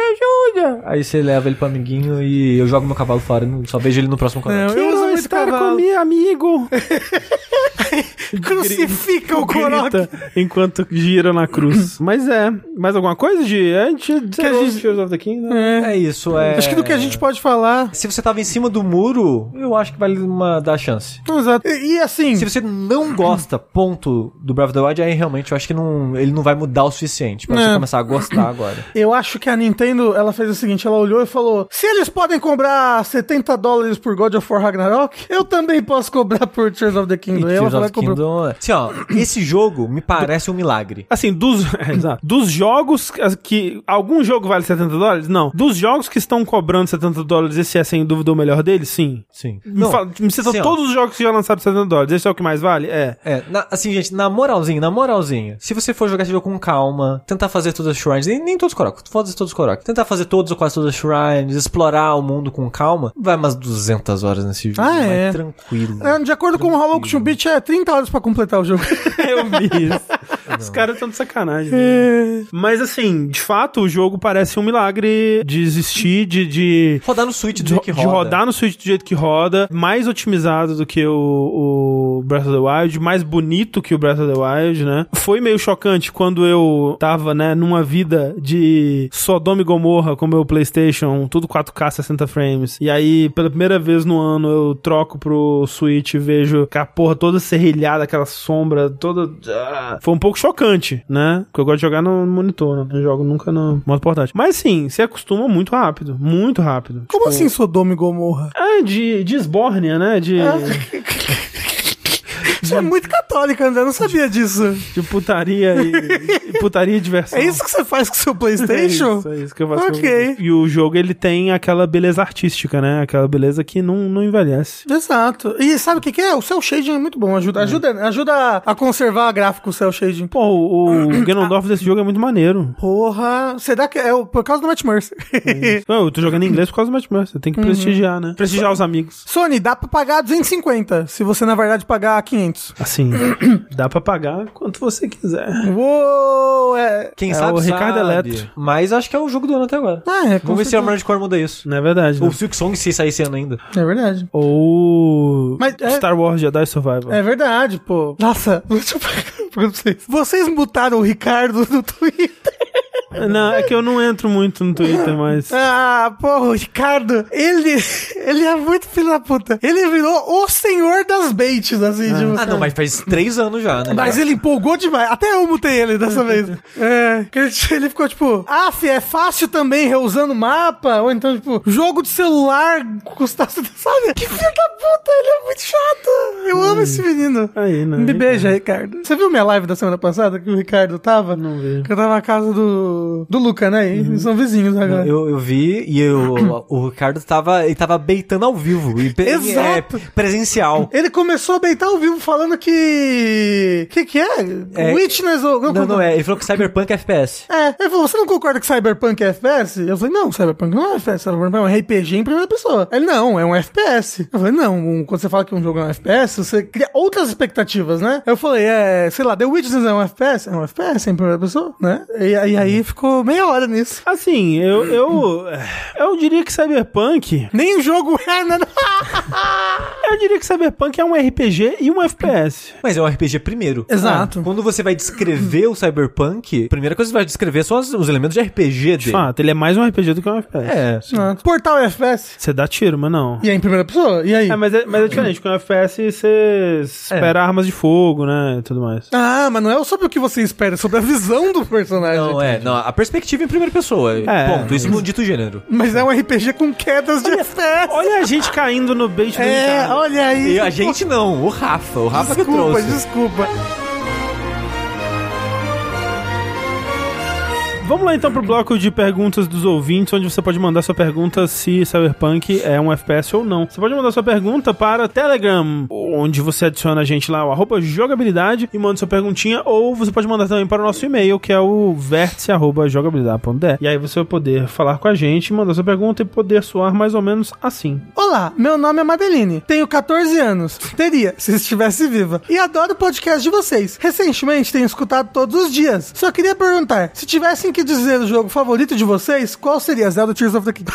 Speaker 3: ajuda! Aí você leva ele pro amiguinho e eu jogo meu cavalo fora, não- só vejo ele no próximo coroque.
Speaker 2: Não, eu uso muito cavalo.
Speaker 1: comigo, amigo.
Speaker 2: Crucifica o Korok.
Speaker 1: Grita enquanto gira na cruz. Mas é. Mais alguma coisa, Gi? A gente... Que
Speaker 2: a gente-
Speaker 1: Tears of the King, né?
Speaker 2: É.
Speaker 3: É isso, é.
Speaker 2: Acho que do que a gente pode falar.
Speaker 3: Se você tava em cima do muro, eu acho que vale uma dar chance.
Speaker 2: Não, Exato. E, e assim.
Speaker 3: Se você não gosta, ponto, do Breath of the Wild, aí realmente eu acho que não, ele não vai mudar o suficiente pra
Speaker 2: É.
Speaker 3: você começar a gostar agora.
Speaker 2: Eu acho que a Nintendo, ela fez o seguinte, ela olhou e falou, se eles podem cobrar 70 dólares por God of War Ragnarok, eu também posso cobrar por Tears of the Kingdom. E
Speaker 3: E
Speaker 2: ela
Speaker 3: Tears
Speaker 2: falou
Speaker 3: of
Speaker 2: que cobrou.
Speaker 3: Kingdom... é- Assim, ó, esse jogo me parece um milagre.
Speaker 1: Assim, dos, é, exato. dos jogos que- que. Algum jogo vale 70 dólares? Não. Dos jogos que estão cobrando 70 dólares, esse é sem dúvida o melhor deles? Sim.
Speaker 3: Sim.
Speaker 1: Me fala- me cita
Speaker 3: assim, ó.
Speaker 1: todos os jogos que já lançaram 70 dólares. Esse é o que mais vale? É.
Speaker 3: É, na- assim, gente, na moralzinha, na moralzinha, se você for jogar esse jogo com calma, tentar fazer todas as shrines, nem, nem todos os Korok, foda-se todos os Korok, tentar fazer todos ou quase todas as shrines, explorar o mundo com calma, vai umas 200 horas nesse jogo,
Speaker 2: Ah,
Speaker 3: vai
Speaker 2: é.
Speaker 3: tranquilo.
Speaker 2: É, de acordo com o Hollow Action Beach, é 30 horas pra completar o jogo.
Speaker 1: Eu vi isso. Os caras estão de sacanagem. né? Mas assim, de fato, o jogo parece um milagre de existir, de. de...
Speaker 3: Rodar no Switch do
Speaker 1: De,
Speaker 3: jeito que roda.
Speaker 1: de rodar no Switch do jeito que roda, mais otimizado do que o, o Breath of the Wild, mais bonito que o Breath of the Wild, né? Foi meio chocante quando eu tava, né, numa vida de Sodoma e Gomorra com o meu PlayStation, tudo 4K 60 frames. E aí, pela primeira vez no ano, eu troco pro Switch e vejo que a porra toda serrilhada, aquela sombra toda. Ah, Foi um pouco chocante, né? Porque eu gosto de jogar no monitor, né? Eu jogo nunca no modo portátil. Mas sim, se acostuma muito rápido, muito rápido.
Speaker 2: Como assim Sodoma e Gomorra?
Speaker 1: Ah, de, de esbórnia, né? De,
Speaker 2: Ah. Você é muito católica, André, eu não sabia disso.
Speaker 1: de putaria e, e putaria e diversão.
Speaker 2: É isso que você faz com o seu
Speaker 1: É
Speaker 2: Playstation?
Speaker 1: isso, é isso que eu faço.
Speaker 2: Ok.
Speaker 1: E o jogo, ele tem aquela beleza artística, né? Aquela beleza que não, não envelhece.
Speaker 2: Exato. E sabe o que, que é? O cel shading é muito bom. Ajuda, ajuda, ajuda a conservar gráfico o cel shading.
Speaker 1: Pô, o, o Ganondorf desse jogo é muito maneiro.
Speaker 2: Porra, você dá que é o- por causa do Matt Mercer.
Speaker 1: Hum. Não, Eu tô jogando em inglês por causa do Match Mercer. Tem que
Speaker 2: Uhum.
Speaker 1: prestigiar, né? Prestigiar os amigos.
Speaker 2: Sony, dá pra pagar 250, se você na verdade pagar 500.
Speaker 1: Assim, dá pra pagar quanto você quiser.
Speaker 2: Uou, é.
Speaker 3: Quem
Speaker 1: É
Speaker 3: sabe,
Speaker 1: o Ricardo
Speaker 3: sabe.
Speaker 1: Eletro.
Speaker 3: Mas acho que é o jogo do ano até agora.
Speaker 2: Ah, é, com
Speaker 3: Vamos ver se a
Speaker 2: certeza.
Speaker 3: Armored Core muda isso.
Speaker 1: Não é verdade, né?
Speaker 3: Ou se o Song se sair esse ano ainda.
Speaker 2: É verdade.
Speaker 1: Ou
Speaker 2: Mas é-
Speaker 1: Star Wars Jedi Survival.
Speaker 2: É verdade, pô. Nossa, deixa eu perguntar pra vocês. Vocês mutaram o Ricardo no Twitter?
Speaker 1: Não, é que eu não entro muito no
Speaker 2: É.
Speaker 1: Twitter, mas...
Speaker 2: Ah, porra, o Ricardo, ele, ele é muito filho da puta. Ele virou o senhor das baits, assim, de
Speaker 3: Ah, não, mas faz três anos já, né?
Speaker 2: Mas ele empolgou demais. Até eu mutei ele dessa vez. É, que ele, ele ficou tipo, ah, fi, é fácil também reusando mapa? Ou então, tipo, jogo de celular custar. Sabe? Que filho da puta, ele é muito chato. Eu amo esse menino.
Speaker 3: É,
Speaker 1: Aí, né?
Speaker 2: Me beija, Ricardo. Você viu minha live da semana passada que o Ricardo tava?
Speaker 1: Não vi.
Speaker 2: Que eu tava na casa do. do Luca, né? E Eles são vizinhos agora.
Speaker 3: Uhum. Eu, eu vi e eu, o Ricardo tava, ele tava beitando ao vivo. E, pe-
Speaker 2: Exato.
Speaker 3: e, é, presencial.
Speaker 2: Ele começou a beitar ao vivo falando que. que que é?
Speaker 3: É-
Speaker 2: Witness ou.
Speaker 3: Não, não, é. Ele falou que Cyberpunk é FPS.
Speaker 2: É, ele falou, você não concorda que Cyberpunk é FPS? Eu falei, não, Cyberpunk não é FPS, Cyberpunk é um RPG em primeira pessoa. Ele, não, é um FPS. Eu falei, não, um- quando você fala que um jogo é um FPS, você cria outras expectativas, né? Eu falei, é, sei lá, The Witness é um FPS? É um FPS em primeira pessoa, né? E, e aí ficou meia hora nisso.
Speaker 1: Assim, eu, eu. Eu diria que Cyberpunk
Speaker 2: Nem o jogo é, né?
Speaker 1: Eu diria que Cyberpunk é um RPG e um FPS.
Speaker 3: Mas é um RPG primeiro.
Speaker 2: Exato.
Speaker 3: Ah, quando você vai descrever o Cyberpunk, a primeira coisa que você vai descrever são as- os elementos de RPG
Speaker 1: De
Speaker 3: dele.
Speaker 1: fato, ele é mais um RPG do que um FPS.
Speaker 3: É.
Speaker 2: Ah, Portal FPS.
Speaker 1: Você dá tiro, mas não.
Speaker 2: E é em primeira pessoa? E aí?
Speaker 1: É, mas é, mas é diferente, porque um FPS você espera armas de fogo, né? E tudo mais.
Speaker 2: Ah, mas É. não é sobre o que você espera, é sobre a visão do personagem.
Speaker 3: Não, é, não, a perspectiva em primeira pessoa.
Speaker 1: É.
Speaker 3: ponto. Isso não dita o gênero.
Speaker 2: Mas é um RPG com quedas de FPS.
Speaker 1: Olha a gente caindo no bait do
Speaker 2: É,
Speaker 1: Ricardo.
Speaker 2: olha aí.
Speaker 3: E a gente não, o Rafa. O Rafa que
Speaker 2: Desculpa,
Speaker 3: trouxe.
Speaker 2: desculpa.
Speaker 1: Vamos lá então pro bloco de perguntas dos ouvintes, onde você pode mandar sua pergunta se Cyberpunk é um FPS ou não. Você pode mandar sua pergunta para Telegram, onde você adiciona a gente lá, o arroba jogabilidade, e manda sua perguntinha, ou você pode mandar também para o nosso e-mail, que é o vértice.jogabilidade.de. E aí você vai poder falar com a gente, mandar sua pergunta e poder soar mais ou menos assim.
Speaker 2: Olá, meu nome é Madeline, tenho 14 anos, teria, se estivesse viva, e adoro o podcast de vocês. Recentemente tenho escutado todos os dias. Só queria perguntar, se tivessem que dizer o jogo favorito de vocês, qual seria Zelda Tears of the Kingdom?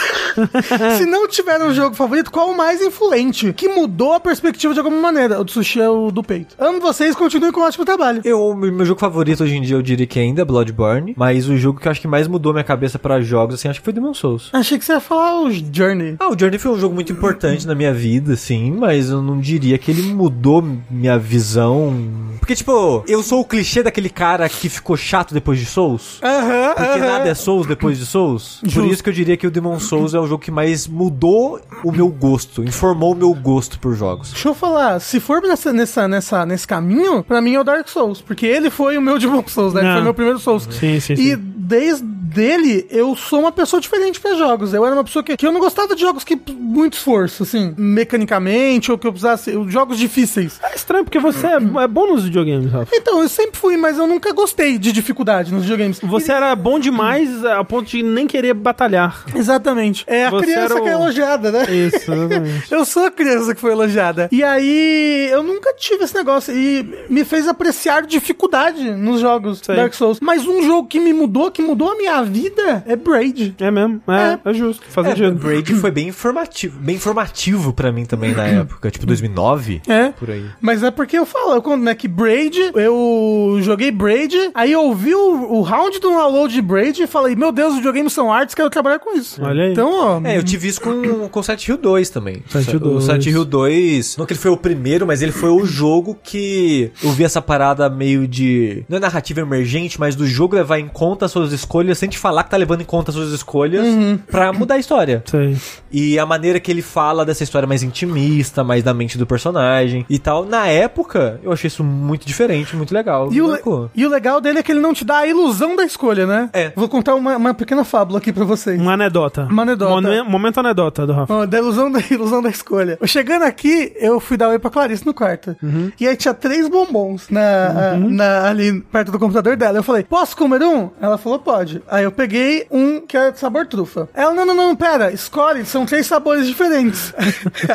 Speaker 2: se não tiver um jogo favorito, qual o mais influente, que mudou a perspectiva de alguma maneira? O do sushi é o do peito. Amo vocês, continuem com um ótimo trabalho.
Speaker 3: Eu, meu jogo favorito hoje em dia eu diria que ainda é Bloodborne, mas o jogo que eu acho que mais mudou minha cabeça pra jogos, assim, acho que foi Demon Souls.
Speaker 2: Achei que você ia falar o Journey.
Speaker 3: Ah, o Journey foi um jogo muito importante na minha vida, assim, mas eu não diria que ele mudou minha visão. Porque, tipo, eu sou o clichê daquele cara que ficou chato depois de Souls.
Speaker 2: Aham,
Speaker 3: Porque nada é Souls depois de Souls. Por
Speaker 2: Justo.
Speaker 3: isso que eu diria que o Demon Souls é o jogo que mais mudou o meu gosto, informou o meu gosto por jogos.
Speaker 2: Deixa eu falar, se for nessa, nessa, nessa, nesse caminho, pra mim é o Dark Souls, porque ele foi o meu Demon Souls, né? Ele
Speaker 1: Não.
Speaker 2: foi meu primeiro Souls.
Speaker 1: Sim, sim,
Speaker 2: E desde dele, eu sou uma pessoa diferente pra jogos. Eu era uma pessoa que, que eu não gostava de jogos que p- muito esforço, assim, mecanicamente, ou que eu precisasse. eu- Jogos difíceis.
Speaker 1: É estranho, porque você é, é bom nos videogames, Rafa.
Speaker 2: Então, eu sempre fui, mas eu nunca gostei de dificuldade nos videogames.
Speaker 1: Você era bom demais a ponto de nem querer batalhar.
Speaker 2: E- Exatamente. É a
Speaker 1: Você
Speaker 2: criança
Speaker 1: era
Speaker 2: que é
Speaker 1: o-
Speaker 2: elogiada, né?
Speaker 1: Isso, exatamente.
Speaker 2: Eu sou a criança que foi elogiada. E aí, eu nunca tive esse negócio. E me fez apreciar dificuldade nos jogos
Speaker 1: Sei.
Speaker 2: Dark Souls. Mas um jogo que me mudou, que mudou a minha vida, é Braid.
Speaker 1: É mesmo, é, é justo, faz
Speaker 3: É,
Speaker 1: sentido.
Speaker 3: Braid foi bem informativo, bem informativo para mim também na época, tipo 2009.
Speaker 2: É.
Speaker 3: Por aí.
Speaker 2: Mas é porque eu falo, eu conto, né, que Braid, eu joguei Braid, aí eu ouvi o, o round do download de Braid e falei, meu Deus, os videogames são artes, quero trabalhar com isso.
Speaker 1: Olha aí.
Speaker 2: Então, ó,
Speaker 3: É, eu tive isso com, com Silent Hill 2 também.
Speaker 1: Silent Hill
Speaker 3: O
Speaker 1: 2.
Speaker 3: Silent Hill 2, não que ele foi o primeiro, mas ele foi o jogo que eu vi essa parada meio de... Não é narrativa emergente, mas do jogo levar em conta as suas escolhas, sem te falar que tá levando em conta as suas escolhas, pra mudar a história.
Speaker 1: Sei.
Speaker 3: E a maneira que ele fala dessa história mais intimista, mais da mente do personagem e tal. Na época, eu achei isso muito diferente, muito legal.
Speaker 2: E o, le-
Speaker 3: Marcou.
Speaker 2: e o legal dele é que ele não te dá a ilusão da escolha, né?
Speaker 3: É.
Speaker 2: Vou contar uma, uma pequena fábula aqui pra vocês.
Speaker 1: Uma anedota.
Speaker 2: Uma anedota.
Speaker 1: Momen- momento anedota do Rafa.
Speaker 2: Ó, da ilusão da ilusão da escolha. Eu Chegando aqui, eu fui dar oi pra Clarice no quarto. E aí tinha três bombons na, a- na- ali perto do computador dela. Eu falei, posso comer um? Ela falou, pode. Aí eu peguei um que era de sabor trufa. Ela, não, não, não, pera, escolhe, são três sabores diferentes.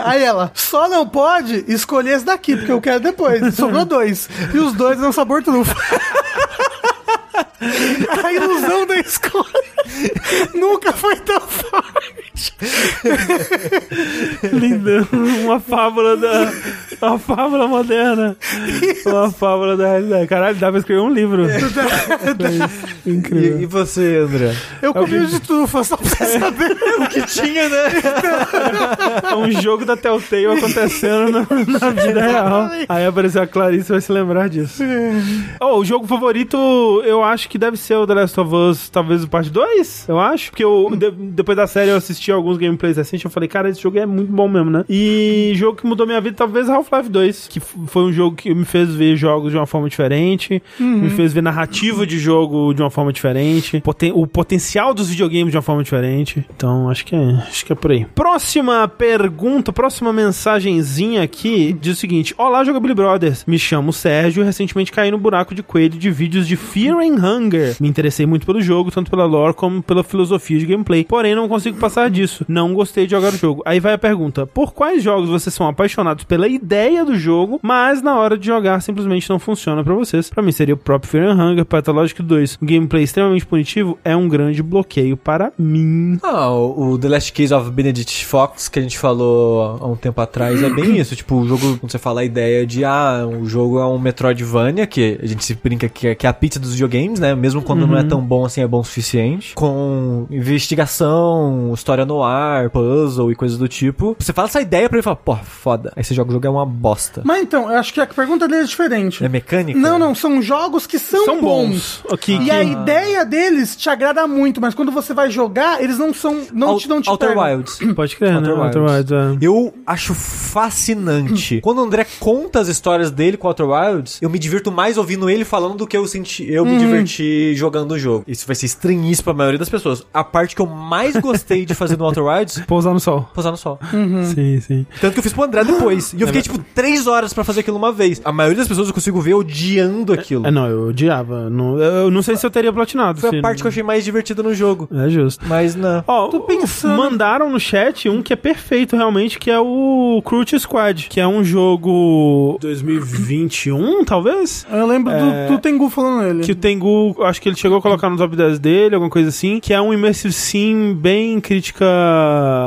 Speaker 2: aí ela, só não pode escolher esse daqui, porque eu quero depois. Sobrou dois. E os dois eram sabor trufa. A ilusão da escolha nunca foi tão forte.
Speaker 1: Linda. Uma fábula da. Uma fábula moderna. Uma fábula da realidade. Caralho, dá pra escrever um livro. É Incrível.
Speaker 3: E, e você, André?
Speaker 2: Eu comi É o É. de trufa, só pra você saber.
Speaker 3: o que tinha, né?
Speaker 1: É um jogo da Telltale acontecendo na,
Speaker 2: É
Speaker 1: na vida real. Aí apareceu a Clarice vai se lembrar disso. Oh, o jogo favorito, eu acho que deve ser o The Last of Us, talvez o parte 2, eu acho. Porque eu, de- depois da série eu assisti alguns gameplays recentes, eu falei, cara, esse jogo é muito bom mesmo, né? E jogo que mudou minha vida, talvez Half-Life 2, que f- foi um jogo que me fez ver jogos de uma forma diferente, me fez ver narrativa de jogo de uma forma diferente, poten- o potencial dos videogames de uma forma diferente. Então, acho que é, acho que é por aí. Próxima pergunta, próxima mensagenzinha aqui diz o seguinte: Olá, Jogabili Brothers. Me chamo Sérgio e recentemente caí no buraco de coelho de vídeos de Fear and Hunger. Me interessei muito pelo jogo, tanto pela lore como pela filosofia de gameplay. Porém, não consigo passar disso. Não gostei de jogar o jogo. Aí vai a pergunta: Por quais jogos vocês são apaixonados pela ideia? ideia do jogo, mas na hora de jogar simplesmente não funciona pra vocês. Pra mim seria o próprio Fear and Hunger, Pathologic 2. O gameplay extremamente punitivo é um grande bloqueio para mim.
Speaker 3: Ah, o o The Last Case of Benedict Fox, que a gente falou há um tempo atrás, é bem isso. Tipo, o jogo, quando você fala a ideia de, ah, o jogo é um Metroidvania, que a gente se brinca que é, que é a pizza dos videogames, né? Mesmo quando
Speaker 2: Uhum.
Speaker 3: não é tão bom assim, é bom o suficiente. Com investigação, história no ar, puzzle e coisas do tipo. Você fala essa ideia pra ele e fala, pô, foda. Aí você joga o jogo, é uma bosta.
Speaker 2: Mas então, eu acho que a pergunta dele é diferente.
Speaker 3: É mecânica?
Speaker 2: Não, não, são jogos que são, bons.
Speaker 1: Ok,
Speaker 2: E
Speaker 1: que-
Speaker 2: a ideia deles te agrada muito, mas quando você vai jogar, eles não são. Não te, não te
Speaker 3: Outer
Speaker 2: pegam.
Speaker 3: Wilds.
Speaker 1: Pode crer,
Speaker 3: Outer
Speaker 1: né?
Speaker 3: Wilds.
Speaker 1: Outer Wilds, é.
Speaker 3: Eu acho fascinante. Quando o André conta as histórias dele com Outer Wilds, eu me divirto mais ouvindo ele falando do que eu senti,
Speaker 1: Uhum.
Speaker 3: eu me diverti jogando o jogo. Isso vai ser estranhíssimo pra maioria das pessoas. A parte que eu mais gostei de fazer no Outer Wilds
Speaker 1: Pousar no sol.
Speaker 3: Posar no sol.
Speaker 1: Hum. Sim, sim.
Speaker 3: Tanto que eu fiz pro André depois.
Speaker 1: É
Speaker 3: E eu fiquei, tipo, três horas pra fazer aquilo uma vez. A maioria das pessoas eu consigo ver odiando aquilo.
Speaker 1: É, não, eu odiava. Não, eu eu não sei se eu teria platinado.
Speaker 3: Foi
Speaker 1: se-
Speaker 3: a parte que eu achei mais divertida no jogo.
Speaker 1: É justo.
Speaker 3: Mas não.
Speaker 1: Ó,
Speaker 2: Tô pensando.
Speaker 1: mandaram no chat um que é perfeito realmente, que é o Crute Squad, que é um jogo 2021, talvez?
Speaker 2: Eu lembro
Speaker 1: É.
Speaker 2: do, do Tengu falando ele.
Speaker 1: Que o Tengu, eu acho que ele chegou a colocar no top 10 dele, alguma coisa assim, que é um immersive sim bem crítica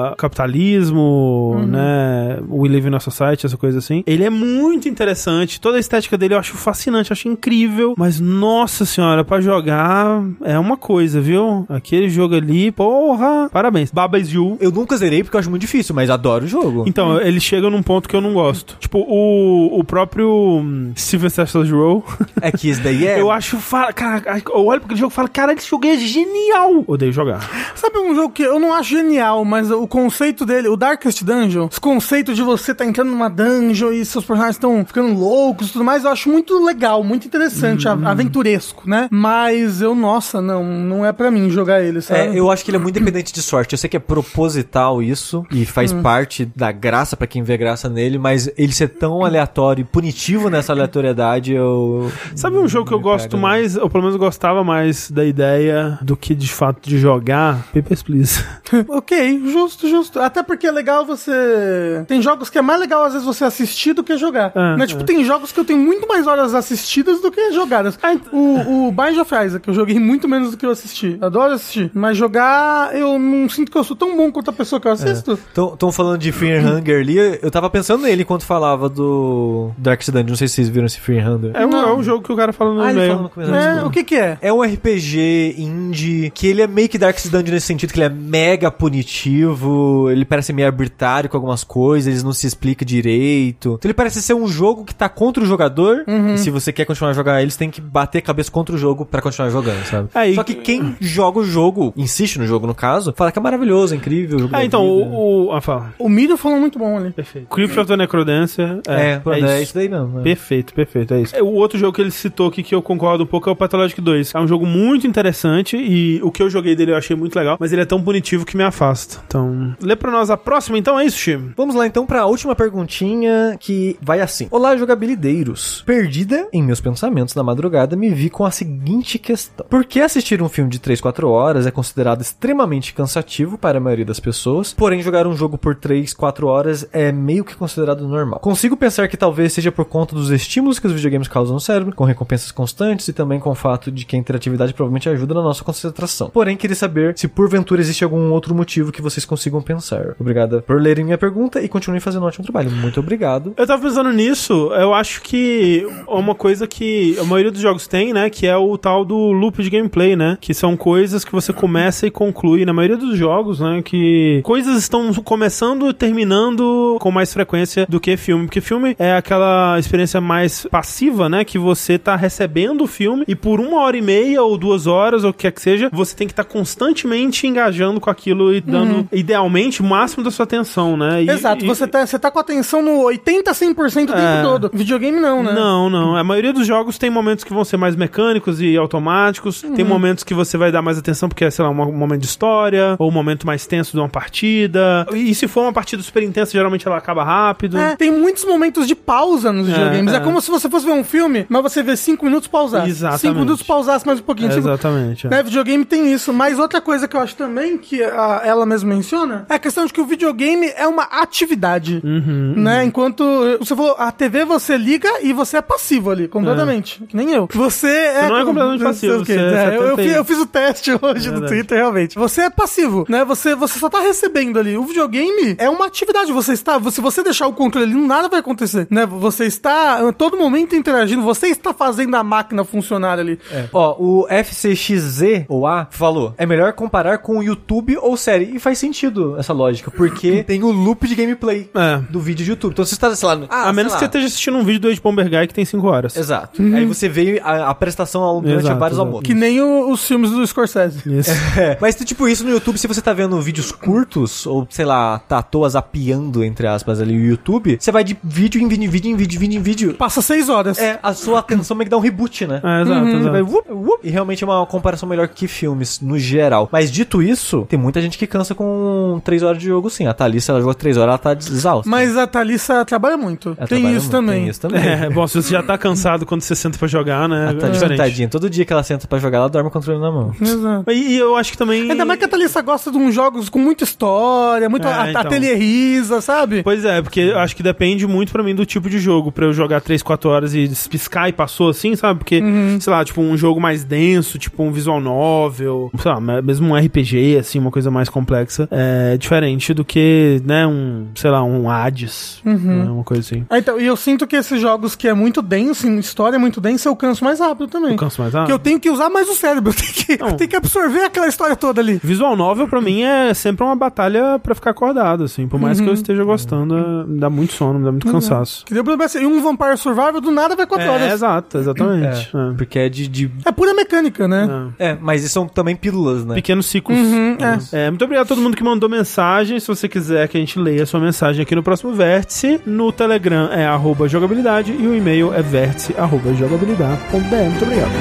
Speaker 1: ao capitalismo, né? We live in a society, essa coisa assim. Ele é muito interessante, toda a estética dele eu acho fascinante, eu acho incrível, mas nossa senhora, pra jogar é uma coisa, viu? Aquele jogo ali, porra, parabéns. Baba is You.
Speaker 3: Eu nunca zerei porque eu acho muito difícil, mas adoro o jogo.
Speaker 1: Então, ele chega num ponto que eu não gosto. Tipo, o, o próprio hum, Steven Sessions Row,
Speaker 3: É que esse daí é.
Speaker 1: eu acho. Fala, cara, eu olho pra aquele jogo e falo, cara, esse jogo é genial. Odeio jogar.
Speaker 2: Sabe um jogo que eu não acho genial, mas o conceito dele, o Darkest Dungeon, esse conceito de você tá entrando numa dungeon e seus personagens estão ficando loucos e tudo mais, eu acho muito legal, muito interessante,
Speaker 3: Uhum.
Speaker 2: a- aventuresco, né? Mas eu, nossa, não, não é pra mim jogar ele,
Speaker 3: É,
Speaker 2: sabe?
Speaker 3: eu acho que ele é muito dependente de sorte. Eu sei que é proposital isso e faz parte da graça pra quem vê graça nele, mas ele ser tão aleatório e punitivo nessa aleatoriedade, eu.
Speaker 1: Sabe um jogo que eu
Speaker 3: Me
Speaker 1: gosto
Speaker 3: pega, né?
Speaker 1: mais, ou pelo menos eu gostava mais da ideia do que de fato de jogar? Papers, please.
Speaker 2: Ok, justo, justo. Até porque é legal você. Tem jogos que é mais legal às vezes você assistir do que jogar.
Speaker 1: Ah,
Speaker 2: né? Tipo,
Speaker 1: ah.
Speaker 2: tem jogos que eu tenho muito mais horas assistidas do que jogadas. O, o Bind of Isaac, eu joguei muito menos do que eu assisti. Adoro assistir. Mas jogar, eu não sinto que eu sou tão bom quanto a pessoa que eu
Speaker 1: É.
Speaker 2: assisto.
Speaker 3: Estão falando de Fear and Hunger ali, eu tava pensando nele enquanto falava do Dark Dungeon, não sei se vocês viram esse Fear and Hunger.
Speaker 1: É um, é um jogo que o cara fala no
Speaker 3: Ah, ele
Speaker 1: e-mail.
Speaker 3: falou no começo.
Speaker 2: É,
Speaker 3: desculpa.
Speaker 2: o que que é?
Speaker 3: É um RPG indie, que ele é meio que Dark Dungeon nesse sentido, que ele é mega punitivo, ele parece meio arbitrário com algumas coisas, eles não se explicam direito. Então ele parece ser um jogo que tá contra o jogador,
Speaker 1: Uhum.
Speaker 3: e se você quer continuar a jogar eles, tem que bater a cabeça contra o jogo pra continuar jogando, sabe?
Speaker 1: Aí-
Speaker 3: Só que quem joga o jogo, insiste no jogo no caso, fala que é maravilhoso, é incrível, o jogo
Speaker 1: Ah,
Speaker 3: da
Speaker 1: então,
Speaker 3: vida.
Speaker 1: o. o ah, fala.
Speaker 2: O Miro falou muito bom ali.
Speaker 1: Perfeito. Crypt of the Necrodancer.
Speaker 3: É,
Speaker 1: É, é,
Speaker 3: é, isso.
Speaker 1: isso.
Speaker 3: daí mesmo. é.
Speaker 1: Perfeito, perfeito, é isso. É, O outro jogo que ele citou aqui que eu concordo um pouco é o Pathologic 2. É um jogo muito interessante e o que eu joguei dele eu achei muito legal, mas ele é tão punitivo que me afasta. Então, lê pra nós a próxima então, é isso, time?
Speaker 3: Vamos lá então pra última perguntinha que vai assim. Olá, jogabilideiros. Perdida em meus pensamentos na madrugada, me vi com a seguinte questão: Por que assistir um filme de 3, 4 horas é considerado extremamente cansativo para a maioria das pessoas, porém jogar um jogo por 3, 4 horas é meio que considerado normal? Consigo pensar que talvez seja por conta dos estímulos que os videogames causam no cérebro, com recompensas constantes e também com o fato de que a interatividade provavelmente ajuda na nossa concentração. Porém, queria saber se porventura existe algum outro motivo que vocês consigam pensar. Obrigada por lerem minha pergunta e continuem fazendo um ótimo trabalho. Muito obrigado.
Speaker 1: Eu tava pensando nisso, eu acho que é uma coisa que a maioria dos jogos tem, né? Que é o tal do loop de gameplay, né? Que são coisas que você começa e conclui. Na maioria dos jogos, né? Que coisas estão começando e terminando com mais frequência do que filme. Porque filme é aquela experiência mais passiva, né? Que você tá recebendo o filme e por uma hora e meia ou duas horas, ou o que quer que seja, você tem que estar constantemente engajando com aquilo e dando, idealmente, o máximo da sua atenção, né? E-
Speaker 2: Uhum. Exato,
Speaker 1: e-
Speaker 2: você, tá, você tá com a atenção no 80, 100% o tempo
Speaker 1: É.
Speaker 2: todo. Videogame não, né?
Speaker 1: Não, não. A maioria dos jogos tem momentos que vão ser mais mecânicos e automáticos.
Speaker 2: Uhum.
Speaker 1: Tem momentos que você vai dar mais atenção porque é, sei lá, um momento de história ou um momento mais tenso de uma partida. E, e se for uma partida super intensa, geralmente ela acaba rápido.
Speaker 2: É, tem muitos momentos de pausa nos
Speaker 1: É,
Speaker 2: videogames. É,
Speaker 1: é.
Speaker 2: como se você fosse ver um filme, mas você vê cinco minutos pausasse.
Speaker 1: Exatamente.
Speaker 2: Cinco minutos pausasse mais um pouquinho.
Speaker 1: É,
Speaker 2: Cinco-
Speaker 1: exatamente. é.
Speaker 2: Né, videogame tem isso. Mas outra coisa que eu acho também,
Speaker 1: Uhum,
Speaker 2: que a- ela mesma menciona, é a questão de que o videogame é uma atividade. né? Enquanto enquanto. Você falou, a TV você liga e você é passivo ali, completamente. Que nem eu. Você é.
Speaker 1: não é completamente passivo,
Speaker 2: Não sei o quê.
Speaker 1: você é
Speaker 2: É, eu, eu
Speaker 1: 71.
Speaker 2: fi- eu fiz o teste hoje no
Speaker 1: Verdade.
Speaker 2: Twitter, realmente. Você é passivo, né? Você, você só tá recebendo ali. O videogame é uma atividade. Você está. Se você deixar o controle ali, nada vai acontecer. Né? Você está a todo momento interagindo, você está fazendo a máquina funcionar ali.
Speaker 3: É. Ó, o FCXZ ou A falou: é melhor comparar com o YouTube ou série. E faz sentido essa lógica, porque tem o loop de gameplay
Speaker 1: É.
Speaker 3: do vídeo de YouTube. Então você está, sei lá. no- Ah,
Speaker 1: a menos que você
Speaker 3: sei lá.
Speaker 1: esteja assistindo um vídeo do Ed Bomber Guy que tem 5 horas.
Speaker 3: Exato. Aí você vê a, a prestação ao- durante
Speaker 1: Uhum. Exato,
Speaker 3: vários
Speaker 1: exato.
Speaker 3: almoços.
Speaker 2: Que nem o- os filmes do Scorsese.
Speaker 1: Isso.
Speaker 3: É, mas tipo, isso no YouTube, se você tá vendo vídeos curtos, ou sei lá, tá à toa zapeando, entre aspas, ali o YouTube, você vai de vídeo em vídeo, em vídeo, em vídeo, em vídeo, em vídeo.
Speaker 2: Passa seis horas.
Speaker 3: É, a sua atenção meio que dá um reboot, né?
Speaker 1: É, exato,
Speaker 2: Uhum.
Speaker 3: Você vai
Speaker 1: exato.
Speaker 3: wup, wup, e realmente é uma comparação melhor que filmes, no geral. Mas dito isso, tem muita gente que cansa com 3 horas de jogo, sim. A Thalissa, ela jogou 3 horas, ela tá exausta.
Speaker 2: Mas a Thalissa trabalha muito. tem
Speaker 3: Ela trabalha
Speaker 2: isso
Speaker 3: muito,
Speaker 2: também.
Speaker 3: Tem isso também.
Speaker 1: É, bom, se você já tá cansado quando você senta pra jogar, né?
Speaker 3: Ela tá
Speaker 1: é
Speaker 3: de
Speaker 1: diferente.
Speaker 3: tadinha. Todo dia que ela senta pra jogar, ela dorme com o controle na mão.
Speaker 2: Exato.
Speaker 1: E, e eu acho que também.
Speaker 2: Ainda mais que a Thalissa gosta de uns jogos com muita história, muito
Speaker 1: É,
Speaker 2: a-
Speaker 1: então.
Speaker 2: atelierrisa, sabe?
Speaker 1: Pois é, porque eu acho que depende muito pra mim do tipo de jogo. Pra eu jogar 3, 4 horas e piscar e passou assim, sabe? Porque,
Speaker 2: Uhum.
Speaker 1: sei lá, tipo um jogo mais denso, tipo um visual novel, sei lá, mesmo um RPG, assim, uma coisa mais complexa, é diferente do que, né, um, sei lá, um Hades, né, uma coisa assim.
Speaker 2: Ah, Então, e eu sinto que esses jogos que é muito denso, em história é muito densa, eu canso mais rápido também.
Speaker 1: Eu canso mais Ah, rápido.
Speaker 2: Porque eu tenho que usar mais o cérebro, eu tenho que, eu
Speaker 1: Não.
Speaker 2: tenho que absorver aquela história toda ali.
Speaker 1: Visual novel pra mim é sempre uma batalha pra ficar acordado, assim. Por mais que eu esteja gostando, é- me dá muito sono, me dá muito cansaço.
Speaker 2: Que deu problema Uhum. é assim, e um Vampire Survival do nada vai quatro
Speaker 1: É,
Speaker 2: horas.
Speaker 1: exato, exatamente. É.
Speaker 3: Porque é de... de-
Speaker 2: É pura mecânica, né?
Speaker 1: É.
Speaker 3: É, mas isso são também pílulas, né?
Speaker 1: Pequenos ciclos.
Speaker 2: É. Uhum, é.
Speaker 1: É, muito obrigado a todo mundo que mandou mensagem. Se você quiser que a gente leia a sua mensagem aqui no próximo vértice, no Telegram é arroba jogabilidade e o e-mail é vértice arroba jogabilidade.br. Muito obrigado.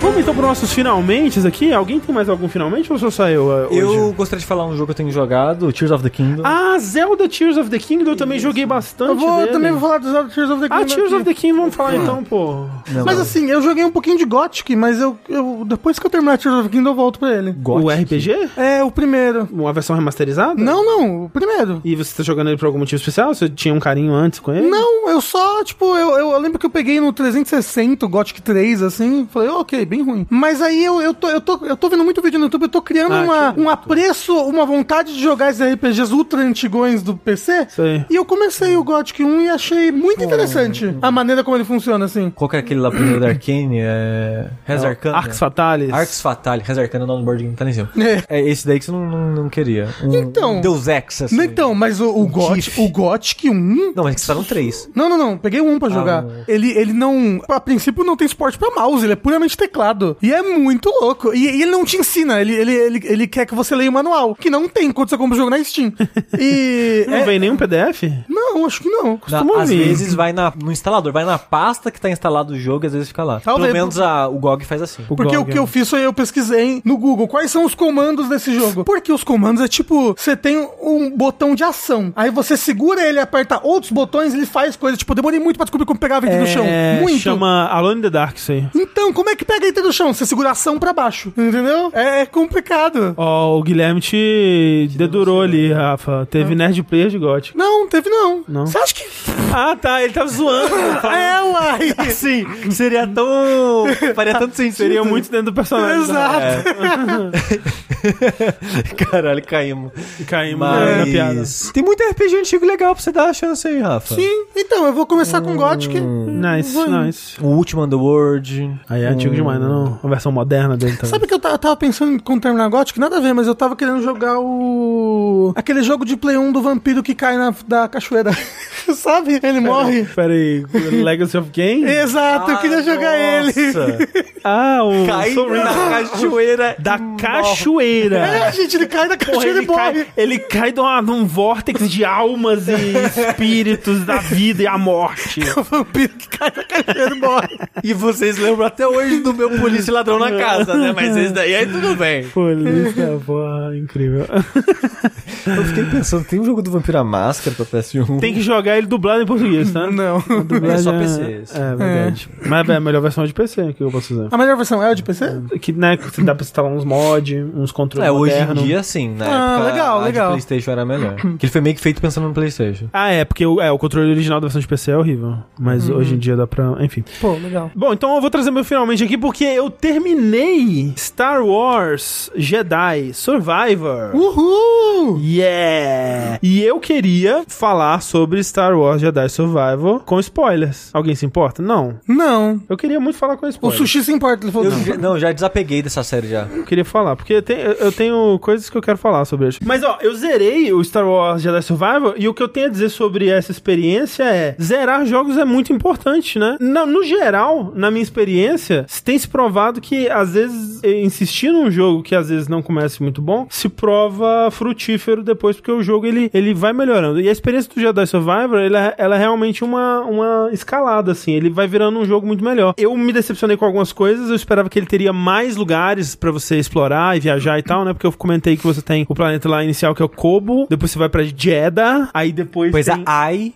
Speaker 1: Vamos então para nossos finalmente aqui. Alguém tem mais algum finalmente ou só saiu hoje?
Speaker 3: Eu gostaria de falar um jogo que eu tenho jogado, Tears of the Kingdom.
Speaker 1: Ah, Zelda Tears of the Kingdom eu também joguei bastante.
Speaker 2: Eu vou,
Speaker 1: dele.
Speaker 2: também vou falar dos Zelda Tears of the
Speaker 1: Ah,
Speaker 2: Kingdom
Speaker 1: Tears
Speaker 2: aqui. Ah.
Speaker 1: of the Kingdom, vamos falar então, pô.
Speaker 3: Não,
Speaker 2: Mas
Speaker 3: não.
Speaker 2: assim, eu joguei um pouquinho de Gothic, mas eu, eu depois que eu terminar Tears of the Kingdom eu volto pra ele.
Speaker 3: Gothic.
Speaker 1: O RPG?
Speaker 2: É, o primeiro.
Speaker 1: Uma versão remasterizada?
Speaker 2: Não, não, o primeiro.
Speaker 1: E você tá jogando ele por algum motivo especial? Você tinha um carinho antes com ele?
Speaker 2: Não, eu só, tipo, eu, eu- eu lembro que eu peguei no 360, o Gothic 3, assim, falei, ok, bem ruim. Mas aí eu, eu, tô, eu, tô, eu tô vendo muito vídeo no YouTube, eu tô criando
Speaker 1: Ah,
Speaker 2: uma-
Speaker 1: que
Speaker 2: um apreço, uma vontade de jogar esses RPGs ultra antigões do PC.
Speaker 1: Sei.
Speaker 2: E eu comecei o Gothic 1 e achei muito interessante a maneira como ele funciona, assim.
Speaker 3: Qual que é aquele lá primeiro da Arcane? É... Res Arcana?
Speaker 1: Arx Né. Fatalis.
Speaker 3: Arx Fatale. Res Arcana não, no board game tá lá em cima.
Speaker 2: É.
Speaker 3: É esse daí que você não, não, não queria. Um,
Speaker 2: Então.
Speaker 3: um Deus Ex, assim.
Speaker 2: Então, mas o, o, Gothic,
Speaker 3: gif.
Speaker 2: o Gothic 1
Speaker 3: Não, mas que estavam três.
Speaker 2: Não, não, não. Peguei um
Speaker 1: Ah,
Speaker 2: pra jogar.
Speaker 3: não.
Speaker 2: Ele, ele não. A princípio não tem suporte pra mouse, ele é puramente teclado. E é muito louco. E, e ele não te ensina, ele, ele, ele, ele quer que você leia o manual, que não tem quando você compra o jogo na Steam. E.
Speaker 1: Não
Speaker 2: é-
Speaker 1: vem nenhum PDF?
Speaker 2: não, acho que não.
Speaker 3: Na,
Speaker 1: Costuma
Speaker 3: às
Speaker 1: vir.
Speaker 3: vezes vai na, no instalador, vai na pasta que tá instalado o jogo e às vezes fica lá.
Speaker 2: Talvez.
Speaker 3: Pelo menos a- o GOG faz assim.
Speaker 2: Porque o
Speaker 1: Gog,
Speaker 2: que eu
Speaker 1: né?
Speaker 2: fiz foi eu pesquisei no Google quais são os comandos desse jogo. Porque os comandos é tipo, você tem um botão de ação. Aí você segura ele, aperta outros botões, ele faz coisa. Tipo, eu demorei muito pra descobrir como pegar a venda do chão.
Speaker 1: É,
Speaker 2: Muito.
Speaker 1: Chama Alone in the Dark isso aí.
Speaker 2: Então, como é que pega a item do chão? Você segura a ação pra baixo, entendeu? É, é complicado.
Speaker 1: Ó, o Guilherme te dedurou ali, Rafa. Teve nerd player de Gothic.
Speaker 2: Não, teve não.
Speaker 1: Não.
Speaker 2: Você acha que...
Speaker 1: Ah, tá. Ele tava zoando.
Speaker 2: É, uai.
Speaker 3: Sim, seria tão... Faria tanto sentido.
Speaker 1: Seria muito dentro do personagem. né?
Speaker 2: Exato.
Speaker 3: É. Caralho, caímos.
Speaker 1: E Caímos na- na piada.
Speaker 3: Mas... Tem muito RPG antigo legal pra você dar a chance aí, Rafa.
Speaker 2: Sim, então, eu vou começar com Gothic.
Speaker 1: Nice,
Speaker 2: Vai.
Speaker 1: nice.
Speaker 3: O último Underworld.
Speaker 1: Aí é antigo demais, né? não? A versão moderna dele também.
Speaker 2: Sabe que eu ta- tava pensando em como terminar Gothic? Nada a ver, mas eu tava querendo jogar o... Aquele jogo de Play 1 do vampiro que cai na, da cachoeira. Sabe? Ele morre.
Speaker 1: Pera aí, Legacy of Game?
Speaker 2: Exato, eu queria jogar ele.
Speaker 1: Ah, o
Speaker 3: Cai
Speaker 1: Soul Ring.
Speaker 3: na cachoeira.
Speaker 1: da
Speaker 3: e morre.
Speaker 2: É,
Speaker 1: cachoeira.
Speaker 2: gente, ele cai da
Speaker 1: Porra,
Speaker 2: cachoeira
Speaker 1: ele
Speaker 2: e morre.
Speaker 1: cai, ele cai de, uma- de um vórtex de almas e espíritos da vida e a morte.
Speaker 2: O vampiro que cai da cachoeira e morre.
Speaker 3: E vocês lembram até hoje do meu polícia e ladrão na casa, né? Mas esse daí aí tudo bem.
Speaker 1: Polícia, porra, incrível.
Speaker 3: Eu fiquei pensando, tem um jogo do Vampiro à Máscara pra PS1?
Speaker 1: Tem que jogar ele dublado em português, né?
Speaker 2: Não.
Speaker 1: Dublagem
Speaker 3: só PC, isso.
Speaker 1: É, verdade. Mas é a melhor versão é de PC que eu posso usar.
Speaker 2: A melhor versão é a de PC?
Speaker 1: Que, né, que você dá pra instalar uns mods, uns controles
Speaker 3: É, hoje em
Speaker 1: modernos.
Speaker 3: dia sim, né?
Speaker 2: Ah, legal,
Speaker 3: a
Speaker 2: legal.
Speaker 3: de Playstation era melhor. Que ele foi meio que feito pensando no Playstation.
Speaker 1: Ah, é, porque o, é, o controle original da versão de PC é horrível.
Speaker 3: Uhum.
Speaker 1: Mas hoje em dia dá pra. Enfim.
Speaker 2: Pô, legal.
Speaker 1: Bom, então eu vou trazer meu finalmente aqui porque eu terminei Star Wars Jedi Survivor.
Speaker 2: Uh! Uhul!
Speaker 1: Yeah! E eu queria falar sobre Star Wars Jedi Survival com spoilers. Alguém se importa? Não.
Speaker 2: Não.
Speaker 1: Eu queria muito falar com
Speaker 2: O
Speaker 1: spoilers.
Speaker 2: sushi se importa, ele falou.
Speaker 3: Eu, já- não, já desapeguei dessa série já.
Speaker 1: Eu queria falar, porque tem- eu- eu tenho coisas que eu quero falar sobre isso. Mas, ó, eu zerei o Star Wars Jedi Survival e o que eu tenho a dizer sobre essa experiência é zerar jogos é muito importante, né? Na- no geral, na minha experiência, se tem se provado que, às vezes, eh, insistir num jogo que, às vezes, não começa muito bom, se prova frutífero depois, porque o jogo, ele, ele vai melhorando. E a experiência do Jedi Survivor, ela, é- ela é realmente uma, uma escalada, assim. Ele vai virando um jogo muito melhor. Eu me decepcionei com algumas coisas, eu esperava que ele teria mais lugares pra você explorar e viajar e tal, né? Porque eu comentei que você tem o planeta lá inicial, que é o Kobo, depois você vai pra Jeddah, aí depois
Speaker 3: Pois é,
Speaker 1: tem...
Speaker 3: ai.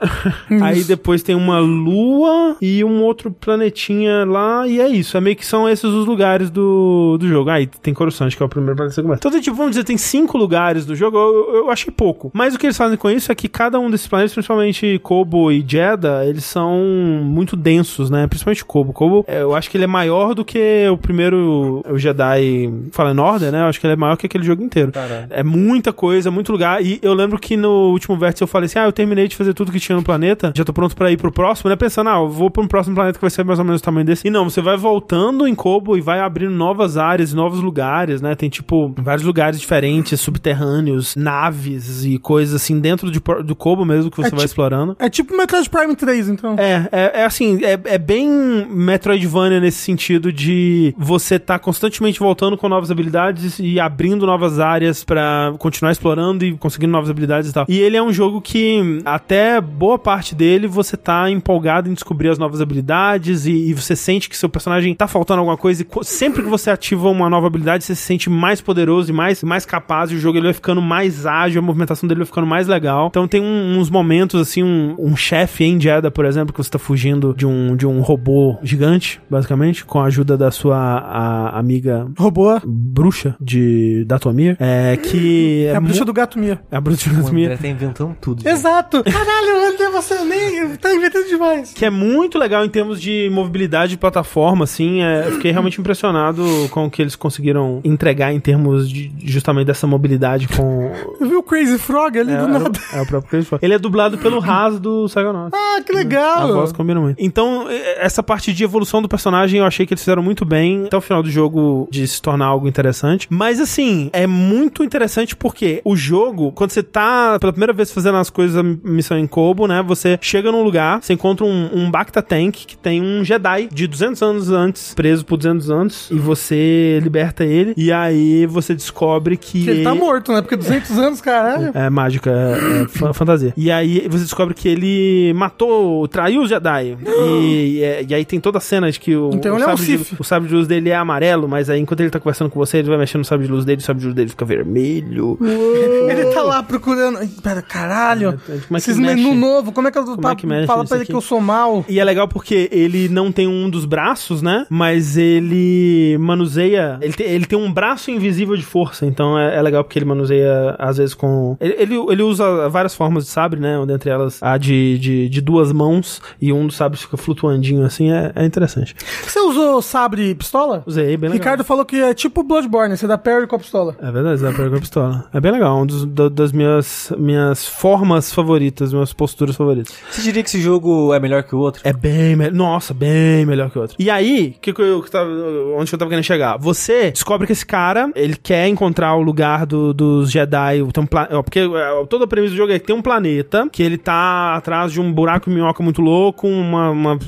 Speaker 1: Aí depois tem uma lua e um outro planetinha lá, e é isso. É meio que são esses os lugares do, do jogo. Aí tem Coruscant, que é o primeiro planeta que você começa. Então, tem, tipo, vamos dizer, tem cinco lugares do jogo, eu, eu achei pouco. Mas o que eles fazem com isso é que cada um desses planetas, principalmente Kobo e Jeddah, eles são muito densos, né? Principalmente Kobo. Kobo, é, eu acho que ele é maior do que o primeiro o Jedi Fallen Order, né? Eu acho que ele é maior que aquele jogo inteiro. É muita coisa, muito lugar. E eu lembro que no último vértice eu falei assim: ah, eu terminei de fazer tudo que tinha no planeta, já tô pronto pra ir pro próximo, né? Pensando, ah, eu vou pro próximo planeta que vai ser mais ou menos o tamanho desse. E não, você vai voltando em Kobo e vai abrindo novas áreas, novos lugares, né? Tem tipo vários lugares diferentes, subterrâneos, naves e coisas assim dentro de, pro- do Kobo mesmo que você
Speaker 2: É
Speaker 1: vai
Speaker 2: ti-
Speaker 1: explorando.
Speaker 2: É tipo Metroid Prime 3, então.
Speaker 1: É, é, é assim, é, é bem Metroidvania nesse sentido de você tá constantemente voltando com novas habilidades e abrindo novas áreas pra continuar explorando e conseguindo novas habilidades e tal. E ele é um jogo que até boa parte dele você tá empolgado em descobrir as novas habilidades e, e você sente que seu personagem tá faltando alguma coisa e co- sempre que você ativa uma nova habilidade você se sente mais poderoso e mais, mais capaz e o jogo ele vai ficando mais ágil, a movimentação dele vai ficando mais legal. Então tem um- uns momentos assim, um, um chefe em Jeddah, por exemplo, que você tá fugindo de um, de um robô gigante, basicamente, com a ajuda da sua a- amiga
Speaker 2: Robô. é
Speaker 1: bruxa de Datomir, é que
Speaker 2: É a bruxa
Speaker 1: mu-
Speaker 2: do gato Mia.
Speaker 1: é a bruxa de
Speaker 3: O
Speaker 1: Datomir.
Speaker 3: André tá inventando tudo. gente.
Speaker 2: Exato! Caralho, André, você nem. Tá inventando demais.
Speaker 1: que é muito legal em termos de mobilidade de plataforma, assim. é, eu fiquei realmente impressionado com o que eles conseguiram entregar em termos de justamente dessa mobilidade com.
Speaker 2: Eu vi o Crazy Frog ali
Speaker 1: É,
Speaker 2: do nada.
Speaker 1: é o- é o próprio Chris Rock. Ele é dublado pelo Haas do Psychonauts.
Speaker 2: Ah, que
Speaker 1: A
Speaker 2: legal!
Speaker 1: voz combina muito. Então, eh, essa parte de evolução do personagem eu achei que eles fizeram muito bem até o final do jogo de se tornar algo interessante. Mas assim, é muito interessante porque o jogo, quando você tá pela primeira vez fazendo as coisas a missão em Kobo, né? Você chega num lugar, você encontra um, um Bacta Tank que tem um Jedi de 200 anos antes, preso por 200 anos, e você liberta ele. E aí você descobre que.
Speaker 2: Que ele tá morto, né? Porque 200 anos, caralho.
Speaker 1: É mágica, é, é fa- fantasia. E aí você descobre que ele matou, traiu o Jedi. E, e é- e aí tem toda a cena de que o,
Speaker 2: Então
Speaker 1: o,
Speaker 2: ele é um
Speaker 1: sabre de,
Speaker 2: Sith.
Speaker 1: o sabre de luz dele é amarelo, mas aí enquanto ele tá conversando com você, ele vai mexendo no sabre de luz dele, o sabre de luz dele fica vermelho.
Speaker 2: Ele tá lá procurando. Ih, Pera, caralho.
Speaker 1: Como é que
Speaker 2: Esses
Speaker 1: mexe?
Speaker 2: menu novo, como é que eu
Speaker 1: Como é que mexe
Speaker 2: falo
Speaker 1: isso
Speaker 2: pra ele
Speaker 1: aqui?
Speaker 2: que eu sou mal?
Speaker 1: E é legal porque ele não tem um dos braços, né? Mas ele manuseia. Ele, te- ele tem um braço invisível de força. Então é, é legal porque ele manuseia, às vezes, com. Ele, ele, ele usa várias formas de sabre, né? Dentre elas a de, de, de duas mãos e um dos sabres fica flutuandinho assim. É, é interessante.
Speaker 2: Você usou sabre e pistola?
Speaker 1: Usei, bem legal.
Speaker 2: Ricardo falou que é tipo Bloodborne, você dá parry com a pistola.
Speaker 1: É verdade, dá pra jogar com a pistola. É bem legal, um dos, da- das minhas, minhas formas favoritas, minhas posturas favoritas.
Speaker 3: Você diria que esse jogo é melhor que o outro?
Speaker 1: É bem melhor. Nossa, bem melhor que o outro. E aí, que que eu, que tava- onde que eu tava querendo chegar? Você descobre que esse cara, ele quer encontrar o lugar do- dos Jedi. Tem um pla- ó, porque é, toda a premissa do jogo é que tem um planeta que ele tá atrás de um buraco de minhoca muito louco, uma, uma,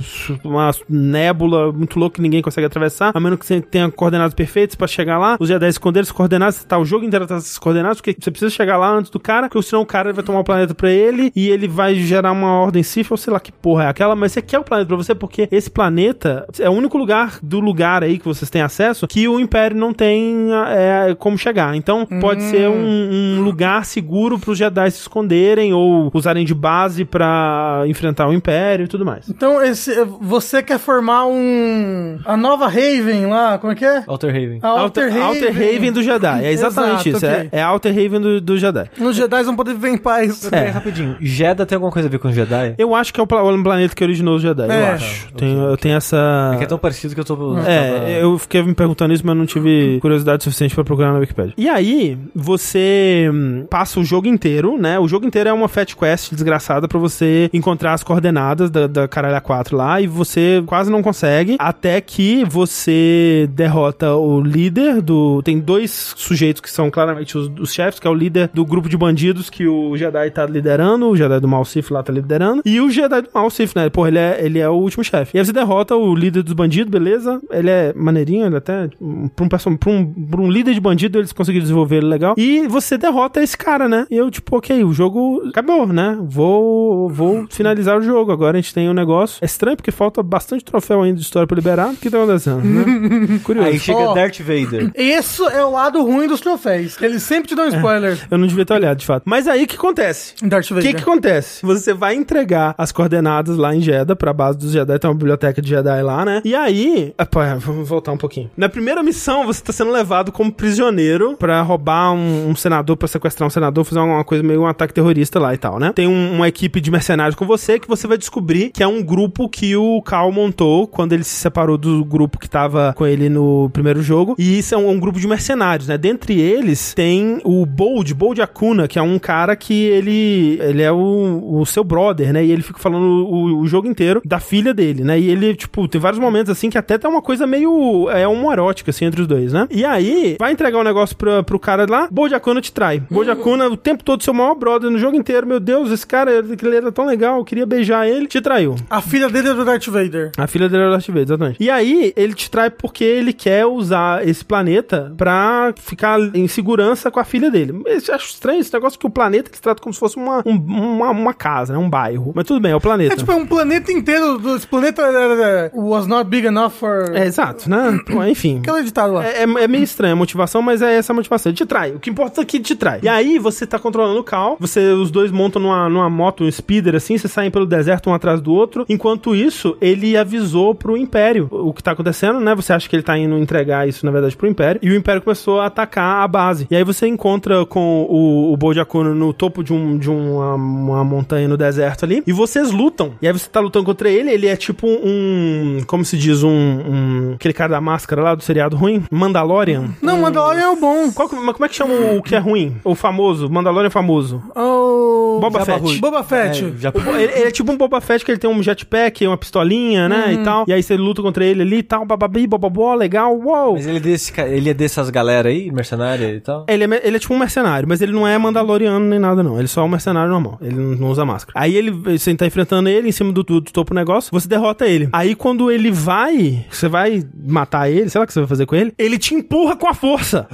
Speaker 1: uma nébula muito louca que ninguém consegue atravessar, a menos que você tenha coordenadas perfeitas pra chegar lá. Os Jedi esconderam essas coordenadas, tá o jogo inteiro atrás dessas coordenadas, porque você precisa chegar lá antes do cara, porque senão o cara vai tomar o planeta pra ele e ele vai gerar uma ordem Sith, ou sei lá que porra é aquela, mas você quer o planeta pra você porque esse planeta é o único lugar do lugar aí que vocês têm acesso que
Speaker 2: Hum.
Speaker 1: o Império não tem é, como chegar. Então pode ser um, um lugar seguro pros os Jedi se esconderem ou usarem de base pra enfrentar o Império e tudo mais.
Speaker 2: Então, esse, você quer formar um. A nova Raven lá, como é que é?
Speaker 3: Alter Haven.
Speaker 2: A Alter, Raven.
Speaker 1: Alter Haven do Jedi. É exatamente
Speaker 2: Exato,
Speaker 1: isso.
Speaker 2: ok.
Speaker 1: É, é Alter Haven do, do Jedi.
Speaker 2: Os Jedi vão poder viver em paz.
Speaker 3: É, rapidinho. Jeddah tem alguma coisa a ver com Jedi?
Speaker 1: Eu acho que é o pla- o planeta que originou os Jedi.
Speaker 2: É.
Speaker 1: Eu acho. Tem, eu tenho essa.
Speaker 3: É que é tão parecido que eu tô... tava-
Speaker 1: É, eu fiquei me perguntando isso, mas não tive curiosidade suficiente pra procurar na Wikipedia. E aí, você hum, passa o jogo inteiro, né? O jogo inteiro é uma fat quest desgraçada pra você encontrar as coordenadas da, da caralha 4 lá e você quase não consegue até que você derrota o líder do tem dois sujeitos que são claramente os, os chefes, que é o líder do grupo de bandidos que o Jedi tá liderando, o Jedi do Mal Sith lá tá liderando, e o Jedi do Mal Sith, né? Porra, ele é, ele é o último chefe. E aí você derrota o líder dos bandidos, beleza? Ele é maneirinho, ele até. um, Pra um, perso- pra um, pra um líder de bandido, eles conseguiram desenvolver ele legal. E você derrota esse cara, né? E eu, tipo, ok, o jogo acabou, né? Vou, vou finalizar o jogo. Agora a gente tem um negócio. É estranho porque falta bastante troféu ainda de história pra liberar. O que tá acontecendo? né? Curioso.
Speaker 3: Aí chega
Speaker 2: Ó.
Speaker 3: Darth Vader.
Speaker 2: Esse é o lado ruim dos troféus. que Eles sempre
Speaker 1: É.
Speaker 2: te dão spoiler.
Speaker 1: Eu não devia ter olhado, de fato. Mas aí o que acontece?
Speaker 2: em Darth
Speaker 1: O que
Speaker 2: Vader.
Speaker 1: que acontece? Você vai entregar as coordenadas lá em Jeddah, pra base dos Jedi, tem uma biblioteca de Jedi lá, né? E aí, ah, pô, é, vamos voltar um pouquinho. Na primeira missão, você tá sendo levado como prisioneiro pra roubar um, um senador, pra sequestrar um senador, fazer alguma coisa meio um ataque terrorista lá e tal, né? Tem um- uma equipe de mercenários com você que você vai descobrir que é um grupo que o Cal montou quando ele se separou do grupo que tava com ele no primeiro jogo. E isso é um, um grupo de mercenários, né? Dentre eles tem o Bold, Bold Acuna, que é um cara que ele ele é o, o seu brother, né? E ele fica falando o, o jogo inteiro da filha dele, né? E ele, tipo, tem vários momentos assim que até tá uma coisa meio. É uma erótica, assim, entre os dois, né? E aí, vai entregar um negócio pra, pro cara lá, Bold Acuna te trai. Bold Acuna, o tempo todo, seu maior brother no jogo inteiro. Meu Deus, esse cara, ele era tão legal, eu queria beijar ele, te traiu.
Speaker 2: A filha dele é do Darth Vader.
Speaker 1: A filha dele é o Darth Vader, exatamente. E aí, ele te trai porque ele quer usar esse planeta pra ficar em segurança com a filha dele. Mas Eu acho estranho esse negócio que o planeta que se trata como se fosse uma, um- uma, uma casa, né? Um bairro. Mas tudo bem, é o planeta.
Speaker 2: É tipo, é um planeta inteiro. do- Esse planeta é, é, was not big enough for.
Speaker 1: É, exato, né? Pô, Enfim.
Speaker 2: Aquela editada lá.
Speaker 1: É, é- é meio estranha a motivação, mas é essa a motivação. Ele te trai. O que importa é que ele te trai. E aí você tá controlando o Cal, você, os dois montam numa, numa moto, um speeder assim, vocês saem pelo deserto um atrás do outro. Enquanto isso, ele avisou pro Império o que tá acontecendo, né? Você acha que ele tá indo entregar isso, na verdade, pro Império. E o Império começou a atacar a base. E aí você encontra com o, o Bold Acuna no topo de, um, de uma, uma montanha no deserto ali. E vocês lutam. E aí você tá lutando contra ele, ele é tipo um. Como se diz? Um. um- aquele cara da máscara lá do seriado ruim? Mandalorian.
Speaker 2: Não, Mandalorian é o bom.
Speaker 1: Qual que- mas como é que chama o que é ruim? O famoso, Mandalorian famoso.
Speaker 2: É O.
Speaker 1: Boba
Speaker 3: Jabba
Speaker 1: Fett.
Speaker 3: Hutt.
Speaker 2: Boba Fett.
Speaker 3: É, já...
Speaker 1: O- Ele, ele é tipo um Boba Fett que ele tem um jetpack, uma pistolinha, né? E tal. E aí você luta contra ele ali e tal, bababi, bababó, legal, uou.
Speaker 3: Mas ele é, desse, ca- ele é dessas galera aí, mercenária e tal?
Speaker 1: Ele é, me- ele é tipo um mercenário, mas ele não é mandaloriano nem nada, não. Ele só é um mercenário normal. Ele não não usa máscara. Aí ele, você tá enfrentando ele em cima do, do, do topo do negócio, você derrota ele. Aí quando ele vai, você vai matar ele, sei lá o que você vai fazer com ele, ele te empurra com a força.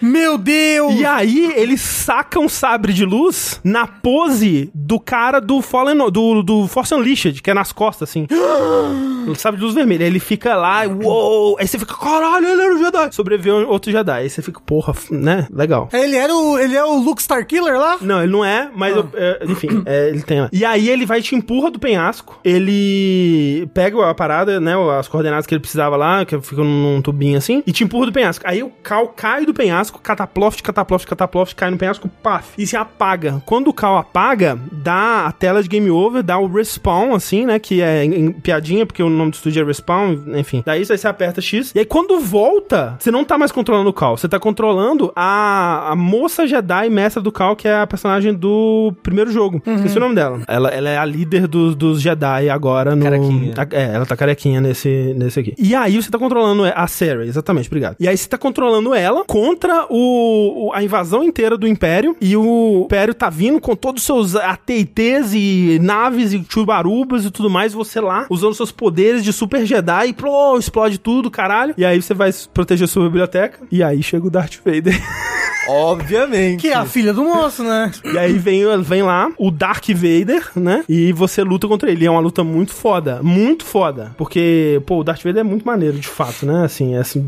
Speaker 2: Meu Deus!
Speaker 1: E aí ele saca um sabre de luz na pose do cara do Fallen, do, do Force Unleashed, que é nas costas, assim. Um sabre de luz vermelha. Aí Ele fica lá, uou! Aí você fica, caralho, ele era um Jedi. Sobreviveu outro Jedi. Aí você fica, porra, f- né? Legal.
Speaker 2: Ele era o. Ele é o Luke Starkiller lá?
Speaker 1: Não, ele não é, mas eu- é, enfim, é, ele tem. lá. E aí ele vai e te empurra do penhasco, ele pega a parada, né, as coordenadas que ele precisava lá, que ficam num tubinho assim, e te empurra do penhasco. Aí o Cal cai do penhasco, cataploft, cataploft, cataploft, cai no penhasco, paf, e se apaga. Quando o Cal apaga, dá a tela de game over, dá o respawn, assim, né, que é em- em piadinha, porque o nome do estúdio é respawn, enfim. Daí você aperta X, e aí quando volta, você não tá mais controlando o Cal, você tá controlando a, a moça Jedi mestra do Cal, que é a personagem do primeiro jogo. Esqueci o nome dela. Ela, ela é a líder dos, dos Jedi agora no.
Speaker 3: Carequinha.
Speaker 1: a- é, ela tá carequinha nesse, nesse aqui. E aí você tá controlando a Sarah, exatamente, obrigado. E aí você tá controlando ela contra o, o- a invasão inteira do Império. E o Império tá vindo com todos os seus AT&Ts e naves e chubarubas e tudo mais. Você lá, usando seus poderes de Super Jedi, e plô, explode tudo, caralho. E aí você vai proteger sua biblioteca. E aí chega o Darth Vader.
Speaker 3: Obviamente.
Speaker 2: Que é a filha do moço, né?
Speaker 1: E aí vem, vem lá o Dark Vader, né? E você luta contra ele. É uma luta muito foda. Muito foda. Porque, pô, o Darth Vader é muito maneiro, de fato, né? Assim, é assim.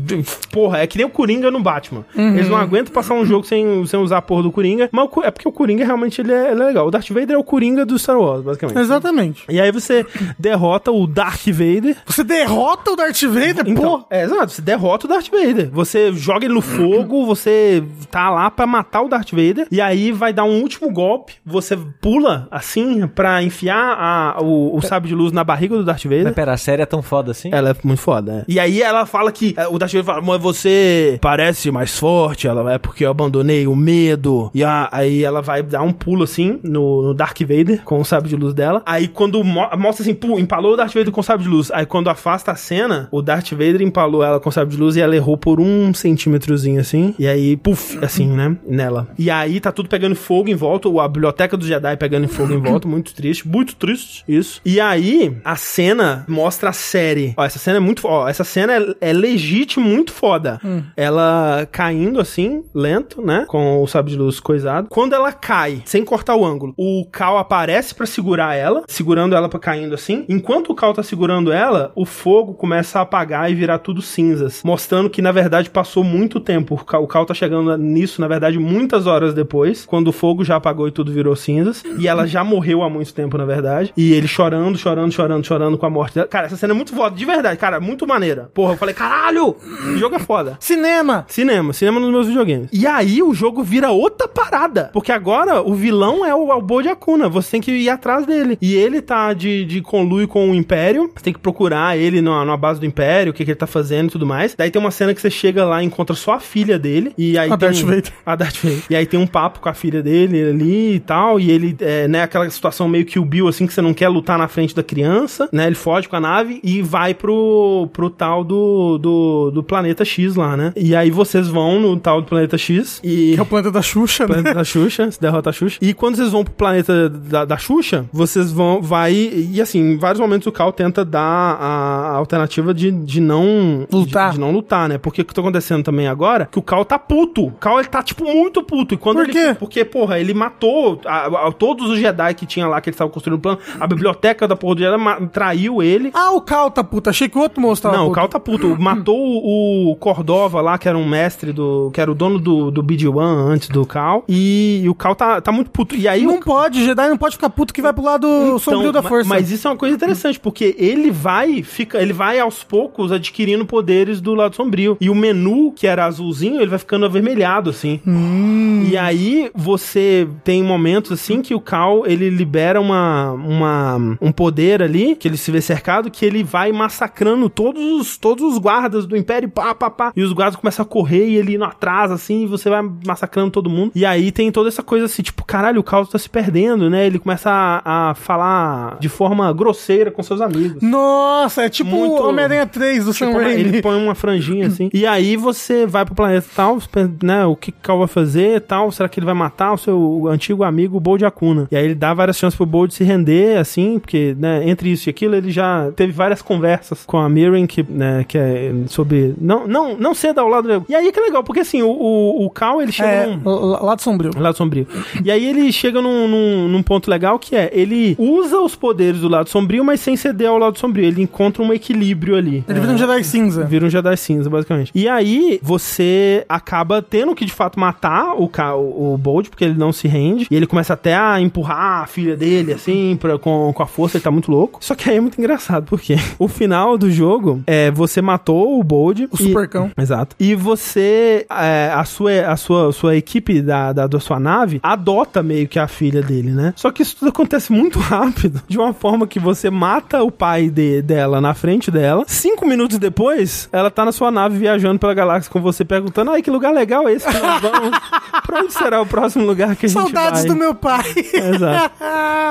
Speaker 1: Porra, é que nem o Coringa no Batman. Eles não aguentam passar um jogo sem, sem usar a porra do Coringa. Mas o Co- é porque o Coringa realmente ele é, ele é legal. O Darth Vader é o Coringa do Star Wars, basicamente.
Speaker 2: Exatamente.
Speaker 1: E aí você derrota o Dark Vader.
Speaker 2: Você derrota o Darth Vader,
Speaker 1: Então,
Speaker 2: pô.
Speaker 1: é, exato, você derrota o Darth Vader. Você joga ele no fogo, você tá lá pra matar o Darth Vader, e aí vai dar um último golpe, você pula assim pra enfiar a- o, o sábio de luz na barriga do Darth Vader.
Speaker 3: Mas pera, a série é tão foda assim?
Speaker 1: Ela é muito foda, é. E aí ela fala que. é, O Darth Vader fala, mas você parece mais forte. Ela é porque eu abandonei o medo. E a- aí ela vai dar um pulo assim no, no Darth Vader com o sábio de luz dela. Aí quando mo- mostra assim, pum, empalou o Darth Vader com o sábio de luz. Aí quando afasta a cena, o Darth Vader empalou ela com o sábio de luz e ela errou por um centímetrozinho assim. E aí, puf, assim, né? Nela. E aí tá tudo pegando fogo em volta. A biblioteca do Jedi pegando fogo em volta. Muito triste. Muito triste isso. E aí, a cena mostra a série. Ó, essa cena é muito. fo- Ó, essa cena é, é legit muito foda. Ela caindo assim, lento, né? Com o sábio de luz coisado. Quando ela cai, sem cortar o ângulo, o Cal aparece pra segurar ela, segurando ela pra caindo assim. Enquanto o Cal tá segurando ela, o fogo começa a apagar e virar tudo cinzas. Mostrando que, na verdade, passou muito tempo. O Cal, o Cal tá chegando nisso, na verdade, muitas horas depois. Quando o fogo já apagou e tudo virou cinzas. E ela já morreu há muito tempo, na verdade. E ele chorando, chorando, chorando, chorando com a morte dela. Cara, essa cena é muito foda, de verdade, cara. Muito maneira. Porra, eu falei, caralho! O jogo é foda.
Speaker 2: Cinema.
Speaker 1: Cinema, cinema nos meus videogames. E aí o jogo vira outra parada. Porque agora o vilão é o Albo de Acuna. Você tem que ir atrás dele. E ele tá de, de conluio com o Império. Você tem que procurar ele na, na base do Império, o que, que ele tá fazendo e tudo mais. Daí tem uma cena que você chega lá e encontra só a filha dele. E aí
Speaker 2: A
Speaker 1: tem
Speaker 2: Darth Vader.
Speaker 1: a Darth Vader. E aí tem um papo com a filha dele ali e tal, e ele, é, né, aquela situação meio que o Bill, assim, que você não quer lutar na frente da criança, né, ele foge com a nave e vai pro, pro tal do, do, do planeta X lá, né. E aí vocês vão no tal do planeta X e...
Speaker 2: Que é o planeta da Xuxa, né?
Speaker 1: Planeta da Xuxa, se derrota a Xuxa. E quando vocês vão pro planeta da, da Xuxa, vocês vão, vai, e assim, em vários momentos o Cal tenta dar a, a alternativa de, de não...
Speaker 2: Lutar.
Speaker 1: De, de não lutar, né? Porque o que tá acontecendo também agora, que o Cal tá puto. O Cal, ele tá, tipo, muito puto. E quando
Speaker 2: Por
Speaker 1: ele-
Speaker 2: quê?
Speaker 1: Porque, porra, ele matou a- a- todos os Jedi que tinha lá, que eles estavam construindo o plano. A biblioteca da porra do Jedi ma- traiu ele.
Speaker 2: Ah, o Cal tá puta. Achei que o outro moço tava
Speaker 1: Não, o
Speaker 2: puto.
Speaker 1: Cal tá puto. Matou o o Cordova lá, que era um mestre do. que era o dono do, do BD-1 antes do Cal. E, e o Cal tá, tá muito puto. E aí o
Speaker 2: Não um pode, Jedi não pode ficar puto que vai pro lado sombrio um da
Speaker 1: Então, ma-
Speaker 2: força.
Speaker 1: Mas isso é uma coisa interessante, porque ele vai, fica, ele vai aos poucos adquirindo poderes do lado sombrio. E o menu, que era azulzinho, ele vai ficando avermelhado, assim. E aí você tem momentos assim que o Cal ele libera uma, uma um poder ali, que ele se vê cercado, que ele vai massacrando todos os, todos os guardas do Império, pá, pá, pá. E os guardas começam a correr e ele indo atrás, assim, e você vai massacrando todo mundo. E aí tem toda essa coisa assim, tipo, caralho, o Cal tá se perdendo, né? Ele começa a, a falar de forma grosseira com seus amigos.
Speaker 2: Nossa, é tipo
Speaker 1: Muito-
Speaker 2: o Homem-Aranha 3 do Sam
Speaker 1: Tipo, ele
Speaker 2: Raimi.
Speaker 1: põe uma franjinha assim. E aí você vai pro planeta tal, né? O que que Cal vai fazer tal? Será que ele vai matar o seu antigo amigo Bold Acuna? E aí ele dá várias chances pro Bold se render, assim, porque, né, entre isso e aquilo, ele já teve várias conversas com a Mirren, que, né, que é sobre. Não, não, não cedo ao lado. do- E aí que é legal, porque assim, o, o, o Cal ele chega
Speaker 2: É,
Speaker 1: num.
Speaker 2: l- lado sombrio.
Speaker 1: Lado sombrio. E aí ele chega num, num, num ponto legal que é, ele usa os poderes do lado sombrio, mas sem ceder ao lado sombrio. Ele encontra um equilíbrio ali.
Speaker 2: Ele
Speaker 1: É.
Speaker 2: vira um Jedi cinza.
Speaker 1: Vira um Jedi cinza, basicamente. E aí, você acaba tendo que, de fato, matar o, Ca- o Bold, porque ele não se rende. E ele começa até a empurrar a filha dele, assim, pra, com, com a força, ele tá muito louco. Só que aí é muito engraçado, porque o final do jogo é você matou o Bold.
Speaker 2: O
Speaker 1: e-
Speaker 2: supercão.
Speaker 1: Exato. E você, é, a, sua, a sua, sua equipe da, da, da sua nave adota meio que a filha dele, né? Só que isso tudo acontece muito rápido, de uma forma que você mata o pai de- dela na frente dela. Cinco minutos depois, ela tá na sua nave viajando pela galáxia com você, perguntando: ai, que lugar legal é esse que nós vamos? pra onde será o próximo lugar que a gente
Speaker 2: Saudades
Speaker 1: vai?
Speaker 2: do meu pai.
Speaker 1: Exato.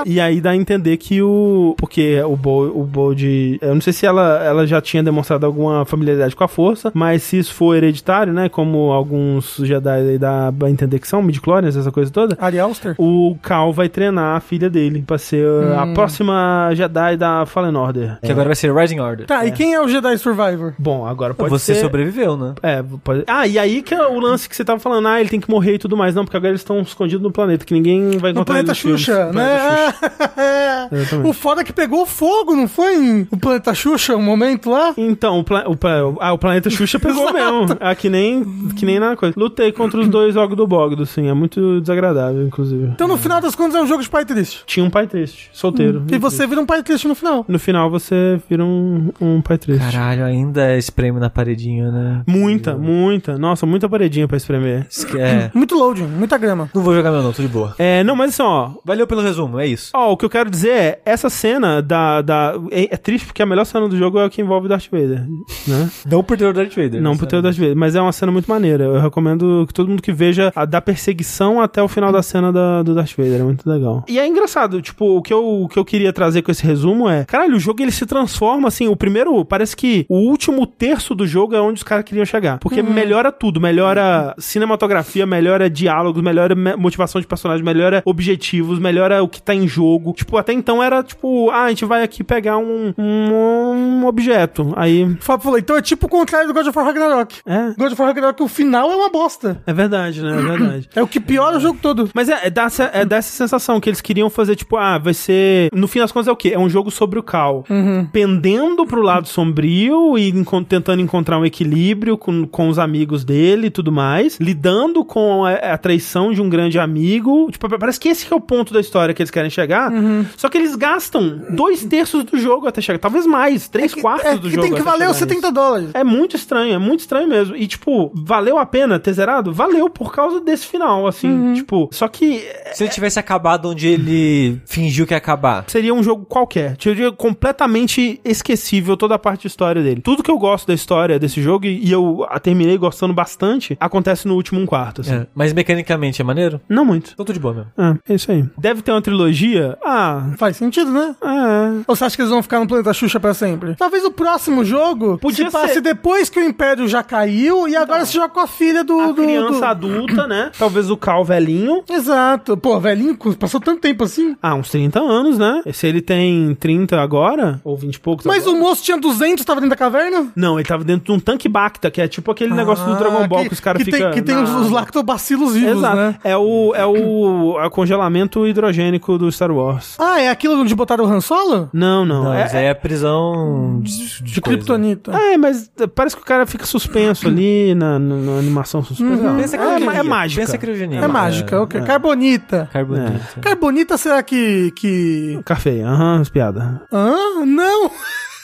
Speaker 1: E aí dá a entender que o. Porque o Bo, o Bold. Eu não sei se ela, ela já tinha demonstrado alguma familiaridade com a força, mas se isso for hereditário, né? Como alguns Jedi aí dá a entender que são midichlorians, essa coisa toda.
Speaker 2: Ari Alster?
Speaker 1: O Cal vai treinar a filha dele pra ser a
Speaker 2: Hum.
Speaker 1: próxima Jedi da Fallen Order.
Speaker 3: Que agora vai ser Rising Order.
Speaker 2: Tá, e quem é o Jedi Survivor?
Speaker 1: Bom, agora pode
Speaker 3: Você
Speaker 1: ser.
Speaker 3: sobreviveu, né?
Speaker 1: É, pode... Ah, e aí que é o lance que você tá tava falando, ah, ele tem que morrer e tudo mais. Não, porque agora eles estão escondidos no planeta, que ninguém vai encontrar
Speaker 2: No planeta
Speaker 1: eles nos filmes.
Speaker 2: Xuxa,
Speaker 1: No planeta
Speaker 2: né?
Speaker 1: Xuxa. Exatamente.
Speaker 2: o foda é que pegou fogo, não foi? em- O planeta Xuxa, um momento lá?
Speaker 1: Então, o, pla- o pla- ah, o planeta Xuxa pegou mesmo. Ah, que nem, que nem na coisa. Lutei contra os dois Ogdo-Bogdo, sim. É muito desagradável, inclusive.
Speaker 2: Então, no final das contas, é um jogo de pai triste.
Speaker 1: Tinha um pai triste, solteiro.
Speaker 2: E você vira um pai triste no final.
Speaker 1: No final você vira um, um pai triste.
Speaker 3: Caralho, ainda é espreme na paredinha, né?
Speaker 1: Muita, muita. Nossa, muita paredinha pra espremer.
Speaker 3: Esque- É.
Speaker 2: Muito loading, muita grama.
Speaker 3: Não vou jogar meu não, tô de boa.
Speaker 1: É, não, mas assim, ó.
Speaker 3: Valeu pelo resumo, é isso.
Speaker 1: Ó, o que eu quero dizer é, essa cena da. da é, é triste porque a melhor cena do jogo é a que envolve o Darth Vader, né?
Speaker 3: Não por ter o Darth Vader.
Speaker 1: Não pro
Speaker 3: sabe?
Speaker 1: teu Darth Vader, mas é uma cena muito maneira. Eu recomendo que todo mundo que veja a da perseguição até o final da cena da- do Darth Vader, é muito legal. E é engraçado, tipo, o que, eu, o que eu queria trazer com esse resumo é, caralho, o jogo ele se transforma assim, o primeiro, parece que o último terço do jogo é onde os caras queriam chegar, porque melhora tudo, melhora cinematografia, melhora diálogos, melhora me- motivação de personagem, melhora objetivos, melhora o que tá em jogo. Tipo, até então era tipo, ah, a gente vai aqui pegar um, um, um objeto. Aí,
Speaker 2: O Fábio falou, então é tipo o contrário do God of War Ragnarok.
Speaker 1: é,
Speaker 2: God of War Ragnarok, o final é uma bosta.
Speaker 1: é verdade, né? É verdade.
Speaker 2: É o que piora o jogo todo.
Speaker 1: Mas é, é dá essa, é dá essa sensação que eles queriam fazer, tipo, ah, vai ser. No fim das contas é o quê? É um jogo sobre o cal.
Speaker 2: Uhum.
Speaker 1: Pendendo pro lado sombrio e encon- tentando encontrar um equilíbrio com, com os amigos dele e tudo mais. Lidando com a, a traição de um grande amigo. Tipo, pa- parece que esse que é o ponto da história que eles querem chegar.
Speaker 2: Uhum.
Speaker 1: Só que eles gastam dois terços do jogo até chegar. Talvez mais, três quartos
Speaker 2: É
Speaker 1: do
Speaker 2: que
Speaker 1: jogo.
Speaker 2: tem que
Speaker 1: até
Speaker 2: valer os
Speaker 1: chegar nisso.
Speaker 2: 70 dólares.
Speaker 1: É muito estranho, é muito estranho mesmo. E, tipo, valeu a pena ter zerado? Valeu por causa desse final, assim. Tipo, só que
Speaker 3: Se ele tivesse acabado onde ele fingiu que ia acabar.
Speaker 1: seria um jogo qualquer. Seria completamente esquecível toda a parte de história dele. Tudo que eu gosto da história desse jogo, e e eu a terminei gostando bastante, acontece no último um quarto, assim.
Speaker 3: É, Mas mecanicamente é maneiro?
Speaker 1: Não muito.
Speaker 3: Então tô de boa mesmo.
Speaker 1: É, é isso aí. Deve ter uma trilogia? Ah,
Speaker 2: Faz sentido, né?
Speaker 1: é.
Speaker 2: Ou você acha que eles vão ficar no planeta Xuxa pra sempre? Talvez o próximo jogo
Speaker 1: Podia
Speaker 2: se passe
Speaker 1: ser. Então.
Speaker 2: depois que o Império já caiu e agora se joga com a filha do...
Speaker 1: A
Speaker 2: do-
Speaker 1: criança
Speaker 2: do-
Speaker 1: adulta, né? Talvez o Cal velhinho.
Speaker 2: Exato. Pô, velhinho, passou tanto tempo assim.
Speaker 1: Ah, uns 30 anos, né? Se ele tem 30 agora, ou 20 e poucos
Speaker 2: Mas
Speaker 1: agora.
Speaker 2: o moço tinha 200, tava dentro da caverna?
Speaker 1: Não, ele tava dentro de um tanque Bacta, que é tipo aquele negócio do Dragon Ball que, os caras
Speaker 2: Ah, que tem-
Speaker 1: ficam.
Speaker 2: Que tem
Speaker 1: na-
Speaker 2: os, os lactobacilos vivos,
Speaker 1: Exato.
Speaker 2: né?
Speaker 1: É o, é o é o congelamento hidrogênico do Star Wars.
Speaker 2: Ah, é aquilo onde botaram o Han Solo?
Speaker 1: Não, não.
Speaker 3: Não,
Speaker 1: é, Hum,
Speaker 3: mas aí é a prisão de,
Speaker 2: De
Speaker 3: coisa.
Speaker 2: Kryptonita.
Speaker 1: é, mas parece que o cara fica suspenso ali na, na- na animação suspensa. Não,
Speaker 3: Uhum. Pensa
Speaker 1: é,
Speaker 3: criogenia.
Speaker 1: ma- é mágica.
Speaker 3: Pensa criogenia.
Speaker 2: É, mágica, ok.
Speaker 3: É.
Speaker 2: Carbonita.
Speaker 1: É.
Speaker 3: Carbonita.
Speaker 2: Carbonita, será que... que...
Speaker 1: Café, aham, as piadas.
Speaker 2: Hã? Não!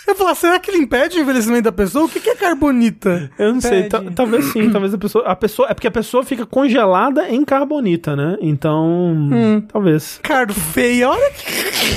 Speaker 2: Eu ia falar, será que ele impede o envelhecimento da pessoa? O que, que é carbonita?
Speaker 1: Eu não sei,
Speaker 3: Pede.
Speaker 1: ta- talvez sim, talvez a pessoa, a pessoa. É porque a pessoa fica congelada em carbonita, né? Então.
Speaker 3: Hum.
Speaker 1: Talvez.
Speaker 2: Cardo feia, olha que...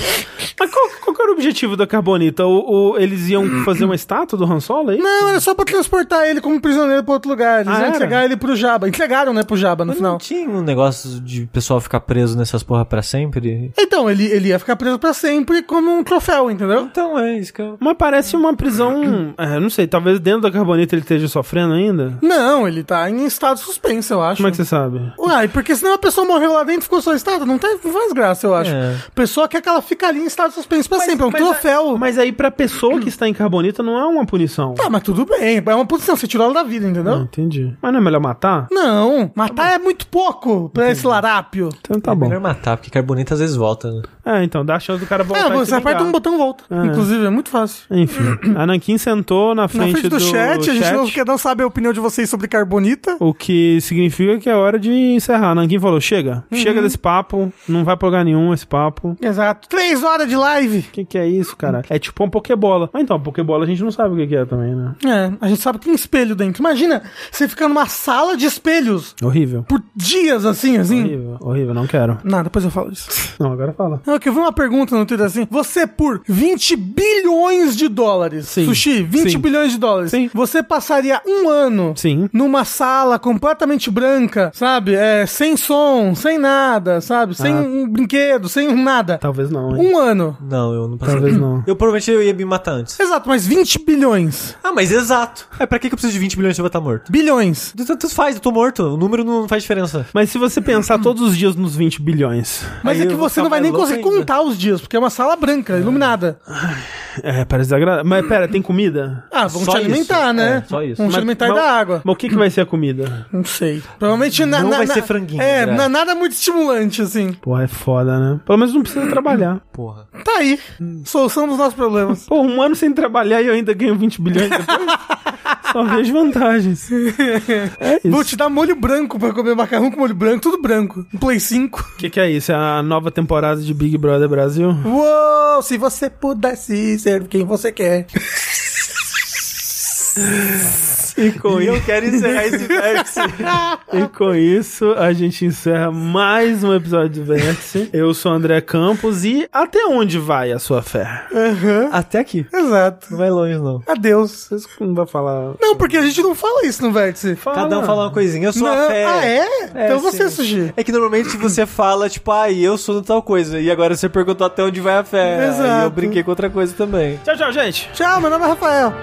Speaker 1: Mas qual, qual que era o objetivo da carbonita? O, o- eles iam fazer uma estátua do Han Solo é aí?
Speaker 2: Não, era só pra transportar ele como prisioneiro pra outro lugar. Eles
Speaker 1: Ah,
Speaker 2: iam
Speaker 1: era?
Speaker 2: entregar ele pro Jabba. Entregaram, né, pro Jaba no
Speaker 3: Mas
Speaker 2: final.
Speaker 3: não tinha um negócio de pessoal ficar preso nessas porra pra sempre?
Speaker 2: Então, ele, ele ia ficar preso pra sempre como um troféu, entendeu?
Speaker 3: Então é isso que eu...
Speaker 1: Mas parece uma prisão. É, eu não sei, talvez dentro da carbonita ele esteja sofrendo ainda?
Speaker 2: Não, ele tá em estado suspenso, eu acho.
Speaker 1: Como é que você sabe?
Speaker 2: Uai, porque senão a pessoa morreu lá dentro e ficou só em estado. Não, tem, não faz graça, eu acho.
Speaker 3: É.
Speaker 2: A pessoa quer que ela fique ali em estado suspenso pra sempre. É um
Speaker 1: mas-
Speaker 2: troféu.
Speaker 1: Mas aí pra pessoa que está em carbonita não é uma punição.
Speaker 2: Tá, mas tudo bem. É uma posição, você tirou ela da vida, entendeu?
Speaker 1: Não, entendi. Mas não é Tá melhor matar?
Speaker 2: Não, matar é muito pouco pra esse larápio.
Speaker 1: Então tá
Speaker 3: é
Speaker 1: bom.
Speaker 3: melhor matar, porque carbonita às vezes volta, né?
Speaker 1: É, então, dá a chance do cara
Speaker 2: É,
Speaker 1: voltar. e se
Speaker 2: você
Speaker 1: vingar.
Speaker 2: aperta um botão e volta. Inclusive, é muito fácil.
Speaker 1: Enfim, a Nankin sentou na
Speaker 2: Na
Speaker 1: frente,
Speaker 2: frente do, chat, a gente não, quer não sabe a opinião de vocês sobre carbonita.
Speaker 1: O que significa que é hora de encerrar. A Nankin falou: chega, chega
Speaker 2: Uhum.
Speaker 1: desse papo, não vai pra lugar nenhum esse papo.
Speaker 2: Exato. Três horas de live.
Speaker 1: O que, que é isso,
Speaker 2: Uhum.
Speaker 1: cara? É tipo uma Pokébola. Mas então, a Pokébola a gente não sabe o que, que é também, né?
Speaker 2: É, a gente sabe que tem espelho dentro. Imagina você ficar numa sala de espelhos
Speaker 1: Horrível.
Speaker 2: por dias assim, assim.
Speaker 1: Horrível, horrível, não quero.
Speaker 2: Não, depois eu falo isso.
Speaker 1: Não, agora fala.
Speaker 2: Não, que eu vi uma pergunta no Twitter assim. Você por 20 bilhões de dólares,
Speaker 1: Sim.
Speaker 2: sushi, 20
Speaker 1: Sim.
Speaker 2: bilhões de dólares,
Speaker 1: Sim.
Speaker 2: você passaria um ano
Speaker 1: Sim.
Speaker 2: numa sala completamente branca, sabe? É, sem som, sem nada, sabe? Sem
Speaker 1: Ah.
Speaker 2: um brinquedo, sem nada.
Speaker 3: Tá
Speaker 1: Talvez não, hein?
Speaker 2: Um ano.
Speaker 3: Não, eu não passei.
Speaker 1: Talvez não.
Speaker 3: Eu provavelmente eu ia me matar antes.
Speaker 2: Exato, mas 20 bilhões.
Speaker 3: Ah, mas exato. É, pra que que eu preciso de 20 milhões se eu vou estar morto?
Speaker 2: Bilhões.
Speaker 3: Tanto faz, eu tô morto. O número não faz diferença.
Speaker 1: Mas se você
Speaker 2: Hum.
Speaker 1: pensar todos os dias nos 20 bilhões.
Speaker 2: Mas
Speaker 3: Aí
Speaker 2: é que
Speaker 3: eu vou
Speaker 2: você não
Speaker 3: ficar
Speaker 2: vai
Speaker 3: mais
Speaker 2: nem
Speaker 3: louco
Speaker 2: conseguir
Speaker 3: ainda. Ah.
Speaker 2: contar os dias, porque é uma sala branca, iluminada.
Speaker 1: É, parece desagradável. Mas pera, tem comida?
Speaker 2: Ah, vamos
Speaker 3: Só
Speaker 2: te
Speaker 3: isso.
Speaker 2: alimentar, né?
Speaker 3: É, só isso.
Speaker 2: Vamos
Speaker 1: Mas-
Speaker 2: te alimentar
Speaker 1: mas-
Speaker 2: da água.
Speaker 1: Mas o que, que vai ser a comida?
Speaker 2: Não sei. Provavelmente na,
Speaker 3: Não
Speaker 2: na-
Speaker 3: vai
Speaker 2: na-
Speaker 3: ser franguinho,
Speaker 2: É,
Speaker 3: é.
Speaker 2: na- nada muito estimulante, assim.
Speaker 1: Porra, é foda, né? Pelo menos não precisa trabalhar.
Speaker 3: Porra.
Speaker 2: Tá aí. Solução dos nossos problemas.
Speaker 1: Pô, um ano sem trabalhar e eu ainda ganho 20 bilhões depois? Só vejo vantagens. É isso.
Speaker 2: Vou te dar molho branco pra comer macarrão com molho branco, tudo branco. Um Play 5.
Speaker 1: O que, que é isso? É a nova temporada de Big Brother Brasil?
Speaker 2: Uou, se você pudesse ser quem você quer.
Speaker 1: E com,
Speaker 3: E
Speaker 1: i-
Speaker 3: eu quero encerrar esse verso.
Speaker 1: e com isso, a gente encerra mais um episódio do Vértice. Eu sou o André Campos e até onde vai a sua fé?
Speaker 3: Até aqui.
Speaker 2: Exato.
Speaker 3: Não vai longe, não.
Speaker 2: Adeus.
Speaker 1: Vocês não vão falar...
Speaker 2: Não, porque a gente não fala isso no vértice.
Speaker 3: Cada um fala uma coisinha. Eu sou
Speaker 2: não.
Speaker 3: a fé.
Speaker 2: Ah, é? então
Speaker 3: sim.
Speaker 2: você, Sushi.
Speaker 3: É que normalmente você fala, tipo, ah, eu sou de tal coisa. E agora você perguntou até onde vai a fé.
Speaker 2: Exato.
Speaker 3: E eu brinquei com outra coisa também.
Speaker 1: Tchau, tchau, gente!
Speaker 2: Tchau, meu nome é Rafael.